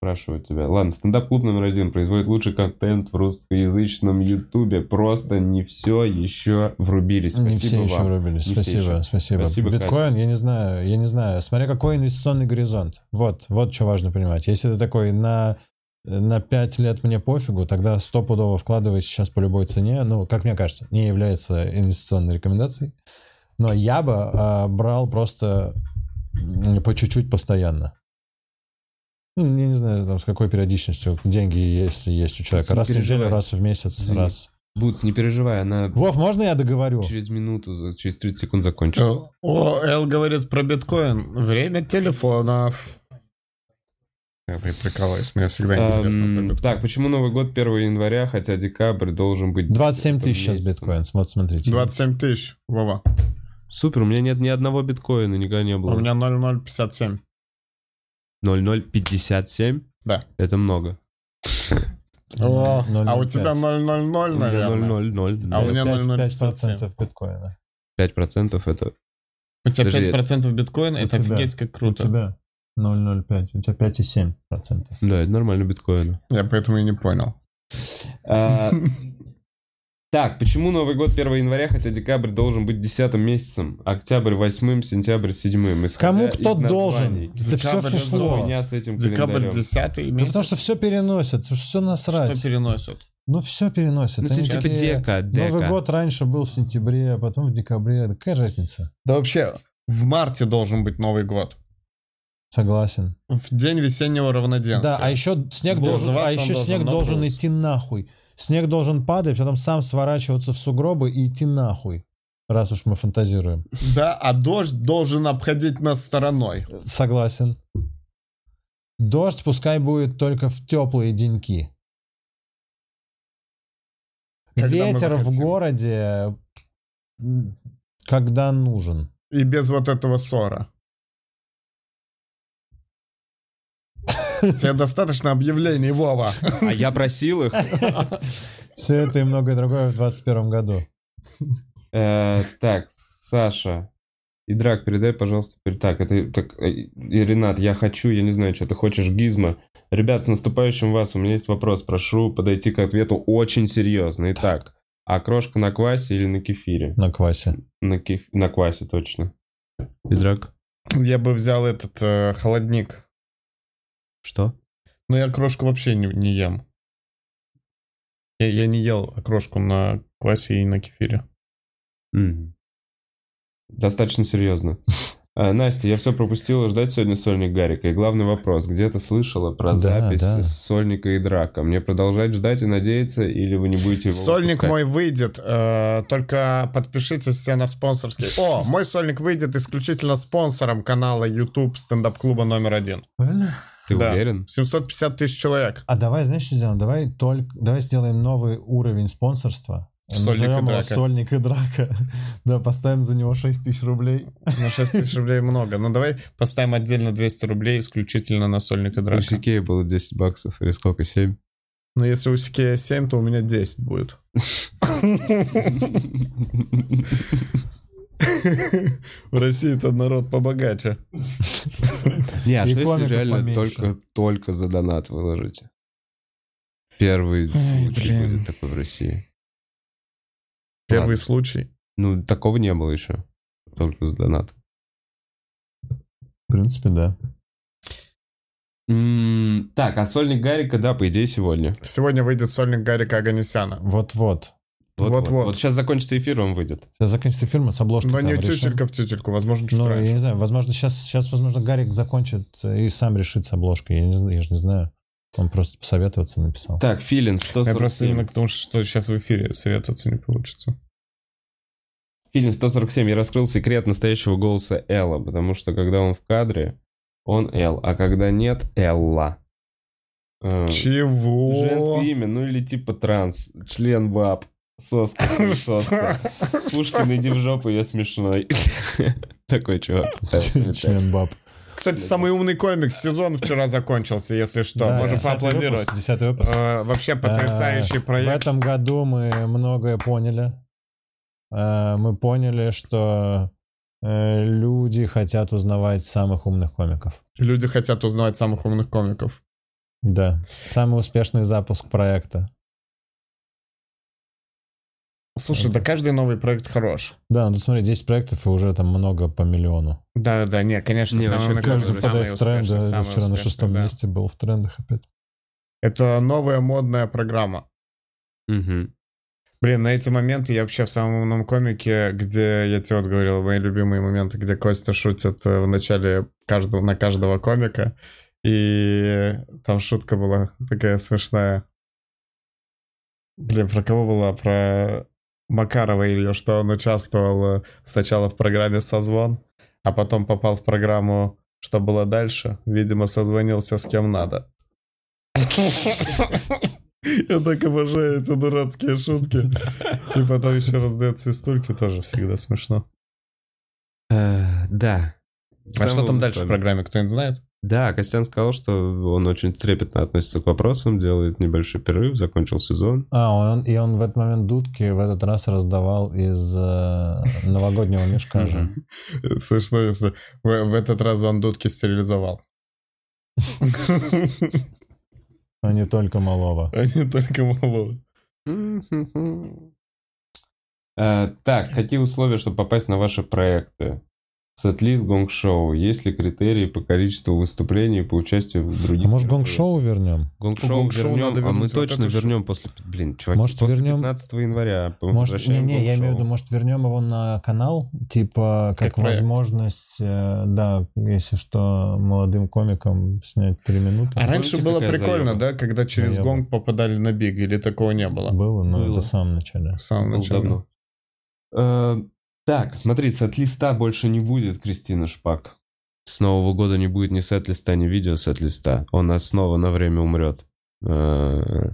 [SPEAKER 1] Спрашиваю тебя. Ладно, стендап-клуб номер один производит лучший контент в русскоязычном ютубе. Просто не все еще врубились.
[SPEAKER 2] не все
[SPEAKER 1] Спасибо вам.
[SPEAKER 2] еще врубились.
[SPEAKER 1] Не все
[SPEAKER 2] спасибо,
[SPEAKER 1] еще.
[SPEAKER 2] спасибо.
[SPEAKER 1] Спасибо,
[SPEAKER 2] Биткоин, я не знаю, я не знаю. Смотря какой инвестиционный горизонт. Вот, вот что важно понимать. Если ты такой на на 5 лет мне пофигу, тогда стопудово вкладывай сейчас по любой цене. Ну, как мне кажется, не является инвестиционной рекомендацией. Но я бы а, брал просто м, по чуть-чуть постоянно. Ну, я не знаю, там, с какой периодичностью деньги, если есть у человека.
[SPEAKER 1] Не
[SPEAKER 2] Раз в неделю,
[SPEAKER 1] переживай.
[SPEAKER 2] раз в месяц,
[SPEAKER 1] Извини.
[SPEAKER 2] раз.
[SPEAKER 1] Бутс, не переживай, она
[SPEAKER 2] Вов, можно я договорю?
[SPEAKER 1] через минуту, за- через 30 секунд закончит.
[SPEAKER 3] О, О, Эл говорит про биткоин. Время телефонов. Я прикалываюсь, мне всегда интересно про
[SPEAKER 1] Эм,
[SPEAKER 3] биткоин.
[SPEAKER 1] так, почему Новый год 1 января, хотя декабрь должен быть...
[SPEAKER 2] 27
[SPEAKER 1] десятым
[SPEAKER 2] тысяч сейчас
[SPEAKER 1] месяцем?
[SPEAKER 2] биткоин. Вот смотрите.
[SPEAKER 3] 27 тысяч, Вова.
[SPEAKER 1] Супер, у меня нет ни одного биткоина, никогда не было.
[SPEAKER 3] А У меня 0,057.
[SPEAKER 1] 0,057?
[SPEAKER 3] Да.
[SPEAKER 1] Это много.
[SPEAKER 3] О,
[SPEAKER 2] Ноль-
[SPEAKER 3] а у
[SPEAKER 2] ноль
[SPEAKER 3] тебя
[SPEAKER 2] пять.
[SPEAKER 3] 0,000, наверное. А у
[SPEAKER 2] Э,
[SPEAKER 1] меня 0,005%.
[SPEAKER 3] меня 0,057.
[SPEAKER 2] 5% биткоина.
[SPEAKER 1] это...
[SPEAKER 3] У тебя
[SPEAKER 1] Подожди.
[SPEAKER 3] 5% биткоина,
[SPEAKER 2] У
[SPEAKER 3] это
[SPEAKER 2] тебя.
[SPEAKER 3] офигеть как
[SPEAKER 2] У
[SPEAKER 3] круто.
[SPEAKER 2] тебя 0,05, у тебя 5,7%.
[SPEAKER 1] Да, это нормально биткоина.
[SPEAKER 3] Я поэтому и не понял.
[SPEAKER 1] Так, почему Новый год 1 января, хотя декабрь должен быть 10 месяцем, октябрь 8, сентябрь 7?
[SPEAKER 2] Кому кто должен? Это все
[SPEAKER 3] Декабрь
[SPEAKER 1] Что у
[SPEAKER 2] фуфло.
[SPEAKER 1] меня с этим
[SPEAKER 3] Декабрь
[SPEAKER 1] календарем?
[SPEAKER 3] 10
[SPEAKER 2] Да потому что все переносят, все
[SPEAKER 3] что
[SPEAKER 2] насрать.
[SPEAKER 3] переносят.
[SPEAKER 2] Ну, все переносят.
[SPEAKER 1] Ну, ты
[SPEAKER 2] Они
[SPEAKER 1] типа
[SPEAKER 2] такие,
[SPEAKER 1] дека,
[SPEAKER 2] Новый
[SPEAKER 1] дека.
[SPEAKER 2] год раньше был в сентябре, а потом в декабре. Да Какая разница?
[SPEAKER 3] Да вообще, в марте должен быть Новый год.
[SPEAKER 2] Согласен.
[SPEAKER 3] В день весеннего равноденствия.
[SPEAKER 2] Да, а еще снег
[SPEAKER 3] Вот,
[SPEAKER 2] должен, а
[SPEAKER 3] зваться он
[SPEAKER 2] еще
[SPEAKER 3] должен
[SPEAKER 2] снег
[SPEAKER 3] на
[SPEAKER 2] должен
[SPEAKER 3] Брус.
[SPEAKER 2] идти нахуй. Снег должен падать, а потом сам сворачиваться в сугробы и идти нахуй. Раз уж мы фантазируем.
[SPEAKER 3] Да, а дождь должен обходить нас стороной.
[SPEAKER 2] Согласен. Дождь пускай будет только в теплые деньки.
[SPEAKER 3] Когда мы
[SPEAKER 2] Ветер в
[SPEAKER 3] захотим.
[SPEAKER 2] городе, м, когда нужен.
[SPEAKER 3] И без вот этого ссора. Тебе достаточно объявлений, Вова.
[SPEAKER 1] А я просил их.
[SPEAKER 2] Все это и многое другое в 2021 году.
[SPEAKER 1] Э, Так, Саша. И Драк, передай, пожалуйста. пер- Так, это так. э, и Ренат, я хочу, я не знаю, что ты хочешь, Гизма. Ребят, с наступающим вас, у меня есть вопрос. Прошу подойти к ответу очень серьезно. Итак, окрошка на квасе или на кефире?
[SPEAKER 2] На квасе.
[SPEAKER 1] На, кеф... на квасе, точно. И Драк?
[SPEAKER 3] Я бы взял этот э, холодник.
[SPEAKER 1] Что?
[SPEAKER 3] Но я крошку вообще не, не ем. Я, я не ел окрошку на квасе и на кефире.
[SPEAKER 1] Достаточно серьезно. Э, Настя, я все пропустила ждать сегодня сольник Гарика. И главный вопрос, где ты слышала про
[SPEAKER 2] Да,
[SPEAKER 1] запись
[SPEAKER 2] да.
[SPEAKER 1] сольника и драка? Мне продолжать ждать и надеяться, или вы не будете его
[SPEAKER 3] Сольник
[SPEAKER 1] выпускать?
[SPEAKER 3] мой выйдет, э, только подпишитесь все на спонсорский. О, мой сольник выйдет исключительно спонсором канала YouTube стендап-клуба номер один.
[SPEAKER 1] Ты
[SPEAKER 3] Да.
[SPEAKER 1] уверен?
[SPEAKER 3] 750 тысяч человек.
[SPEAKER 2] А давай, знаешь, что сделаем? Давай только, давай сделаем новый уровень спонсорства.
[SPEAKER 3] Сольник и
[SPEAKER 2] Назовем его
[SPEAKER 3] драка.
[SPEAKER 2] Сольник и драка. Да, поставим за него 6 тысяч рублей.
[SPEAKER 3] На 6 тысяч рублей много. Ну давай поставим отдельно 200 рублей исключительно на сольник и
[SPEAKER 1] У
[SPEAKER 3] драка.
[SPEAKER 1] Сикея было 10 баксов, или сколько, 7?
[SPEAKER 3] Но если у Сикея 7, то у меня 10 будет. В России этот народ побогаче.
[SPEAKER 1] Не, а что
[SPEAKER 2] И
[SPEAKER 1] если
[SPEAKER 2] комиков
[SPEAKER 1] реально
[SPEAKER 2] поменьше.
[SPEAKER 1] только, только за донат выложите? Первый случай
[SPEAKER 3] блин.
[SPEAKER 1] будет такой в России.
[SPEAKER 3] Первый
[SPEAKER 1] Ладно.
[SPEAKER 3] случай.
[SPEAKER 1] Ну, такого не было еще. Только за донат.
[SPEAKER 2] В принципе, да.
[SPEAKER 1] М, Так, а сольник Гарика, да, по идее, сегодня.
[SPEAKER 3] Сегодня выйдет сольник Гарика Аганесяна.
[SPEAKER 2] Вот-вот.
[SPEAKER 1] Вот-вот.
[SPEAKER 3] Вот-вот.
[SPEAKER 1] Вот сейчас закончится эфир, он выйдет.
[SPEAKER 2] Сейчас закончится фирма с обложкой.
[SPEAKER 3] Но
[SPEAKER 2] там
[SPEAKER 3] не
[SPEAKER 2] решим.
[SPEAKER 3] тютелька в тютельку, возможно, чуть
[SPEAKER 2] Ну, я
[SPEAKER 3] раньше.
[SPEAKER 2] не знаю, возможно, сейчас, сейчас, возможно, Гарик закончит э, и сам решит с обложкой. Я, не зн- я же не знаю. Он просто посоветоваться написал.
[SPEAKER 1] Так, Филин,
[SPEAKER 3] Я просто
[SPEAKER 1] 147.
[SPEAKER 3] именно к тому, что сейчас в эфире советоваться не получится.
[SPEAKER 1] Филин 147. Я раскрыл секрет настоящего голоса Элла, потому что когда он в кадре, он Эл, а когда нет, Элла. Э,
[SPEAKER 3] Чего?
[SPEAKER 1] Женское имя, ну или типа транс, член баб, соска, хуй соска. Пушкин, иди в жопу, я смешной. Такой чувак.
[SPEAKER 2] Член баб.
[SPEAKER 3] Кстати, самый умный комикс сезон вчера закончился, если что.
[SPEAKER 2] Да,
[SPEAKER 3] Можем
[SPEAKER 2] десятый
[SPEAKER 3] поаплодировать.
[SPEAKER 2] выпуск, Десятый выпуск.
[SPEAKER 3] Э, Вообще
[SPEAKER 2] Э,
[SPEAKER 3] потрясающий
[SPEAKER 2] В
[SPEAKER 3] проект.
[SPEAKER 2] этом году мы многое поняли. Э, Мы поняли, что э, люди хотят узнавать самых умных комиков.
[SPEAKER 3] Люди хотят узнавать самых умных комиков.
[SPEAKER 2] Да. Самый успешный запуск проекта.
[SPEAKER 3] Слушай, да каждый новый проект хорош.
[SPEAKER 2] Да, ну тут смотри, 10 проектов и уже там много по миллиону.
[SPEAKER 3] Да, да, не, конечно,
[SPEAKER 1] Не,
[SPEAKER 3] самый
[SPEAKER 1] вообще
[SPEAKER 3] умный
[SPEAKER 1] каждый
[SPEAKER 2] Каждый
[SPEAKER 3] комикс самый
[SPEAKER 2] падает в тренд.
[SPEAKER 3] успешный,
[SPEAKER 2] да,
[SPEAKER 3] самый
[SPEAKER 2] я вчера на
[SPEAKER 3] успешный,
[SPEAKER 2] шестом
[SPEAKER 3] да.
[SPEAKER 2] месте был в трендах опять.
[SPEAKER 3] Это новая модная программа.
[SPEAKER 1] Мгм.
[SPEAKER 3] Блин, на эти моменты я вообще в самом умном комике, где я тебе вот говорил, мои любимые моменты, где Костя шутит э, в начале каждого, на каждого комика. И там шутка была такая смешная. Блин, про кого была? Про Макарова или что он участвовал э, сначала в программе «Созвон», а потом попал в программу «Что было дальше?» Видимо, созвонился с кем надо. Я так обожаю эти дурацкие шутки. И потом еще раздает свистульки, тоже всегда смешно.
[SPEAKER 1] Э, Да.
[SPEAKER 3] А что
[SPEAKER 1] Самый
[SPEAKER 3] там
[SPEAKER 1] умный
[SPEAKER 3] дальше в
[SPEAKER 1] комик.
[SPEAKER 3] программе, кто-нибудь знает?
[SPEAKER 1] Да, Костян сказал, что он очень трепетно относится к вопросам, делает небольшой перерыв, закончил сезон.
[SPEAKER 2] А, он, и он в этот момент дудки в этот раз раздавал из э, новогоднего мешка же.
[SPEAKER 1] Мгм.
[SPEAKER 3] Смешно, если в, в этот раз он дудки стерилизовал.
[SPEAKER 2] А не только малого.
[SPEAKER 3] А не только малого.
[SPEAKER 1] Э, Так, какие условия, чтобы попасть на ваши проекты? Сет-лист гонг-шоу. Есть ли критерии по количеству выступлений и по участию в других?
[SPEAKER 2] А может,
[SPEAKER 1] мероприятиях?
[SPEAKER 2] гонг-шоу вернем?
[SPEAKER 1] Гонг-шоу
[SPEAKER 3] Гонг-шоу
[SPEAKER 1] вернем,
[SPEAKER 3] надо
[SPEAKER 1] а мы
[SPEAKER 3] вернуть вот
[SPEAKER 1] точно
[SPEAKER 3] это всё.
[SPEAKER 1] вернем после, блин, чуваки,
[SPEAKER 2] Может,
[SPEAKER 1] после
[SPEAKER 2] вернем?
[SPEAKER 1] 15 января.
[SPEAKER 2] Может, не,
[SPEAKER 1] Ну, возвращаем
[SPEAKER 2] не, я
[SPEAKER 1] гонг-шоу.
[SPEAKER 2] имею в виду, может, вернем его на канал, типа, как,
[SPEAKER 3] Как проект.
[SPEAKER 2] возможность, э, да, если что, молодым комикам снять три минуты.
[SPEAKER 3] А раньше
[SPEAKER 1] Помните,
[SPEAKER 3] было
[SPEAKER 1] какая
[SPEAKER 3] прикольно,
[SPEAKER 1] заеба?
[SPEAKER 3] да, когда через
[SPEAKER 2] Заеба.
[SPEAKER 3] гонг попадали на биг, или такого не было?
[SPEAKER 2] Было, но
[SPEAKER 1] Было.
[SPEAKER 2] это в самом начале.
[SPEAKER 3] В самом
[SPEAKER 1] Было
[SPEAKER 3] начале.
[SPEAKER 1] Ну, давно. Э, Так, смотри, сет-листа больше не будет, Кристина Шпак. С Нового года не будет ни сет-листа, ни видео сет-листа. Он нас снова на время умрет. Э,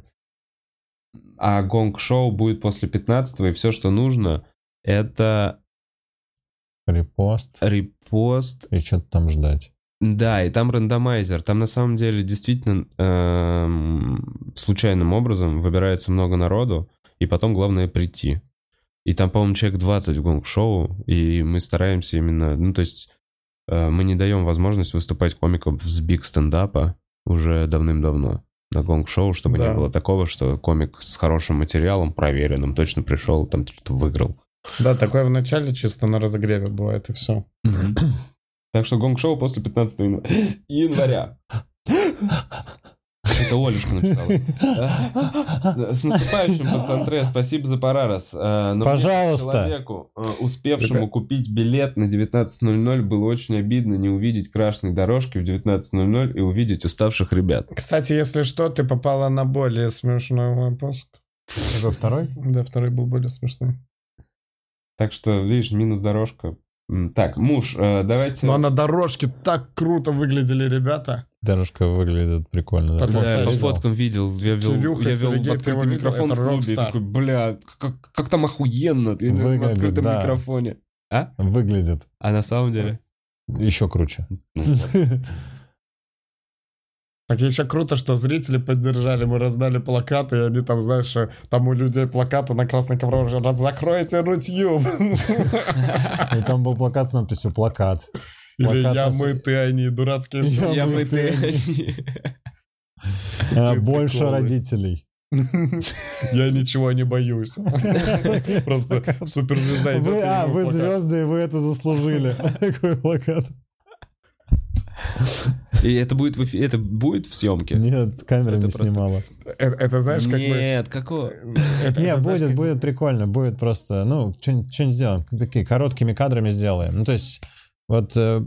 [SPEAKER 1] А гонг-шоу будет после 15 и все, что нужно, это
[SPEAKER 2] Репост.
[SPEAKER 1] репост
[SPEAKER 2] И что-то там ждать.
[SPEAKER 1] Да, и там рандомайзер. Там на самом деле действительно эм, случайным образом выбирается много народу, и потом главное прийти. И там, по-моему, человек 20 в гонг-шоу, и мы стараемся именно... Ну, то есть э, мы не даем возможность выступать комикам с биг стендапа уже давным-давно на гонг-шоу, чтобы
[SPEAKER 3] Да.
[SPEAKER 1] не было такого, что комик с хорошим материалом, проверенным, точно пришел, там что-то выиграл.
[SPEAKER 3] Да, такое в начале чисто на разогреве бывает, и все.
[SPEAKER 1] Так что гонг-шоу после 15 января. января. Это Олюшка написала. С наступающим, пацантре, спасибо за парарас. Э, но
[SPEAKER 2] Пожалуйста.
[SPEAKER 1] Человеку, э, успевшему купить билет на 19.00, было очень обидно не увидеть крашеной дорожки в 19.00 и увидеть уставших ребят.
[SPEAKER 3] Кстати, если что, ты попала на более смешной выпуск.
[SPEAKER 2] Это второй?
[SPEAKER 3] Да, второй был более смешной.
[SPEAKER 1] Так что, видишь, минус дорожка. М, Так, муж, э, давайте...
[SPEAKER 3] Но на дорожке так круто выглядели ребята.
[SPEAKER 2] Дорожка выглядит прикольно. да.
[SPEAKER 3] Под-
[SPEAKER 1] Да,
[SPEAKER 3] Фотка
[SPEAKER 1] по
[SPEAKER 3] видел.
[SPEAKER 1] фоткам видел. Я вел,
[SPEAKER 3] Кирюха,
[SPEAKER 1] я вел в
[SPEAKER 3] Сергей, ты его
[SPEAKER 1] открытый
[SPEAKER 3] видел?
[SPEAKER 1] микрофон в
[SPEAKER 3] Это
[SPEAKER 1] клубе. и
[SPEAKER 3] рок-стар.
[SPEAKER 1] такой, бля, как, как там охуенно. Ты на
[SPEAKER 2] Выглядит,
[SPEAKER 1] открытом
[SPEAKER 2] да.
[SPEAKER 1] микрофоне.
[SPEAKER 2] Выглядит
[SPEAKER 1] А на самом деле?
[SPEAKER 2] еще круче.
[SPEAKER 1] Ну, вот.
[SPEAKER 3] Так еще круто, что зрители поддержали, мы раздали плакаты, и они там, знаешь, э, там у людей плакаты на красной ковре уже «Раз- «Закройте рутью!»
[SPEAKER 2] И там был плакат ну, с надписью «Плакат».
[SPEAKER 3] Или
[SPEAKER 2] Плакат
[SPEAKER 3] «Я,
[SPEAKER 2] на-
[SPEAKER 3] мы, ты, они, дурацкие
[SPEAKER 2] Я
[SPEAKER 3] шутки».
[SPEAKER 1] Я
[SPEAKER 2] мы,
[SPEAKER 1] бы
[SPEAKER 2] ты.
[SPEAKER 1] ты.
[SPEAKER 2] Э, Больше
[SPEAKER 3] приколы.
[SPEAKER 2] родителей.
[SPEAKER 3] Я ничего не боюсь. Просто суперзвезда
[SPEAKER 2] Вы-
[SPEAKER 3] идет.
[SPEAKER 2] а, вы звезды, и вы это заслужили. Такой плакат.
[SPEAKER 1] И это будет в эфи- это будет в съемке?
[SPEAKER 2] Нет, камера
[SPEAKER 1] Это
[SPEAKER 2] не
[SPEAKER 1] просто-
[SPEAKER 2] снимала.
[SPEAKER 3] Э, Это знаешь, как бы... э,
[SPEAKER 1] Нет, какого?
[SPEAKER 3] это-
[SPEAKER 2] Не,
[SPEAKER 3] это, знаешь,
[SPEAKER 2] будет,
[SPEAKER 3] как-
[SPEAKER 2] будет прикольно, будет просто, ну, что-нибудь сделаем, такие короткими кадрами сделаем. Ну, то есть, вот э,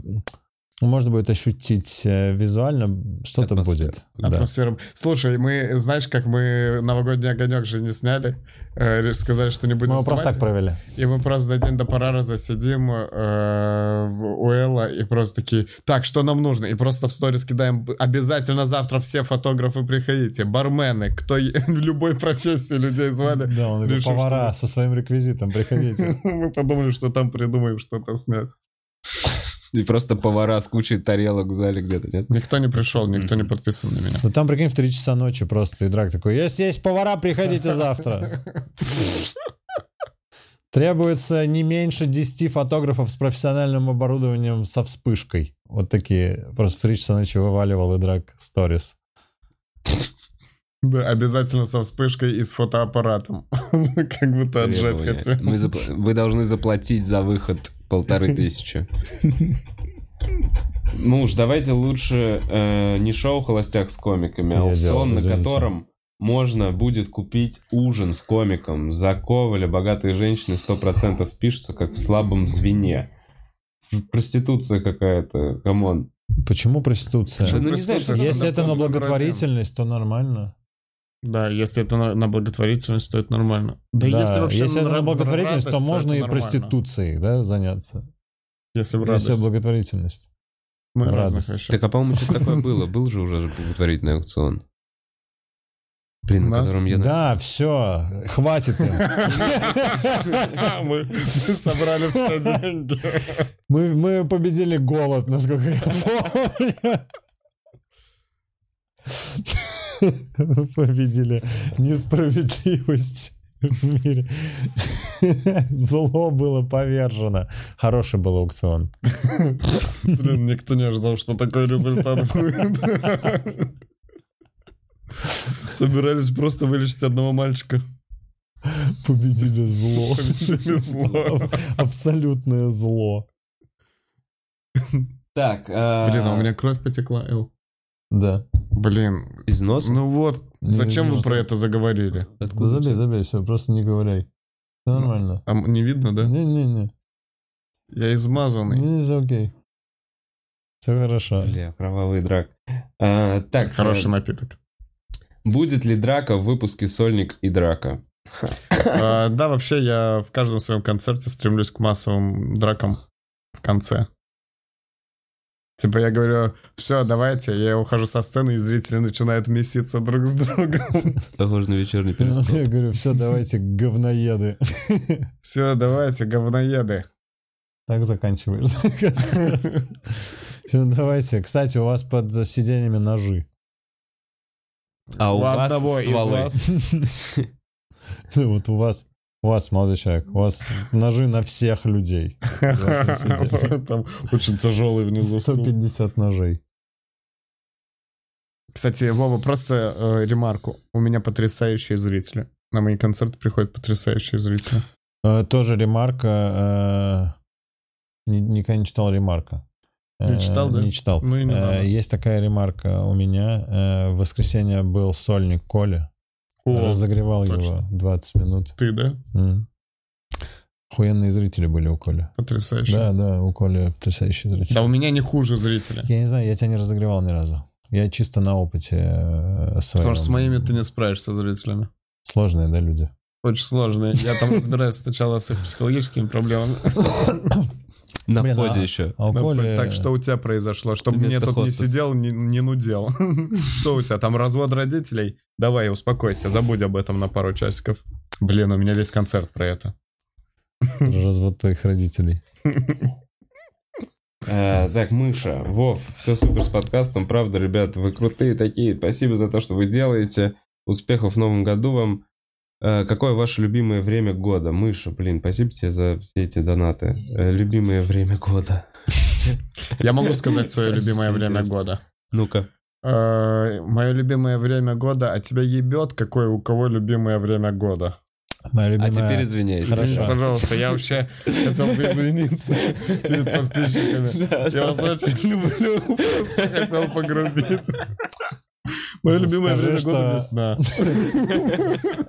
[SPEAKER 2] можно будет ощутить э, визуально, что-то
[SPEAKER 1] Атмосферу.
[SPEAKER 2] будет. Да.
[SPEAKER 3] Атмосфера. Слушай, мы, знаешь, как мы новогодний огонек же не сняли, э, лишь сказали, что не будем
[SPEAKER 2] Мы его просто
[SPEAKER 3] снимать.
[SPEAKER 2] так провели.
[SPEAKER 3] И мы просто за день до Парараза сидим э, в- у Элла и просто такие, так, что нам нужно? И просто в сторис кидаем, «Б- обязательно завтра все фотографы приходите, бармены, кто е- в любой профессии людей звали.
[SPEAKER 2] Да, он такой,
[SPEAKER 3] решил,
[SPEAKER 2] повара
[SPEAKER 3] что-
[SPEAKER 2] со своим реквизитом, приходите.
[SPEAKER 3] Мы подумали, что там придумаем что-то снять.
[SPEAKER 1] И просто повара с кучей тарелок в зале где-то, нет?
[SPEAKER 3] Никто не прикол, никто не подписан на меня.
[SPEAKER 2] Ну там, прикинь, в 3 часа ночи просто и драк такой, если есть повара, приходите завтра. Требуется не меньше 10 фотографов с профессиональным оборудованием со вспышкой. Вот такие. Просто в 3 часа ночи вываливал и драк сторис.
[SPEAKER 3] Да, обязательно со вспышкой и с фотоаппаратом. Как будто отжать
[SPEAKER 1] Требования.
[SPEAKER 3] хотел.
[SPEAKER 1] Мы запла- Вы должны заплатить за выход полторы тысячи. Муж, давайте лучше э, не шоу «Холостяк с комиками», а
[SPEAKER 2] Я делал,
[SPEAKER 1] аукцион, на
[SPEAKER 2] извините.
[SPEAKER 1] котором можно будет купить ужин с комиком. За Коваля богатые женщины 100% пишутся, как в слабом звене. Проституция какая-то, камон.
[SPEAKER 2] Почему проституция?
[SPEAKER 1] Почему? Ну, не знаю,
[SPEAKER 3] Присутствие
[SPEAKER 1] что-
[SPEAKER 2] Если
[SPEAKER 3] стендап-комика
[SPEAKER 2] это на
[SPEAKER 3] номер один.
[SPEAKER 2] благотворительность, то нормально.
[SPEAKER 3] Да, если это на, на благотворительность, то это нормально. Да, если вообще
[SPEAKER 2] это на
[SPEAKER 3] нрав-
[SPEAKER 2] благотворительность, то
[SPEAKER 3] радость,
[SPEAKER 2] можно
[SPEAKER 3] это
[SPEAKER 2] и
[SPEAKER 3] нормально.
[SPEAKER 2] проституцией да, заняться.
[SPEAKER 3] Если в радость.
[SPEAKER 2] Если благотворительность.
[SPEAKER 3] Мы
[SPEAKER 2] в
[SPEAKER 3] разных
[SPEAKER 2] радость.
[SPEAKER 3] вообще.
[SPEAKER 1] Так, а по-моему, что-то такое было. Был же уже благотворительный аукцион. Блин, на
[SPEAKER 3] Нас?
[SPEAKER 1] котором я...
[SPEAKER 2] Да, все, хватит им.
[SPEAKER 3] Мы мы собрали все деньги.
[SPEAKER 2] Мы, мы победили голод, насколько я помню. Мы победили несправедливость в мире. Зло было повержено. Хороший был аукцион.
[SPEAKER 3] Блин, никто не ожидал, что такой результат будет. Собирались просто вылечить одного мальчика.
[SPEAKER 2] Победили зло.
[SPEAKER 3] Победили зло.
[SPEAKER 2] Абсолютное зло.
[SPEAKER 1] Так, а,
[SPEAKER 3] Блин, а у меня кровь потекла, Эл.
[SPEAKER 2] Да.
[SPEAKER 3] Блин,
[SPEAKER 1] из носа?
[SPEAKER 3] ну вот,
[SPEAKER 2] Не
[SPEAKER 3] зачем вы
[SPEAKER 2] видно.
[SPEAKER 3] про это заговорили?
[SPEAKER 2] Да забей, забей, все, просто не говори. Всё Нормально.
[SPEAKER 3] А м- не видно, да?
[SPEAKER 2] Не-не-не.
[SPEAKER 3] Я измазанный.
[SPEAKER 2] Не, все окей. Все хорошо.
[SPEAKER 1] Бля, кровавый драк. А, так,
[SPEAKER 3] Хороший
[SPEAKER 1] э,
[SPEAKER 3] напиток.
[SPEAKER 1] будет ли драка в выпуске «Сольник и драка»?
[SPEAKER 3] А, Да, вообще я в каждом своем концерте стремлюсь к массовым дракам в конце. Типа я говорю, все, давайте, я ухожу со сцены, и зрители начинают меситься друг с другом.
[SPEAKER 1] Похоже на вечерний пересмотр.
[SPEAKER 2] Я говорю, все, давайте, говноеды.
[SPEAKER 3] Все, давайте, говноеды.
[SPEAKER 2] Так заканчиваешь. Всё, давайте. Кстати, у вас под сиденьями ножи.
[SPEAKER 1] А у вас
[SPEAKER 3] одного из
[SPEAKER 1] стволы.
[SPEAKER 3] вас.
[SPEAKER 2] Ну, Вот у вас, у вас, молодой человек, у вас ножи на всех людей.
[SPEAKER 3] Там очень тяжелый внизу. стул.
[SPEAKER 2] 150 ножей.
[SPEAKER 3] Кстати, Вова, просто э, ремарку. У меня потрясающие зрители. На мои концерты приходят потрясающие зрители.
[SPEAKER 2] Э, Тоже ремарка. э, ни- Никогда не читал ремарка. Э,
[SPEAKER 3] Не читал, да?
[SPEAKER 2] Не читал.
[SPEAKER 3] Ну и не
[SPEAKER 2] Э,
[SPEAKER 3] надо.
[SPEAKER 2] Есть такая ремарка у меня. Э, В воскресенье был сольник Коля. Разогревал
[SPEAKER 3] точно.
[SPEAKER 2] его 20 минут.
[SPEAKER 3] ты, да?
[SPEAKER 2] М. Охуенные зрители были у Коля.
[SPEAKER 3] Потрясающе.
[SPEAKER 2] Да, да, у Коли потрясающий зритель.
[SPEAKER 3] Да у меня не хуже зрители.
[SPEAKER 2] Я не знаю, я тебя не разогревал ни разу. Я чисто на опыте э, своем.
[SPEAKER 3] Потому что с моими ты не справишься зрителями.
[SPEAKER 2] Сложные, да, люди?
[SPEAKER 3] Очень сложные. Я там разбираюсь сначала с их психологическими проблемами.
[SPEAKER 1] На
[SPEAKER 2] Блин,
[SPEAKER 1] входе
[SPEAKER 2] а-
[SPEAKER 1] еще.
[SPEAKER 2] А у Коли...
[SPEAKER 3] Так что у тебя произошло? Чтобы
[SPEAKER 1] Вместо
[SPEAKER 3] мне тут не
[SPEAKER 1] хостес.
[SPEAKER 3] сидел, не, не нудел. Что у тебя там, развод родителей? Давай, успокойся, забудь об этом на пару часиков. Блин, у меня весь концерт про это.
[SPEAKER 2] Развод твоих родителей.
[SPEAKER 1] Э, так, Мыша, Вов, все супер с подкастом. Правда, ребят, вы крутые такие. Спасибо за то, что вы делаете. Успехов в новом году вам. Э, какое ваше любимое время года? Мыша, блин, спасибо тебе за все эти донаты. Э, любимое время года.
[SPEAKER 3] Я могу сказать свое любимое
[SPEAKER 1] Интересно.
[SPEAKER 3] время года.
[SPEAKER 1] Ну-ка.
[SPEAKER 3] Мое любимое время года, а тебя ебет, какое у кого любимое время года?
[SPEAKER 2] Моя
[SPEAKER 1] А
[SPEAKER 2] любимая...
[SPEAKER 1] теперь извиняйся.
[SPEAKER 2] Хорошо.
[SPEAKER 3] Извините, пожалуйста, я вообще хотел бы извиниться перед подписчиками. Я вас очень люблю, просто хотел погрубить. Мое
[SPEAKER 2] Ну,
[SPEAKER 3] любимое
[SPEAKER 2] скажи,
[SPEAKER 3] время года
[SPEAKER 2] что-
[SPEAKER 3] весна.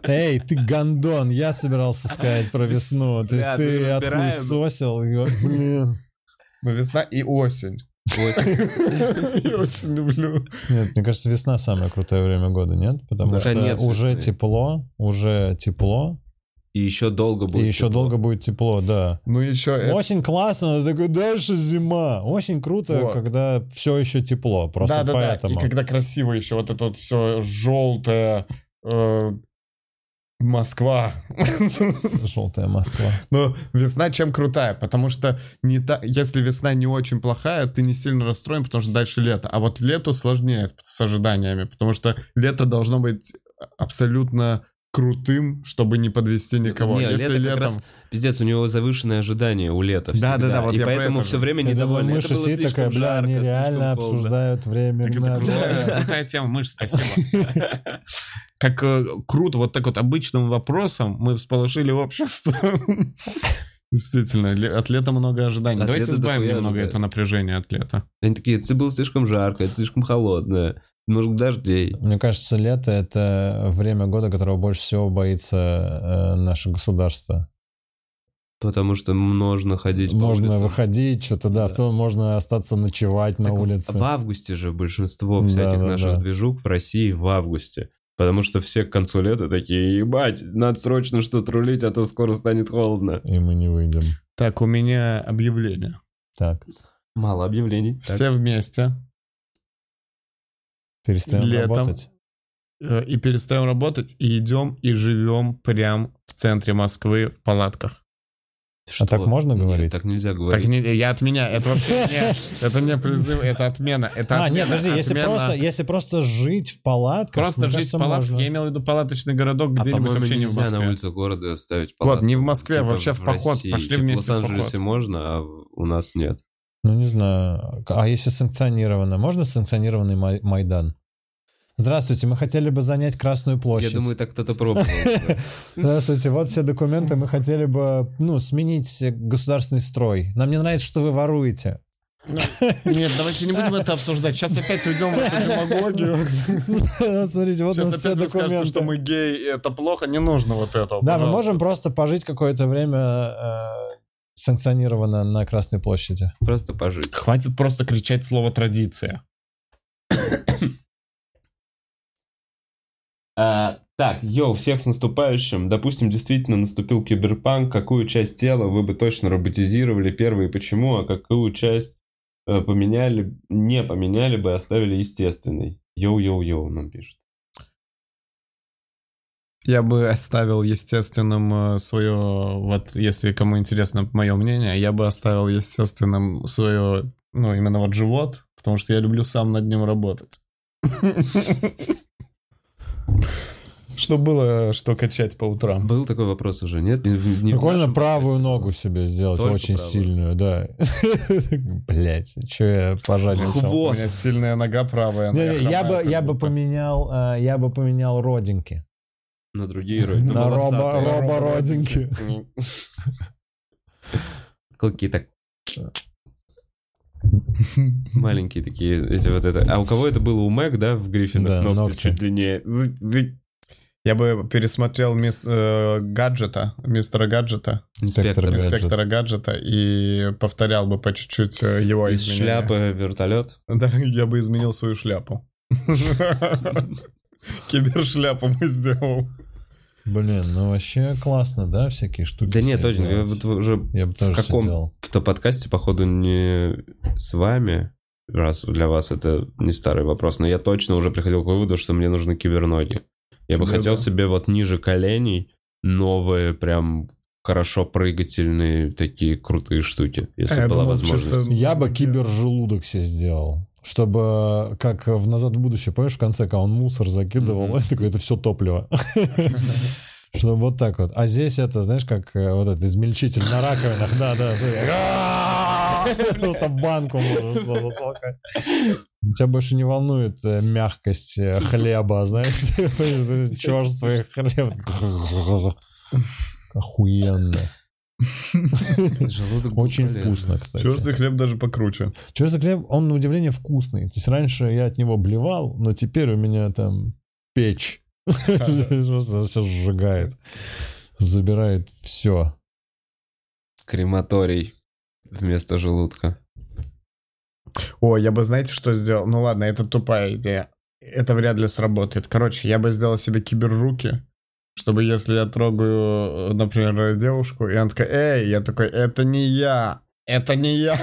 [SPEAKER 2] Эй, ты гондон, я собирался сказать про весну. То
[SPEAKER 1] Бля,
[SPEAKER 2] есть ты
[SPEAKER 1] мы разбираем.
[SPEAKER 2] отхуесосил. и вот, блин.
[SPEAKER 3] Ну, весна и осень.
[SPEAKER 1] Ой,
[SPEAKER 3] Я очень люблю.
[SPEAKER 2] Нет, мне кажется, весна самое крутое время года, нет? Потому
[SPEAKER 1] Да.
[SPEAKER 2] что
[SPEAKER 1] Конец
[SPEAKER 2] уже
[SPEAKER 1] весны.
[SPEAKER 2] тепло, уже тепло,
[SPEAKER 1] И еще долго будет.
[SPEAKER 2] и еще
[SPEAKER 1] тепло.
[SPEAKER 2] долго будет тепло, да.
[SPEAKER 3] Ну еще...
[SPEAKER 2] Осень классно, но такой дальше зима. Осень круто,
[SPEAKER 3] Вот.
[SPEAKER 2] когда все еще тепло. Просто
[SPEAKER 3] Да, да, да.
[SPEAKER 2] поэтому.
[SPEAKER 3] И когда красиво еще вот это вот все желтое... Москва.
[SPEAKER 2] Желтая Москва.
[SPEAKER 3] Но весна чем крутая? Потому что не та... если весна не очень плохая, ты не сильно расстроен, потому что дальше лето. А вот лету сложнее с- с ожиданиями, потому что лето должно быть абсолютно крутым, чтобы не подвести никого.
[SPEAKER 1] Не,
[SPEAKER 3] если
[SPEAKER 1] лето как
[SPEAKER 3] летом...
[SPEAKER 1] раз- Пиздец, у него завышенное ожидание у лета
[SPEAKER 3] Да, да, да,
[SPEAKER 1] всегда.
[SPEAKER 3] вот
[SPEAKER 1] И
[SPEAKER 3] я про
[SPEAKER 1] поэтому
[SPEAKER 3] это
[SPEAKER 1] все
[SPEAKER 3] же.
[SPEAKER 1] время
[SPEAKER 2] Я думаю,
[SPEAKER 1] недовольны.
[SPEAKER 2] мы
[SPEAKER 1] Это было
[SPEAKER 2] сидит
[SPEAKER 1] слишком
[SPEAKER 2] такая, бля,
[SPEAKER 1] жарко,
[SPEAKER 2] они
[SPEAKER 1] слишком
[SPEAKER 2] реально
[SPEAKER 1] холодно».
[SPEAKER 2] обсуждают время
[SPEAKER 3] Так это
[SPEAKER 2] на-
[SPEAKER 3] крутая, крутая тема, мышь, спасибо. Как э, круто, вот так вот обычным вопросом мы всполошили общество. Действительно, ле- от лета много ожиданий.
[SPEAKER 1] От
[SPEAKER 3] Давайте
[SPEAKER 1] лета
[SPEAKER 3] избавим
[SPEAKER 1] дохуя
[SPEAKER 3] немного
[SPEAKER 1] ожиданий.
[SPEAKER 3] это напряжение от лета.
[SPEAKER 1] Они такие, это было слишком жарко, это слишком холодно. Может, дождей.
[SPEAKER 2] Мне кажется, лето — это время года, которого больше всего боится э, наше государство.
[SPEAKER 1] Потому что можно ходить по
[SPEAKER 2] можно
[SPEAKER 1] улицам.
[SPEAKER 2] выходить, что-то,
[SPEAKER 1] Да.
[SPEAKER 2] да, в целом можно остаться ночевать на
[SPEAKER 1] Так
[SPEAKER 2] улице.
[SPEAKER 1] В августе же большинство
[SPEAKER 2] Да,
[SPEAKER 1] всяких
[SPEAKER 2] да,
[SPEAKER 1] наших
[SPEAKER 2] да.
[SPEAKER 1] движух в России в августе. Потому что все к концу лета такие, ебать, надо срочно что-то рулить, а то скоро станет холодно.
[SPEAKER 2] И мы не выйдем.
[SPEAKER 3] Так, у меня объявление.
[SPEAKER 2] Так,
[SPEAKER 1] Мало объявлений.
[SPEAKER 3] Все вместе.
[SPEAKER 2] перестаем
[SPEAKER 3] Летом.
[SPEAKER 2] работать.
[SPEAKER 3] э, и перестаем работать, и идем и живем прям в центре Москвы в палатках.
[SPEAKER 1] Так,
[SPEAKER 2] А так можно
[SPEAKER 1] Нет,
[SPEAKER 2] говорить?
[SPEAKER 1] так нельзя
[SPEAKER 3] Так
[SPEAKER 1] говорить.
[SPEAKER 3] не, я отменяю, это вообще не, это не призыв, это отмена. Это
[SPEAKER 2] А, нет,
[SPEAKER 3] отмена,
[SPEAKER 2] подожди, если
[SPEAKER 3] отмена.
[SPEAKER 2] просто, если просто жить в палатках...
[SPEAKER 3] Просто
[SPEAKER 2] мне
[SPEAKER 3] жить
[SPEAKER 2] кажется,
[SPEAKER 3] в палатках,
[SPEAKER 2] можно.
[SPEAKER 3] я имел в виду палаточный городок
[SPEAKER 1] А,
[SPEAKER 3] где-нибудь
[SPEAKER 1] по-моему,
[SPEAKER 3] вообще не в
[SPEAKER 1] нельзя
[SPEAKER 3] Москве.
[SPEAKER 1] на улицу города ставить
[SPEAKER 3] Вот,
[SPEAKER 1] палатку.
[SPEAKER 3] не в Москве, а
[SPEAKER 1] Типа
[SPEAKER 3] вообще в поход.
[SPEAKER 1] России.
[SPEAKER 3] Пошли
[SPEAKER 1] Типа
[SPEAKER 3] вместе
[SPEAKER 1] В
[SPEAKER 3] в
[SPEAKER 1] Лос-Анджелесе
[SPEAKER 3] поход.
[SPEAKER 1] можно, а в- у нас нет.
[SPEAKER 2] Ну, не знаю. А если санкционировано? Можно санкционированный Май- Майдан? Здравствуйте, мы хотели бы занять Красную площадь.
[SPEAKER 1] Я думаю, так кто-то пробовал. уже.
[SPEAKER 2] Здравствуйте, вот все документы, мы хотели бы, ну, сменить государственный строй. Нам не нравится, что вы воруете.
[SPEAKER 4] Нет, давайте не будем это обсуждать. Сейчас опять уйдем в эту демагогию.
[SPEAKER 2] Смотрите, вот у
[SPEAKER 3] Сейчас
[SPEAKER 2] нас все
[SPEAKER 3] опять вы скажете, что
[SPEAKER 2] документы.
[SPEAKER 3] мы гей, и это плохо, не нужно вот этого.
[SPEAKER 2] Да, мы
[SPEAKER 3] пожалуйста.
[SPEAKER 2] можем просто пожить какое-то время э, санкционированно на Красной площади.
[SPEAKER 1] Просто пожить.
[SPEAKER 3] Хватит просто кричать слово «традиция».
[SPEAKER 1] А, так, йоу, всех с наступающим. Допустим, действительно наступил киберпанк. Какую часть тела вы бы точно роботизировали первые, почему, а какую часть э, поменяли, не поменяли бы, и оставили естественной? Йоу-йоу-йоу нам пишет.
[SPEAKER 3] Я бы оставил естественным э, свое, вот если кому интересно мое мнение, я бы оставил естественным свое, ну, именно вот живот, потому что я люблю сам над ним работать. Что было, что качать по утрам?
[SPEAKER 1] Был такой вопрос уже, нет?
[SPEAKER 2] Прикольно правую ногу себе сделать,
[SPEAKER 1] Только
[SPEAKER 2] очень
[SPEAKER 1] правую.
[SPEAKER 2] сильную, да. Блять, что я пожарил?
[SPEAKER 3] У меня сильная нога правая. но
[SPEAKER 2] Не-не, я
[SPEAKER 3] хромаю
[SPEAKER 2] бы,
[SPEAKER 3] как
[SPEAKER 2] я бы
[SPEAKER 3] будто.
[SPEAKER 2] поменял, э, я бы поменял родинки.
[SPEAKER 1] На другие
[SPEAKER 2] На
[SPEAKER 3] Ну,
[SPEAKER 2] робо,
[SPEAKER 1] волосатые.
[SPEAKER 2] робо родинки.
[SPEAKER 1] Клыки так. Маленькие такие, эти вот это. А у кого это было? У Мэг, да, в Гриффинах?
[SPEAKER 2] Да,
[SPEAKER 1] ногти,
[SPEAKER 2] ногти.
[SPEAKER 1] чуть длиннее.
[SPEAKER 3] Я бы пересмотрел мис- э, гаджета, мистера гаджета,
[SPEAKER 1] Инспектор.
[SPEAKER 2] Инспектор. Гаджет.
[SPEAKER 3] инспектора гаджета, и повторял бы по чуть-чуть э, его
[SPEAKER 1] Из
[SPEAKER 3] изменения.
[SPEAKER 1] шляпы вертолет.
[SPEAKER 3] Да, я бы изменил свою шляпу. Кибершляпу бы сделал.
[SPEAKER 2] Блин, ну вообще классно, да, всякие штуки.
[SPEAKER 1] Да нет,
[SPEAKER 2] все
[SPEAKER 1] точно. Я
[SPEAKER 2] делать.
[SPEAKER 1] вот уже
[SPEAKER 2] Я бы тоже
[SPEAKER 1] каком?
[SPEAKER 2] все делал.
[SPEAKER 1] в том подкасте, походу, не с вами, раз для вас это не старый вопрос, но я точно уже приходил к выводу, что мне нужны киберноги. Я бы
[SPEAKER 3] Тебе,
[SPEAKER 1] хотел
[SPEAKER 3] да?
[SPEAKER 1] себе вот ниже коленей новые прям хорошо прыгательные такие крутые штуки, если
[SPEAKER 3] А я
[SPEAKER 1] была
[SPEAKER 3] думал,
[SPEAKER 1] возможность.
[SPEAKER 3] чисто-
[SPEAKER 2] Я бы кибержелудок себе сделал. Чтобы, как в «Назад в будущее», помнишь, в конце, когда он мусор закидывал,
[SPEAKER 1] Мгм.
[SPEAKER 2] такой, это все топливо. Чтобы вот так вот. А здесь это, знаешь, как э, вот этот измельчитель на раковинах, да-да. ты- Просто банку можешь за- затолкать. Тебя больше не волнует э, мягкость э, хлеба, знаешь, черствый хлеб. Охуенно.
[SPEAKER 1] Желудок был
[SPEAKER 2] Очень
[SPEAKER 1] полезен.
[SPEAKER 2] вкусно, кстати.
[SPEAKER 3] Черствый хлеб даже покруче.
[SPEAKER 2] Черный хлеб, он на удивление вкусный. То есть раньше я от него блевал, но теперь у меня там печь. Сейчас сжигает. Забирает все.
[SPEAKER 1] Крематорий вместо желудка.
[SPEAKER 3] О, я бы, знаете, что сделал? Ну ладно, это тупая идея. Это вряд ли сработает. Короче, я бы сделал себе киберруки, чтобы если я трогаю, э, например, девушку, и она такая, эй, я такой, это не я, это не я,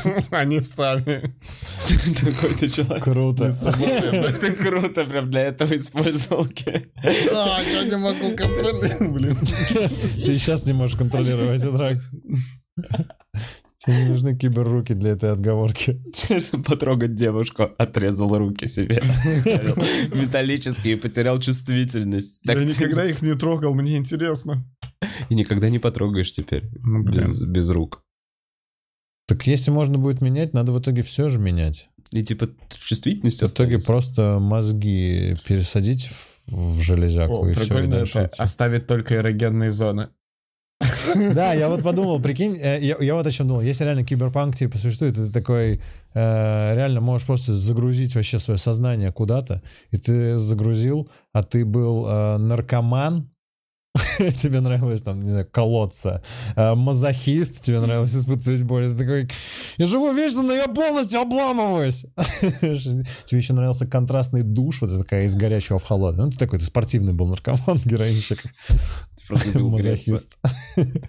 [SPEAKER 3] они сами.
[SPEAKER 1] Такой ты человек.
[SPEAKER 2] Круто.
[SPEAKER 1] Ты круто прям для этого использовал.
[SPEAKER 3] А, я не могу контролировать, блин.
[SPEAKER 2] Ты сейчас не можешь контролировать этот рак. Тебе не нужны киберруки для этой отговорки.
[SPEAKER 1] Потрогать девушку, отрезал руки себе. оставил Металлические, и потерял чувствительность.
[SPEAKER 3] Я
[SPEAKER 1] Так
[SPEAKER 3] никогда
[SPEAKER 1] тянется.
[SPEAKER 3] их не трогал, мне интересно.
[SPEAKER 1] И никогда не потрогаешь теперь.
[SPEAKER 3] Ну, блин.
[SPEAKER 1] Без, без рук.
[SPEAKER 2] Так если можно будет менять, надо в итоге все же менять.
[SPEAKER 1] И типа чувствительность
[SPEAKER 2] В итоге
[SPEAKER 1] останется.
[SPEAKER 2] просто мозги пересадить в- в железяку
[SPEAKER 3] О,
[SPEAKER 2] и все.
[SPEAKER 3] прикольно это. Оставить только эрогенные зоны.
[SPEAKER 2] Да, я вот подумал, прикинь, э, я, я вот о чем думал. Если реально киберпанк типа существует, и ты такой э, реально можешь просто загрузить вообще свое сознание куда-то, и ты загрузил, а ты был э, наркоман, тебе нравилось там, не знаю, колоться, э, мазохист, тебе нравилось испытывать боль, ты такой, я живу вечно, но я полностью обламываюсь. Тебе еще нравился контрастный душ, вот это такая из горячего в холодный. Ну, ты такой, ты спортивный был наркоман, героинщик,
[SPEAKER 1] Ты просто любил греться
[SPEAKER 2] мазохист.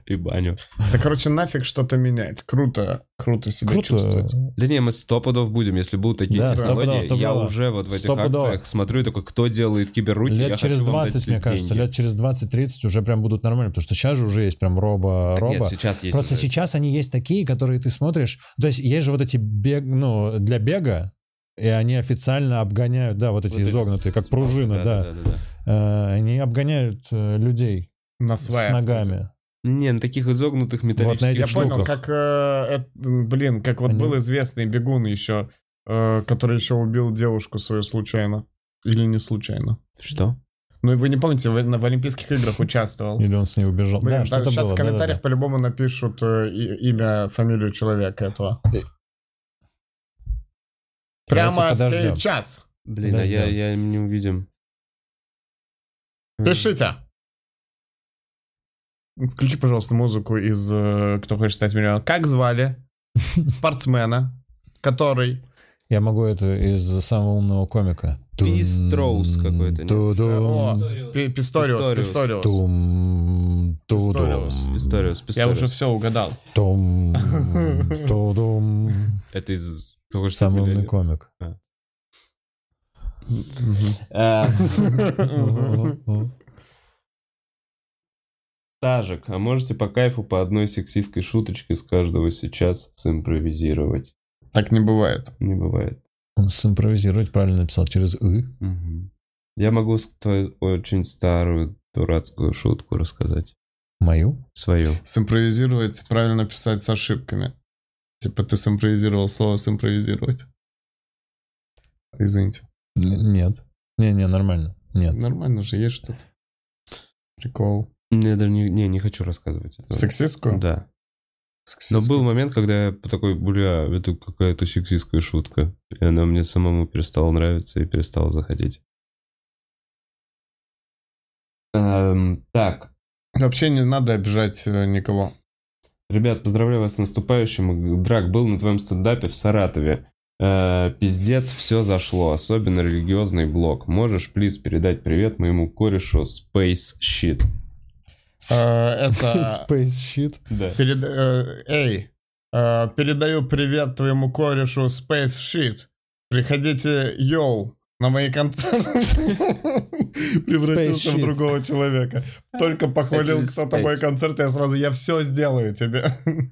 [SPEAKER 1] и баню.
[SPEAKER 3] Да, короче, нафиг что-то менять. Круто, круто себя
[SPEAKER 2] Круто.
[SPEAKER 3] чувствовать.
[SPEAKER 1] Да не, мы сто пудов будем, если будут такие
[SPEAKER 2] Да,
[SPEAKER 1] технологии.
[SPEAKER 2] стопудово, стопудово.
[SPEAKER 1] Я уже вот в этих
[SPEAKER 2] Стопудово.
[SPEAKER 1] акциях смотрю, и такой, кто делает киберруки, я
[SPEAKER 2] Лет
[SPEAKER 1] хочу
[SPEAKER 2] через
[SPEAKER 1] вам дать
[SPEAKER 2] 20, мне
[SPEAKER 1] свои
[SPEAKER 2] кажется,
[SPEAKER 1] деньги.
[SPEAKER 2] лет через 20-30 уже прям будут нормально, потому что сейчас же уже есть прям робо-робо.
[SPEAKER 1] Так Нет, сейчас есть.
[SPEAKER 2] Просто
[SPEAKER 1] уже.
[SPEAKER 2] сейчас они есть такие, которые ты смотришь. То есть есть же вот эти бег, ну, для бега, и они официально обгоняют, да, вот эти
[SPEAKER 1] Вот эти
[SPEAKER 2] изогнутые,
[SPEAKER 1] с-
[SPEAKER 2] как пружина, да.
[SPEAKER 1] да.
[SPEAKER 2] Э, они обгоняют э, людей
[SPEAKER 3] На
[SPEAKER 2] с
[SPEAKER 3] сваях.
[SPEAKER 2] ногами.
[SPEAKER 1] Не, на таких изогнутых
[SPEAKER 2] на
[SPEAKER 1] металлических.
[SPEAKER 2] этих
[SPEAKER 3] Я понял,
[SPEAKER 2] штуках.
[SPEAKER 3] как, э, эт- блин, как вот
[SPEAKER 2] Они-
[SPEAKER 3] был известный бегун еще, э, который еще убил девушку свою случайно. Или не случайно.
[SPEAKER 1] Что?
[SPEAKER 3] Ну и вы не помните, в, на- в Олимпийских играх участвовал.
[SPEAKER 2] Или он с ней убежал.
[SPEAKER 3] Блин,
[SPEAKER 2] да,
[SPEAKER 3] да,
[SPEAKER 2] что-то
[SPEAKER 3] сейчас
[SPEAKER 2] было.
[SPEAKER 3] в
[SPEAKER 2] да-да-да.
[SPEAKER 3] комментариях по-любому напишут э, и- имя, фамилию человека этого.
[SPEAKER 4] Прямо
[SPEAKER 2] Давайте подождем.
[SPEAKER 4] сейчас.
[SPEAKER 1] Блин, а я,
[SPEAKER 2] Подождем.
[SPEAKER 1] я не увидим.
[SPEAKER 4] Пишите.
[SPEAKER 3] Включи, пожалуйста, музыку из э, «Кто хочет стать миллионером». Как звали спортсмена, который...
[SPEAKER 2] Я могу эту из самого умного комика.
[SPEAKER 1] Пистроус какой-то, нет?
[SPEAKER 3] э, О,
[SPEAKER 2] Тудум,
[SPEAKER 3] Пи- Писториус,
[SPEAKER 1] Писториус.
[SPEAKER 3] Писториус.
[SPEAKER 2] тум, тудум,
[SPEAKER 3] Писториус.
[SPEAKER 1] Писториус,
[SPEAKER 3] Я
[SPEAKER 1] Писториус.
[SPEAKER 3] уже все угадал.
[SPEAKER 2] тум, тудум.
[SPEAKER 1] Это из... того же
[SPEAKER 2] Самый
[SPEAKER 1] самого
[SPEAKER 2] умный
[SPEAKER 1] миллиона.
[SPEAKER 2] комик.
[SPEAKER 1] Э,
[SPEAKER 2] Мгм.
[SPEAKER 1] Тажик, а можете по кайфу по одной сексистской шуточке с каждого сейчас симпровизировать?
[SPEAKER 3] Так не бывает.
[SPEAKER 1] Не бывает.
[SPEAKER 2] Он симпровизировать правильно написал через «ы».
[SPEAKER 1] Мгм. Я могу с- твою очень старую дурацкую шутку рассказать.
[SPEAKER 2] Мою?
[SPEAKER 1] Свою.
[SPEAKER 3] Симпровизировать, правильно писать с ошибками. Типа ты симпровизировал слово симпровизировать. Извините.
[SPEAKER 2] Н- Нет. Не-не, нормально. Нет.
[SPEAKER 3] Нормально же, есть что-то. Прикол.
[SPEAKER 1] Я даже не, не, не хочу рассказывать это.
[SPEAKER 3] Сексистскую?
[SPEAKER 1] Да. Но
[SPEAKER 3] Сексистскую.
[SPEAKER 1] был момент, когда я такой, бля, это какая-то сексистская шутка. И она мне самому перестала нравиться и перестала заходить. Эм, так,
[SPEAKER 3] Вообще не надо обижать э, никого.
[SPEAKER 1] Ребят, поздравляю вас с наступающим. Драк был на твоем стендапе в Саратове. Э, пиздец, все зашло, особенно религиозный блок. Можешь, плиз, передать привет моему корешу Space Shit.
[SPEAKER 3] Э, Это...
[SPEAKER 2] Space Shit.
[SPEAKER 1] Да.
[SPEAKER 3] перед- э, Эй, э, передаю привет твоему корешу Space Shit. Приходите, йоу, на мои концерты. Превратился
[SPEAKER 2] Shit.
[SPEAKER 3] в другого человека. Только похвалил
[SPEAKER 1] Это
[SPEAKER 3] кто-то
[SPEAKER 1] Space.
[SPEAKER 3] мой концерт, я сразу, я все сделаю тебе.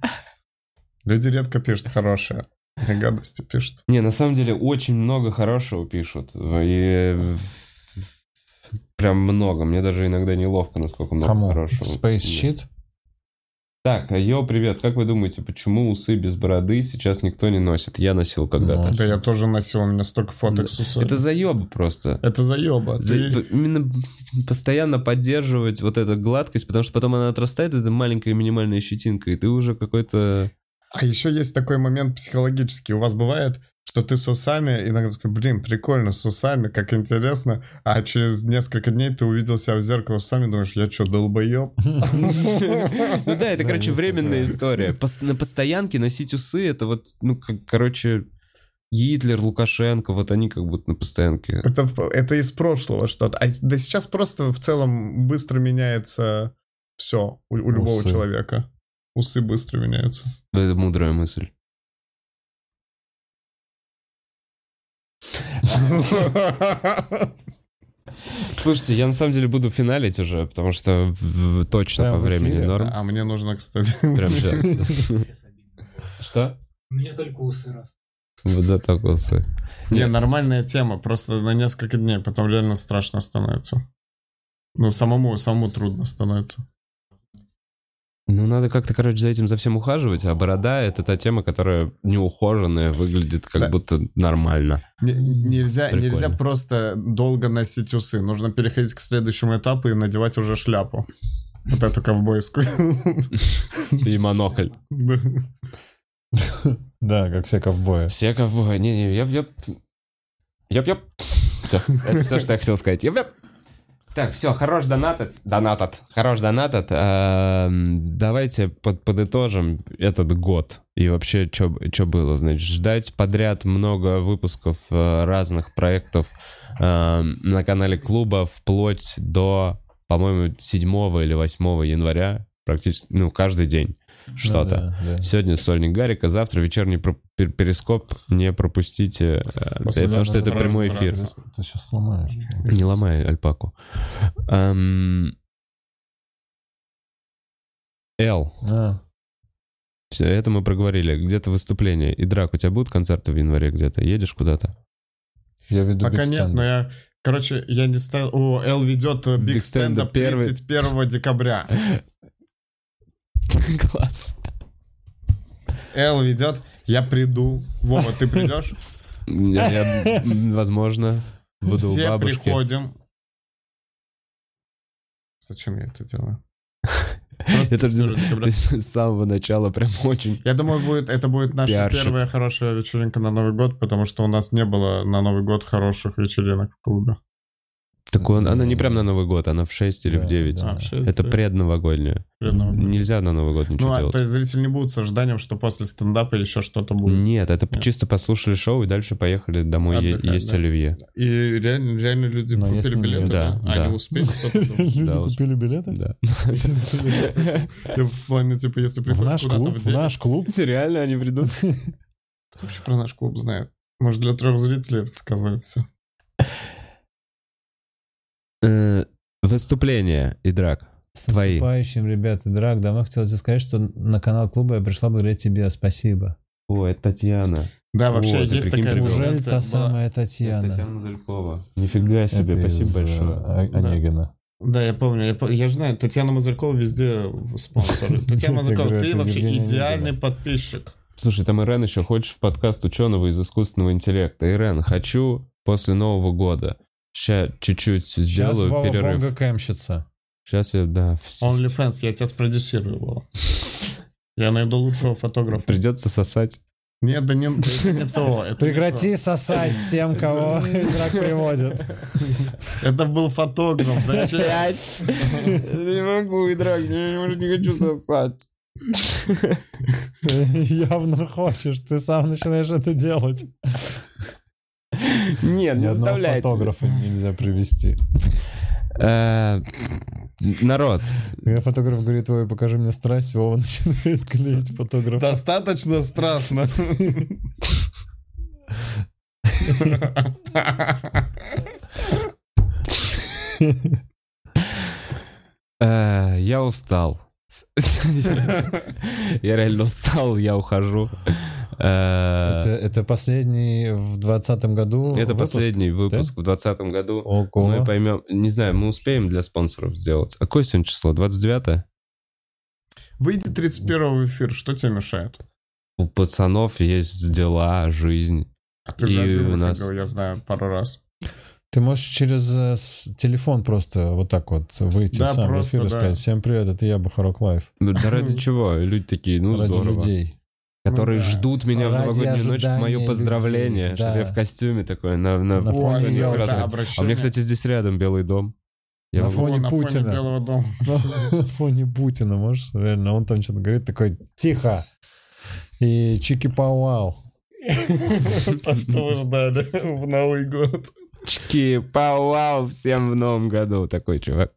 [SPEAKER 3] Люди редко пишут хорошие. Гадости пишут.
[SPEAKER 1] Не, на самом деле очень много хорошего пишут. И э, прям много. Мне даже иногда неловко, насколько
[SPEAKER 3] Ну,
[SPEAKER 1] много
[SPEAKER 2] Кому?
[SPEAKER 1] хорошего.
[SPEAKER 2] Space
[SPEAKER 1] Да.
[SPEAKER 2] Shit?
[SPEAKER 1] Так, а, йо, привет. Как вы думаете, почему усы без бороды сейчас никто не носит? Я носил когда-то.
[SPEAKER 3] Ну, Да я тоже носил, у меня столько фоток с усами.
[SPEAKER 1] Это заеб просто.
[SPEAKER 3] Это заеба.
[SPEAKER 1] За- п- Именно постоянно поддерживать вот эту гладкость, потому что потом она отрастает, это маленькая минимальная щетинка, и ты уже какой-то...
[SPEAKER 3] А еще есть такой момент психологический. У вас бывает, что ты с усами, иногда такой, блин, прикольно, с усами, как интересно, а через несколько дней ты увидел себя в зеркало с усами, думаешь, я что, долбоеб?
[SPEAKER 1] Ну да, это, короче, временная история. Пос- На постоянке носить усы, это вот, ну, как, короче, Гитлер, Лукашенко, вот они как будто на постоянке.
[SPEAKER 3] Это, в- это из прошлого что-то. А с- да сейчас просто в целом быстро меняется все у, у любого
[SPEAKER 2] Усы.
[SPEAKER 3] человека. Усы быстро меняются.
[SPEAKER 1] Это мудрая мысль. Слушайте, я на самом деле буду финалить уже, потому что в- в- точно
[SPEAKER 2] Прям
[SPEAKER 1] по
[SPEAKER 2] в
[SPEAKER 1] времени
[SPEAKER 2] эфире?
[SPEAKER 1] норм.
[SPEAKER 3] А мне нужно, кстати...
[SPEAKER 1] Прям сейчас. Что?
[SPEAKER 5] Мне только усы раз.
[SPEAKER 1] Вот да, так усы.
[SPEAKER 3] Не, нормальная тема, просто на несколько дней, потом реально страшно становится. Ну, самому, самому трудно становится.
[SPEAKER 1] Ну, надо как-то, короче, за этим за всем ухаживать, а борода — это та тема, которая неухоженная, выглядит как
[SPEAKER 3] Да.
[SPEAKER 1] будто нормально.
[SPEAKER 3] нельзя,
[SPEAKER 1] Прикольно.
[SPEAKER 3] нельзя просто долго носить усы. Нужно переходить к следующему этапу и надевать уже шляпу. Вот эту ковбойскую.
[SPEAKER 1] И монокль.
[SPEAKER 3] Да.
[SPEAKER 2] Да, как все ковбои.
[SPEAKER 1] Все ковбои. Не-не, я... я... Яп-яп. Все, это все, что я хотел сказать. Яп-яп. Так, все, хорош донатат. Донатат. Хорош донатат. Эм, Давайте под- подытожим этот год. И вообще, что было? Значит, ждать подряд много выпусков э, разных проектов эм, на канале клуба вплоть до, по-моему, 7 или 8 января. Практически, ну, каждый день что-то.
[SPEAKER 2] Ну Да, да.
[SPEAKER 1] Сегодня сольник Гарика, завтра вечерний про- пер- перископ. Не пропустите, э,
[SPEAKER 3] После
[SPEAKER 1] потому что это
[SPEAKER 3] данного
[SPEAKER 1] прямой
[SPEAKER 3] разговора.
[SPEAKER 1] эфир.
[SPEAKER 2] Ты сейчас сломаешь. чувак.
[SPEAKER 1] Не ломай альпаку. Эм, Эл,
[SPEAKER 2] А,
[SPEAKER 1] все это мы проговорили. Где-то выступление. И драк, у тебя будут концерты в январе где-то? Едешь куда-то?
[SPEAKER 2] Я веду
[SPEAKER 3] Пока
[SPEAKER 2] Big
[SPEAKER 3] нет,
[SPEAKER 2] Stand.
[SPEAKER 3] но А, я... Короче, я не ставил... О, Эл ведет э,
[SPEAKER 1] Big
[SPEAKER 3] Big
[SPEAKER 1] Stand
[SPEAKER 3] Stand
[SPEAKER 1] первый.
[SPEAKER 3] 31 декабря.
[SPEAKER 1] Класс.
[SPEAKER 3] Эл ведет, я приду. Вова, ты придешь?
[SPEAKER 1] Я, я, м, возможно, буду у
[SPEAKER 3] Все
[SPEAKER 1] бабушки.
[SPEAKER 3] приходим. Зачем я это делаю? Просто
[SPEAKER 1] Это
[SPEAKER 3] 22 декабря.
[SPEAKER 1] ты с с самого начала прям очень...
[SPEAKER 3] Я думаю, будет, это будет наша
[SPEAKER 1] Пиарщик.
[SPEAKER 3] первая хорошая вечеринка на Новый год, потому что у нас не было на Новый год хороших вечеринок в клубе.
[SPEAKER 1] Так он- она не прям на Новый год, она в 6 или в
[SPEAKER 2] Да,
[SPEAKER 1] 9.
[SPEAKER 2] да.
[SPEAKER 3] А, в шесть,
[SPEAKER 1] Это
[SPEAKER 3] да,
[SPEAKER 1] предновогодняя.
[SPEAKER 3] пред Новым годом.
[SPEAKER 1] Нельзя на Новый год
[SPEAKER 3] Ну,
[SPEAKER 1] ничего
[SPEAKER 3] а,
[SPEAKER 1] делать.
[SPEAKER 3] то есть зрители не будут с ожиданием, что после стендапа еще что-то будет.
[SPEAKER 1] Нет, это
[SPEAKER 3] Нет.
[SPEAKER 1] чисто послушали шоу и дальше поехали домой е-
[SPEAKER 3] Отдыхать,
[SPEAKER 1] есть
[SPEAKER 3] да.
[SPEAKER 1] оливье.
[SPEAKER 3] И реально, реально люди
[SPEAKER 2] Но
[SPEAKER 3] купили
[SPEAKER 2] если не-
[SPEAKER 3] билеты,
[SPEAKER 1] да,
[SPEAKER 3] да?
[SPEAKER 1] да.
[SPEAKER 3] Они успели кто-то?
[SPEAKER 1] Да,
[SPEAKER 2] Люди
[SPEAKER 1] уж.
[SPEAKER 2] купили билеты?
[SPEAKER 1] Да.
[SPEAKER 3] Я в плане, типа, если
[SPEAKER 2] В
[SPEAKER 3] приходишь
[SPEAKER 2] наш
[SPEAKER 3] куда-то
[SPEAKER 2] клуб,
[SPEAKER 3] в
[SPEAKER 2] в
[SPEAKER 3] день...
[SPEAKER 2] наш клуб.
[SPEAKER 1] Реально они придут?
[SPEAKER 3] Кто вообще про наш клуб знает? Может, для трех зрителей рассказывай все.
[SPEAKER 1] Э, Выступление и драк. Твои.
[SPEAKER 2] Выступающим, ребята, Драк, давно хотел тебе сказать, что на канал клуба я пришла благодаря тебе, спасибо.
[SPEAKER 1] О, это Татьяна.
[SPEAKER 3] Да,
[SPEAKER 1] Вот,
[SPEAKER 3] вообще
[SPEAKER 1] ты
[SPEAKER 3] есть
[SPEAKER 1] прикинь,
[SPEAKER 3] такая
[SPEAKER 1] прикол.
[SPEAKER 2] Неужели
[SPEAKER 3] тенденция
[SPEAKER 2] та
[SPEAKER 3] была.
[SPEAKER 1] Ну,
[SPEAKER 2] самая Татьяна?
[SPEAKER 1] Мазалькова. Нифига себе,
[SPEAKER 2] Это
[SPEAKER 1] спасибо
[SPEAKER 2] из, э,
[SPEAKER 1] большое.
[SPEAKER 2] О-
[SPEAKER 3] Да.
[SPEAKER 2] Онегина.
[SPEAKER 3] Да, я помню. Я, по- я же знаю, Татьяна Мазуркова везде в- спонсор. Татьяна Мазуркова,
[SPEAKER 2] говорю,
[SPEAKER 3] ты
[SPEAKER 2] это
[SPEAKER 3] вообще
[SPEAKER 2] Евгения Онегина.
[SPEAKER 3] идеальный подписчик.
[SPEAKER 1] Слушай, там Ирен еще хочешь в подкаст ученого из искусственного интеллекта. Ирен, хочу после Нового года. Сейчас чуть-чуть сделаю
[SPEAKER 2] Сейчас Вова
[SPEAKER 1] перерыв.
[SPEAKER 2] Бонга кемщится.
[SPEAKER 1] Сейчас я, да. вс-
[SPEAKER 3] OnlyFans, я тебя спродюсирую, Вова. Я найду лучшего фотографа.
[SPEAKER 1] Придется сосать.
[SPEAKER 3] Нет, да не, это не то.
[SPEAKER 1] Ну,
[SPEAKER 3] это не
[SPEAKER 2] Прекрати сосать всем, кого Драк приводит.
[SPEAKER 3] то. Это был фотограф. Зачем?
[SPEAKER 1] Не могу, Идрак, я не хочу сосать.
[SPEAKER 2] Явно хочешь, ты сам начинаешь это делать.
[SPEAKER 1] Нет,
[SPEAKER 2] Ни одного фотографа нельзя привести.
[SPEAKER 1] Э, Народ,
[SPEAKER 2] Когда фотограф говорит, ой, покажи мне страсть, Вова начинает клеить фотограф.
[SPEAKER 3] Достаточно страстно.
[SPEAKER 1] э, я устал. Я реально устал, я ухожу. Э,
[SPEAKER 2] Это, это последний в двадцатом году
[SPEAKER 1] Это
[SPEAKER 2] выпуск?
[SPEAKER 1] последний Ну выпуск в 2020 году.
[SPEAKER 2] Ого.
[SPEAKER 1] Мы поймем, не знаю, мы успеем для спонсоров сделать. А какое сегодня число? 29
[SPEAKER 3] Выйди 31 в эфир, что тебе мешает?
[SPEAKER 1] У пацанов есть дела, жизнь.
[SPEAKER 3] А ты же
[SPEAKER 1] И
[SPEAKER 3] один
[SPEAKER 1] у нас-
[SPEAKER 3] выходил, я знаю, пару раз.
[SPEAKER 2] Ты можешь через э, с- телефон просто вот так вот выйти
[SPEAKER 3] Да,
[SPEAKER 2] сам в
[SPEAKER 3] просто,
[SPEAKER 2] эфир и
[SPEAKER 3] да.
[SPEAKER 2] сказать «Всем привет, это я, Бухарок Лайф».
[SPEAKER 1] Ну, Да ради чего? Люди такие, ну
[SPEAKER 2] Ради
[SPEAKER 1] здорово.
[SPEAKER 2] людей.
[SPEAKER 1] Которые
[SPEAKER 3] Ну да.
[SPEAKER 1] ждут меня
[SPEAKER 2] Ради
[SPEAKER 1] в новогоднюю ночь,
[SPEAKER 2] ожидания
[SPEAKER 1] мое
[SPEAKER 2] людей,
[SPEAKER 1] поздравление,
[SPEAKER 2] да.
[SPEAKER 1] что я в костюме такой, на, на-
[SPEAKER 2] На
[SPEAKER 1] О,
[SPEAKER 2] фоне
[SPEAKER 1] это
[SPEAKER 2] елки.
[SPEAKER 1] прекрасно.
[SPEAKER 2] Да,
[SPEAKER 1] А у меня, кстати, здесь рядом Белый дом. Я
[SPEAKER 2] На
[SPEAKER 1] в-
[SPEAKER 2] фоне Путина.
[SPEAKER 3] Белого дома.
[SPEAKER 2] На фоне Путина, можешь? Реально, он там что-то говорит, такой «Тихо!» И чики-пауау.
[SPEAKER 3] То, что вы ждали в Новый год.
[SPEAKER 1] Чики, пау всем в новом году, такой чувак.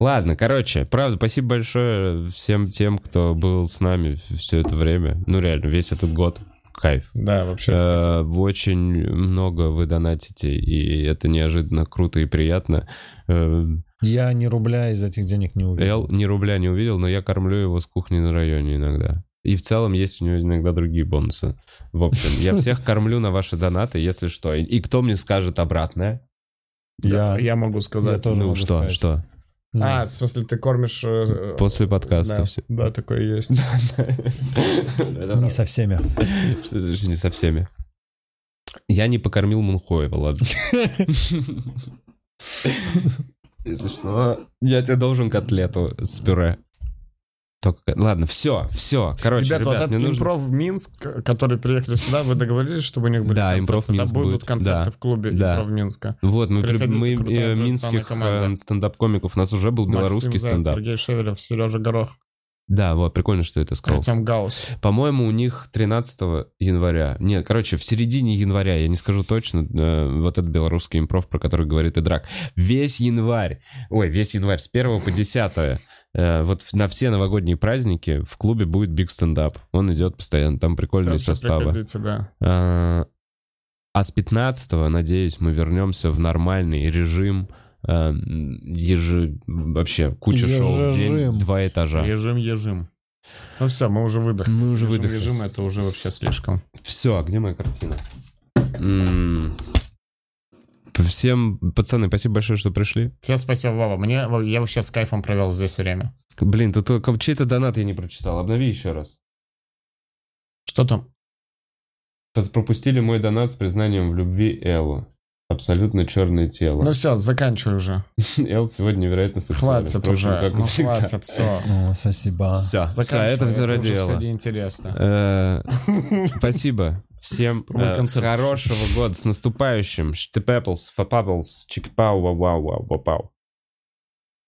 [SPEAKER 1] Ладно, короче, правда, спасибо большое всем тем, кто был с нами все это время. Ну, реально, весь этот год. Кайф.
[SPEAKER 3] Да, вообще спасибо.
[SPEAKER 1] Э, Очень много вы донатите, и это неожиданно круто и приятно. Э,
[SPEAKER 2] Я ни рубля из этих денег не увидел.
[SPEAKER 1] Эл ни рубля не увидел, но я кормлю его с кухни на районе иногда. И в целом есть у него иногда другие бонусы. В общем, я всех кормлю на ваши донаты, если что. И- И кто мне скажет обратное?
[SPEAKER 3] Да,
[SPEAKER 2] Я,
[SPEAKER 3] Я могу
[SPEAKER 2] Я
[SPEAKER 3] сказать.
[SPEAKER 2] тоже
[SPEAKER 1] ну
[SPEAKER 2] могу
[SPEAKER 1] что,
[SPEAKER 2] сказать.
[SPEAKER 1] что?
[SPEAKER 2] Ну,
[SPEAKER 3] А, в смысле, ты кормишь... э,
[SPEAKER 1] После подкаста
[SPEAKER 3] да,
[SPEAKER 1] все.
[SPEAKER 3] Да, такое есть.
[SPEAKER 2] не со всеми.
[SPEAKER 1] Что-то Не со всеми. Я не покормил Мунхоева, ладно. Если что, я тебе должен котлету с пюре. Только, ладно, все, все. Короче,
[SPEAKER 3] Ребята,
[SPEAKER 1] ребят,
[SPEAKER 3] вот этот
[SPEAKER 1] мне нужно-
[SPEAKER 3] импров Минск, которые приехали сюда, вы договорились, чтобы у них были
[SPEAKER 1] Да,
[SPEAKER 3] концерты?
[SPEAKER 1] импров
[SPEAKER 3] Да,
[SPEAKER 1] Минск будет,
[SPEAKER 3] будут концерты
[SPEAKER 1] да.
[SPEAKER 3] в клубе
[SPEAKER 1] Да.
[SPEAKER 3] импров Минска.
[SPEAKER 1] Вот, мы, при-
[SPEAKER 3] Приходите,
[SPEAKER 1] мы
[SPEAKER 3] крутая
[SPEAKER 1] э,
[SPEAKER 3] профессиональная
[SPEAKER 1] минских
[SPEAKER 3] команда.
[SPEAKER 1] э, стендап-комиков, у нас уже был белорусский
[SPEAKER 3] Максим Заяц,
[SPEAKER 1] стендап.
[SPEAKER 3] Сергей Шевелев, Сережа Горох,
[SPEAKER 1] Да, вот, прикольно, что это сказал.
[SPEAKER 3] Артем Гаус.
[SPEAKER 1] По-моему, у них 13 января. Нет, короче, в середине января, я не скажу точно, э, вот этот белорусский импров, про который говорит и драк. Весь январь, ой, весь январь, с 1 по 10 э, вот в- на все новогодние праздники в клубе будет биг стендап. Он идет постоянно, там прикольные
[SPEAKER 3] Короче,
[SPEAKER 1] составы.
[SPEAKER 3] приходите, да.
[SPEAKER 1] А а с 15 надеюсь, мы вернемся в нормальный режим. э, Ежи... Вообще, куча шоу в день,
[SPEAKER 2] Ежежим.
[SPEAKER 1] два этажа.
[SPEAKER 3] Ежим, ежим. Ну все, мы уже выдохли.
[SPEAKER 1] Мы уже
[SPEAKER 3] Ежим,
[SPEAKER 1] выдохлись.
[SPEAKER 3] Ежим, это уже вообще слишком.
[SPEAKER 1] Все, где моя картина? М. Всем, пацаны, спасибо большое, что пришли.
[SPEAKER 3] Тебе спасибо, Вова. Мне, во- я вообще с кайфом провел здесь время.
[SPEAKER 1] Блин, тут только чей-то донат я не прочитал. Обнови еще раз.
[SPEAKER 3] Что там?
[SPEAKER 1] Пос- Пропустили мой донат с признанием в любви Эллу. Абсолютно черное тело.
[SPEAKER 3] Ну все, заканчивай уже.
[SPEAKER 1] Эл сегодня, вероятно, сексуальный.
[SPEAKER 3] Хватит
[SPEAKER 1] Впрочем,
[SPEAKER 3] уже.
[SPEAKER 1] как и
[SPEAKER 3] Ну
[SPEAKER 1] всегда.
[SPEAKER 3] хватит, все.
[SPEAKER 2] О,
[SPEAKER 3] А,
[SPEAKER 2] спасибо.
[SPEAKER 1] Все, все,
[SPEAKER 3] Заканчивай,
[SPEAKER 1] это все
[SPEAKER 3] уже
[SPEAKER 1] ради
[SPEAKER 3] всё
[SPEAKER 1] Элла.
[SPEAKER 3] неинтересно.
[SPEAKER 1] Э, Спасибо всем.
[SPEAKER 3] Другой
[SPEAKER 1] э,
[SPEAKER 3] концерт.
[SPEAKER 1] Хорошего года. С наступающим. Штепеплс, фапаплс, чикпау, вау, вау, вау, вау.